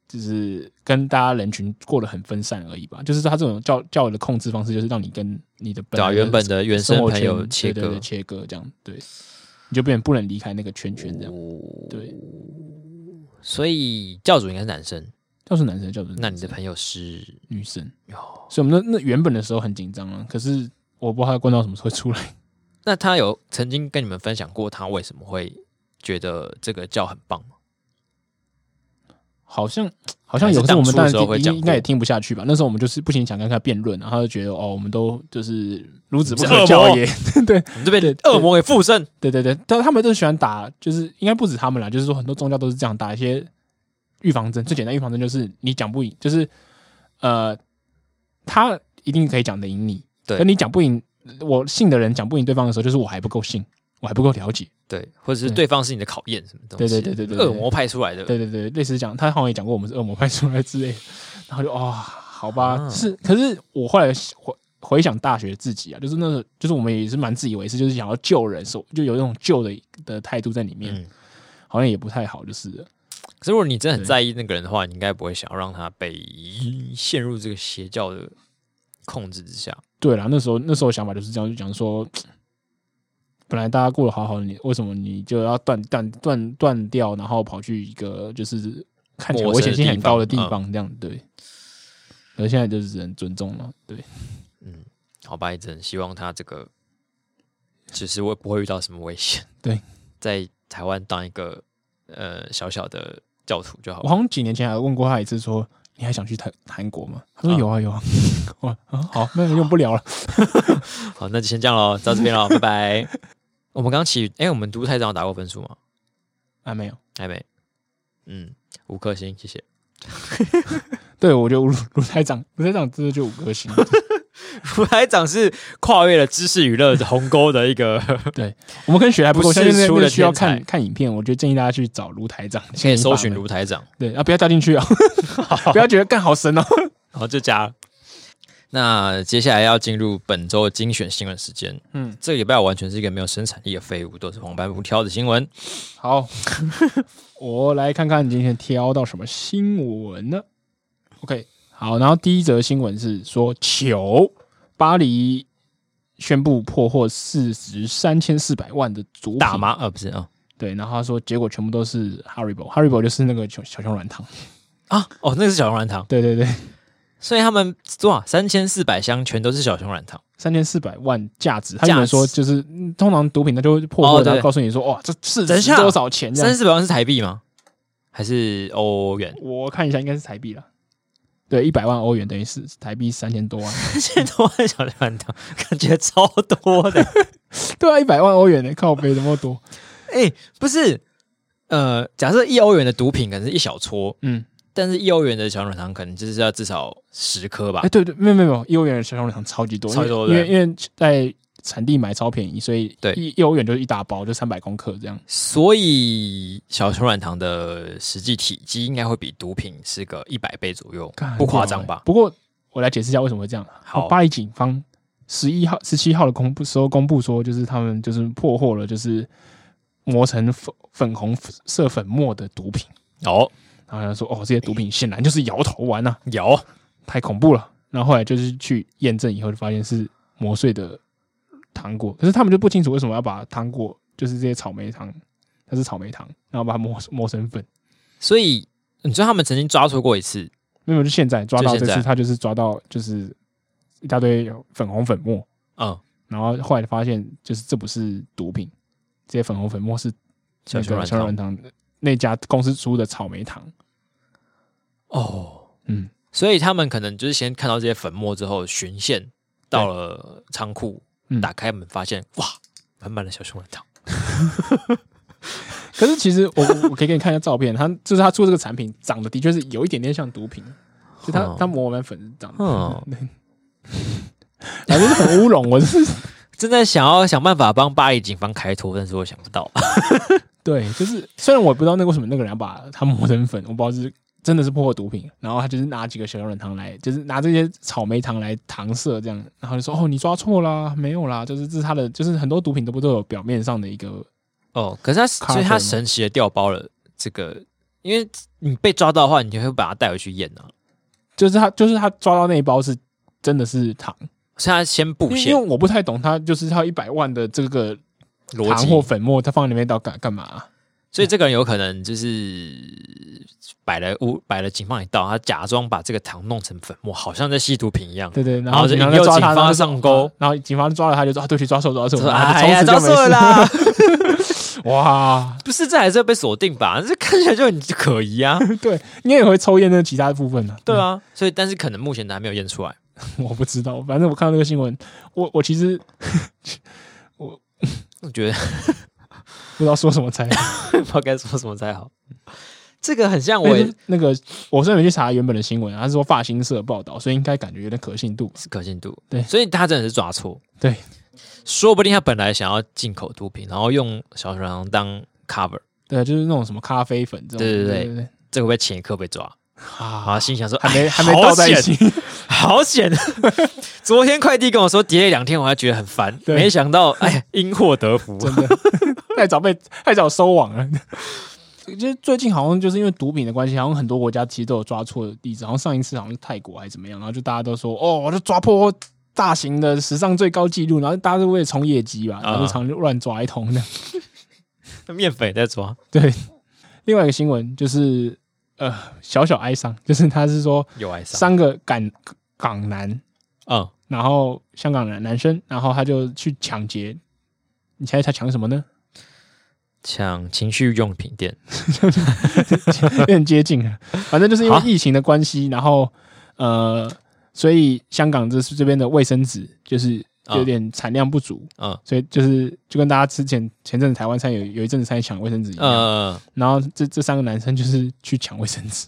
S2: 就是跟大家人群过得很分散而已吧。就是他这种教教友的控制方式，就是让你跟你的本
S1: 对
S2: 来
S1: 啊，
S2: 的
S1: 原本的原
S2: 生
S1: 生
S2: 活
S1: 朋
S2: 圈
S1: 友切
S2: 对对
S1: 割
S2: 对，切割这样，对，你就变成不能离开那个圈圈这样。
S1: 哦
S2: 对，
S1: 所以教主应该是男生，
S2: 教是男生，教是
S1: 那你的朋友是
S2: 女生，
S1: 哦，
S2: 所以我们那那原本的时候很紧张啊，可是我不知道他灌到什么时候会出来。 [LAUGHS]
S1: 那他有曾经跟你们分享过他为什么会觉得这个教很棒吗？
S2: 好像好好像有
S1: 还是
S2: 时候我们
S1: 当初的
S2: 当然
S1: 时候
S2: 听
S1: 会
S2: 应
S1: 讲
S2: 应该也
S1: 过
S2: 听不下去吧。那时候我们就是不行，想跟他辩论，然后就觉得哦，我们都就是孺子不
S1: 这恶 [LAUGHS]
S2: 可
S1: 魔
S2: 教也。
S1: 我们这边
S2: 对
S1: 恶魔给附身，
S2: 对对对，但他们都喜欢打，就是应该不止他们啦，就是说很多宗教都是这样打一些预防针。最简单预防针就是你讲不赢，就是呃，他一定可以讲得赢你，
S1: 对
S2: 可你讲不赢我信的人讲不赢对方的时候，就是我还不够信，我还不够了解。
S1: 对，或者是
S2: 对
S1: 对方是你的考验什么东西，
S2: 对对对对对对
S1: 恶魔派出来的，
S2: 对对对，类似讲，他好像也讲过我们是恶魔派出来之类的，然后就哇、好吧，
S1: 啊
S2: 是，可是我后来回回想大学自己啊，就是那个，就是我们也是蛮自以为是，就是想要救人，手就有那种救的的态度在里面，
S1: 嗯。
S2: 好像也不太好，就是了
S1: 可是如果你真的很
S2: 对
S1: 在意那个人的话，你应该不会想要让他被陷入这个邪教的控制之下。
S2: 对啦，那时候那时候想法就是这样，就讲说，本来大家过得好好的，你为什么你就要断断断断掉，然后跑去一个就是看起来
S1: 陌
S2: 危
S1: 生
S2: 险
S1: 的
S2: 性
S1: 地
S2: 很高
S1: 方
S2: 的地
S1: 嗯
S2: 方，这样对。而现在就是只能尊重了，对。
S1: 嗯，好吧，也只能希望他这个只是会不会遇到什么危险。
S2: 对，
S1: 在台湾当一个呃小小的教徒就好
S2: 我
S1: 了。
S2: 好像几年前还问过他一次说，你还想去台韩国吗？他说
S1: 啊
S2: 有啊有 [LAUGHS] 啊。我啊好，那用不了了。
S1: 好，那就先这样喽，到这边喽，拜拜。我们刚刚起，哎、我们读太长有打过分数吗？
S2: 啊，没有。
S1: 还没。嗯，五颗星，谢谢。
S2: 对，我觉得卢卢台长，卢台长真的就五颗星。
S1: 舞台长是跨越了知识娱乐的鸿沟的一个，
S2: [LAUGHS] 我们跟学还不够，
S1: 不是
S2: 现在
S1: 出了
S2: 需要
S1: 天才
S2: 看看影片，我觉得建议大家去找卢台长，
S1: 可 [LAUGHS] 以搜寻
S2: 卢。
S1: 卢台长，
S2: 对啊，不要掉
S1: [LAUGHS]
S2: 进去啊， [LAUGHS] 不要觉得干好神哦。
S1: 然后就加了。那接下来要进入本周的精选新闻时间。
S2: 嗯，
S1: 这个礼拜完全是一个没有生产力的废物，都是黄斑部挑的新 [LAUGHS] 闻。
S2: 好， [LAUGHS] 我来看看今天挑到什么新闻呢？OK，好，然后第一则新闻是说球巴黎宣布破获市值三千四百万的毒品
S1: 大？麻呃不是啊
S2: 对，然后他说结果全部都是 Haribo，Haribo 就是那个小小熊软糖。
S1: 啊哦，那个是小熊软糖，
S2: 对对对，
S1: 所以他们多少三千四百箱全都是小熊软糖。
S2: 三千四百万价值，他原本
S1: 价值
S2: 说就是嗯通常毒品他就会破获，
S1: 哦对
S2: 然后告诉你说哇，这市
S1: 等一
S2: 值
S1: 下
S2: 多少钱这样
S1: 三四百万是台币吗？还是欧 [LAUGHS] 元？
S2: 我看一下，应该是台币了。对，一百万欧元等于是台币三千多万。
S1: 现在都换小熊软糖， [LAUGHS] 感觉超多的。
S2: 对啊，一百万欧元的、靠背那么多。
S1: [LAUGHS] 哎、不是，呃，假设一欧元的毒品可能是一小撮，
S2: 嗯，
S1: 但是一欧元的小软糖可能就是要至少十颗吧
S2: 哎、。对对，没有没有没有，一欧元的小熊软糖超级多，
S1: 超级多
S2: 因为
S1: 对
S2: 因为因为在产地买超便宜，所以
S1: 对
S2: 一一欧元就是一大包，就三百公克这样。
S1: 所以小熊软糖的实际体积应该会比毒品是个一百倍左右
S2: 干，
S1: 不夸张
S2: 很屌欸
S1: 吧？
S2: 不过我来解释一下为什么会这样。哦
S1: 好
S2: 巴黎警方十一号、十七号的公布时候公布说，就是他们就是破获了，就是磨成粉粉红色粉末的毒品。
S1: 哦，
S2: 然后他说：“哦，这些毒品显然就是摇头丸啊。”
S1: 有
S2: 太恐怖了。然后后来就是去验证以后，就发现是磨碎的糖果，可是他们就不清楚为什么要把糖果，就是这些草莓糖，它是草莓糖，然后把它磨磨成粉。
S1: 所以你知道他们曾经抓错过一次，
S2: 没有，就现在抓到这
S1: 就现在
S2: 次，他就是抓到就是一大堆粉红粉末，
S1: 嗯，
S2: 然后后来发现就是这不是毒品，这些粉红粉末是
S1: 小
S2: 那
S1: 熊
S2: 个
S1: 软
S2: 小
S1: 糖
S2: 软糖那家公司出的草莓糖。
S1: 哦，
S2: 嗯，
S1: 所以他们可能就是先看到这些粉末之后，循线到了仓库
S2: 嗯，
S1: 打开门发现哇，满满的小熊软糖，
S2: 可是其实我我我可以给你看一下照片，它就是它做这个产品长得的确是有一点点像毒品，就它
S1: 嗯
S2: 它磨完粉是长得，
S1: 嗯，
S2: [LAUGHS] 反正很乌龙。我是 [LAUGHS]
S1: 正在想要想办法帮巴黎警方开脱，但是我想不
S2: [LAUGHS]
S1: 到，
S2: 对，就是虽然我不知道那个为什么那个人要把它磨成粉，我不知道是真的是破获毒品，然后他就是拿几个小小软糖来，就是拿这些草莓糖来搪塞这样，然后就说哦你抓错啦，没有啦，就是这是他的，就是很多毒品都不都有表面上的一个
S1: 哦，可是他，所以
S2: 咖啡吗
S1: 他神奇的调包了这个，因为你被抓到的话，你就会把它带回去验啊。
S2: 就是他就是他抓到那一包是真的是糖，
S1: 所以他先布
S2: 因为
S1: 线
S2: 因为我不太懂他就是他一百万的这个
S1: 逻
S2: 糖或
S1: 辑，
S2: 粉末，它放在里面到干干嘛啊、
S1: 所以这个人有可能就是摆了屋，摆了警方一道，他假装把这个糖弄成粉末，好像在吸毒品一样。
S2: 对对，然
S1: 然
S2: 后
S1: 后就
S2: 警方
S1: 引
S2: 就
S1: 诱
S2: 抓
S1: 警
S2: 他，然
S1: 方
S2: 后就
S1: 上钩，
S2: 啊然后警方抓了他就说啊，对不起，抓错抓错，
S1: 说
S2: 然后就
S1: 哎呀，
S2: 从
S1: 遭
S2: 此就
S1: 受
S2: 没
S1: 了
S2: 事。
S1: 啦，
S2: 哇，
S1: [LAUGHS]
S2: [LAUGHS]
S1: 不是这还是要被锁定吧？这看起来就很可疑
S2: [LAUGHS]
S1: 啊，
S2: 对，你也会抽验那其他的部分呢、
S1: 对啊，所以但是可能目前还没有验出来。
S2: 嗯， [LAUGHS] 我不知道，反正我看到那个新闻，我我其实
S1: 我觉得
S2: 不知道说什么才好。
S1: 不知道该说什么才好。这个很像 [LAUGHS] 我
S2: 但
S1: 也
S2: 是那个我虽然没去查原本的新闻啊，他是说发新社报道，所以应该感觉有点可信度。
S1: 是可信度，
S2: 对
S1: 所以他真的是抓错，
S2: 对，
S1: 说不定他本来想要进口毒品，然后用小学堂当 cover，
S2: 对，就是那种什么咖啡粉这种。
S1: 对对对
S2: 对对对，
S1: 这个被前一刻被抓，啊，
S2: 啊，
S1: 心想说
S2: 还没
S1: 哎
S2: 还没到在一起，
S1: 好险， [LAUGHS] 好险！昨天快递跟我说 delay 两天，我还觉得很烦，
S2: 对
S1: 没想 [LAUGHS] 到哎，因祸得福，
S2: 真的太早被太早收网了。就是最近好像就是因为毒品的关系，好像很多国家其实都有抓错的例子。好像上一次好像是泰国还是怎么样，然后就大家都说哦，我就抓破大型的史上最高纪录，然后大家都为了冲业绩吧，然后就常就乱抓一通的。
S1: 面粉也在抓，
S2: 对，另外一个新闻就是呃小小哀伤，就是他是说
S1: 有哀伤，
S2: 三个港港男，
S1: 嗯，
S2: 然后香港男男生，然后他就去抢劫。你猜他抢什么呢？
S1: 抢情绪用品店，
S2: 有点接近啊。反正就是因为
S1: 啊
S2: 疫情的关系，然后呃，所以香港这是这边的卫生纸就是
S1: 啊
S2: 有点产量不足，
S1: 嗯
S2: 所以就是就跟大家之前前阵子台湾菜有有一阵子在抢卫生纸一样。
S1: 呃，
S2: 然后这这三个男生就是去抢卫生纸，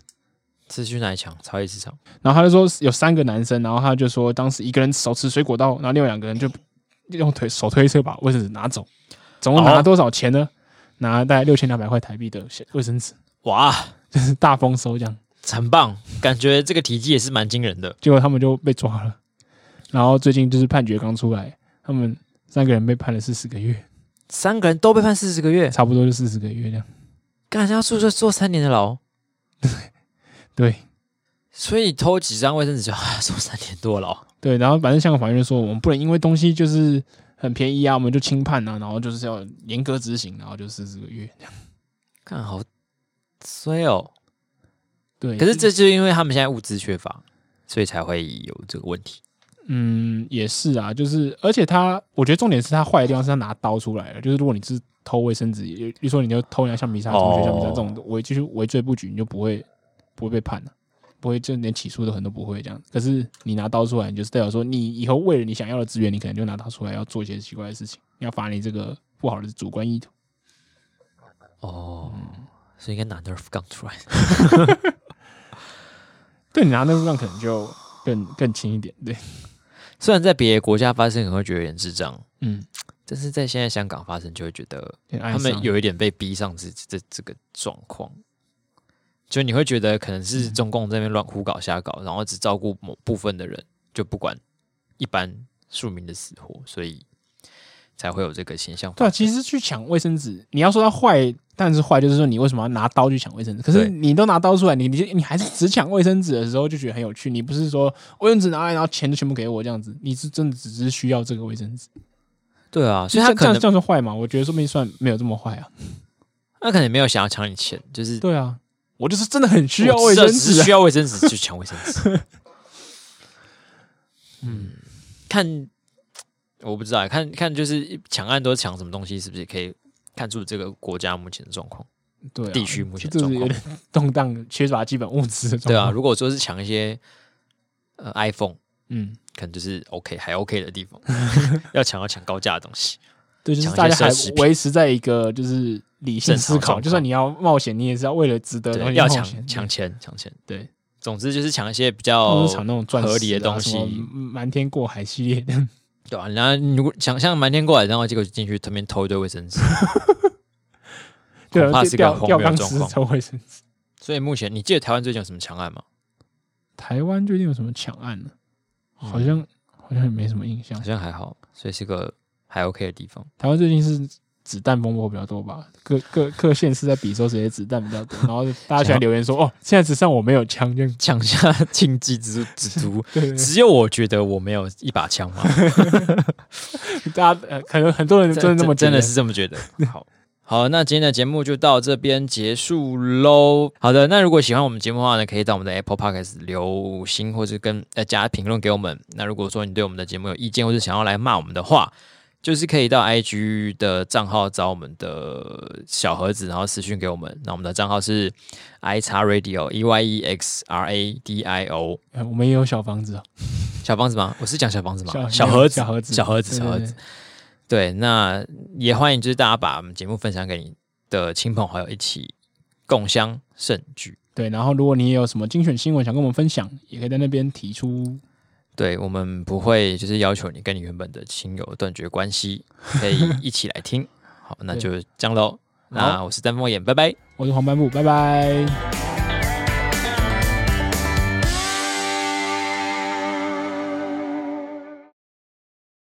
S1: 是去哪里抢？超级市场，
S2: 然后他就说有三个男生，然后他就说当时一个人手持水果刀，然后另外两个人就用腿手推车把卫生纸拿走，总共拿
S1: 哦
S2: 多少钱呢？拿大概六千两百块台币的卫生纸，
S1: 哇，
S2: 就是大丰收这样。
S1: 很棒，感觉这个体积也是蛮惊人的，
S2: 结果他们就被抓了。然后最近就是判决刚出来，他们三个人被判了四十个月，
S1: 三个人都被判四十个月，
S2: 差不多就四十个月这样。
S1: 干要宿舍坐三年的牢，
S2: 对
S1: 所以偷几张卫生纸就啊坐三年多牢。
S2: 对，然后反正香港法院就说，我们不能因为东西就是很便宜啊，我们就轻判啊，然后就是要严格执行，然后就四十个月这样。
S1: 看好衰哦。
S2: 对，
S1: 可是这就是因为他们现在物资缺乏，所以才会有这个问题。
S2: 嗯也是啊，就是而且他，我觉得重点是他坏的地方是他拿刀出来了，就是如果你是偷卫生纸，比如说你就偷人家橡皮擦、同学橡皮擦
S1: 哦
S2: 这种违就是违罪不举，你就不会不会被判了、不会就连起诉都很多不会这样。可是你拿刀出来，你就是代表说你以后为了你想要的资源，你可能就拿刀出来要做一些奇怪的事情，要罚你这个不好的主观意图。
S1: 哦，所以应该拿 Nerf 杠出来。
S2: 对你拿那个杠可能就更更轻一点。对，
S1: [LAUGHS] 虽然在别的国家发生，可能会觉得有点智障，
S2: 嗯，
S1: 但是在现在香港发生，就会觉得
S2: 很哀
S1: 他们
S2: 伤
S1: 有一点被逼上这这这个状况。就你会觉得可能是中共这边乱胡搞瞎搞，然后只照顾某部分的人，就不管一般庶民的死活，所以才会有这个现象发
S2: 对啊，
S1: 生。
S2: 其实去抢卫生纸，你要说它坏，但是坏就是说你为什么要拿刀去抢卫生纸？可是
S1: 对
S2: 你都拿刀出来，你你你还是只抢卫生纸的时候就觉得很有趣。你不是说卫生纸拿来，然后钱就全部给我这样子，你是真的只是需要这个卫生纸，
S1: 对啊，所以他
S2: 这
S1: 可
S2: 这
S1: 能
S2: 样这样算坏吗？我觉得说不定算没有这么坏啊。
S1: 他可能没有想要抢你钱，就是
S2: 对啊，我就是真的很需要卫
S1: 我
S2: 生
S1: 只是
S2: 纸、啊
S1: 需。要卫生纸就抢卫生纸。
S2: [LAUGHS]
S1: 嗯，看我不知道，看看就是抢案都是抢什么东西，是不是也可以看出这个国家目前的状况？
S2: 对啊，
S1: 地区目前
S2: 这
S1: 状
S2: 是有
S1: 况
S2: 点动荡，缺乏基本物资的状
S1: 对啊，
S2: 况。
S1: 如果说是抢一些呃 iPhone，
S2: 嗯，
S1: 可能就是 OK 还 OK 的地
S2: [LAUGHS]
S1: 方，要抢要抢高价的东西。
S2: 对，就是
S1: 抢一
S2: 大
S1: 些
S2: 家还
S1: 奢侈品
S2: 维持在一个就是理性
S1: 正常
S2: 思
S1: 状
S2: 考，
S1: 况
S2: 就算你要冒险，你也是要为了值得的东
S1: 对，
S2: 西
S1: 要
S2: 冒
S1: 抢
S2: 险
S1: 抢钱，抢钱。
S2: 对。
S1: 总之就是抢一些比
S2: 他
S1: 较
S2: 们是抢那种钻石、啊、
S1: 合理的东西
S2: 什么瞒天过海系列
S1: [LAUGHS]
S2: 的，
S1: 对啊，然后你如果想象瞒天过海，然后结果进去，他们偷一堆卫生纸，
S2: [LAUGHS] 对
S1: 恐怕
S2: 啊，
S1: 是
S2: 就
S1: 一个
S2: 吊
S1: 荒
S2: 吊
S1: 谬
S2: 钢
S1: 的
S2: 丝
S1: 状况。
S2: 抽卫生纸。
S1: 所以目前，你记得台湾最近有什么强案吗？
S2: 台湾最近有什么抢案呢、
S1: 嗯
S2: 好像好像也没什么印象
S1: 好。像还好，所以是个还 OK 的地方。
S2: 台湾最近是子弹风波比较多吧？各各各县市在比说谁的子弹比较
S1: [LAUGHS]
S2: 多，然后大家喜欢留言说：“哦，现在只剩我没有枪。”这样
S1: 抢下 [LAUGHS] 庆忌之之足，
S2: [LAUGHS] 对对
S1: 只有我觉得我没有一把枪嘛，
S2: 对， [LAUGHS] 大家呃，可能很多人真的那么觉
S1: 真
S2: 得
S1: 的是这么觉
S2: [LAUGHS]
S1: 得。好。好，那今天的节目就到这边结束喽。好的，那如果喜欢我们节目的话呢，可以到我们的 Apple Podcast 留星，或是跟呃加评论给我们。那如果说你对我们的节目有意见，或是想要来骂我们的话，就是可以到 IG 的账号找我们的小盒子，然后私讯给我们。那我们的账号是 i x radio e y e x r a d i o
S2: 哎我们也有小房子啊，
S1: 小房子吗？我是讲小房子吗？
S2: 小
S1: 小盒子，
S2: 小盒子
S1: 小盒子，
S2: 对
S1: 小
S2: 对
S1: 盒
S2: 对
S1: 子。对，那也欢迎就是大家把我们节目分享给你的亲朋好友，一起共襄盛举。
S2: 对，然后如果你也有什么精选新闻想跟我们分享，也可以在那边提出。
S1: 对我们不会就是要求你跟你原本的亲友断绝关系，可以一起来听。好，那就这样喽。那我是丹凤眼，拜拜。
S2: 我是黄斑布，拜拜。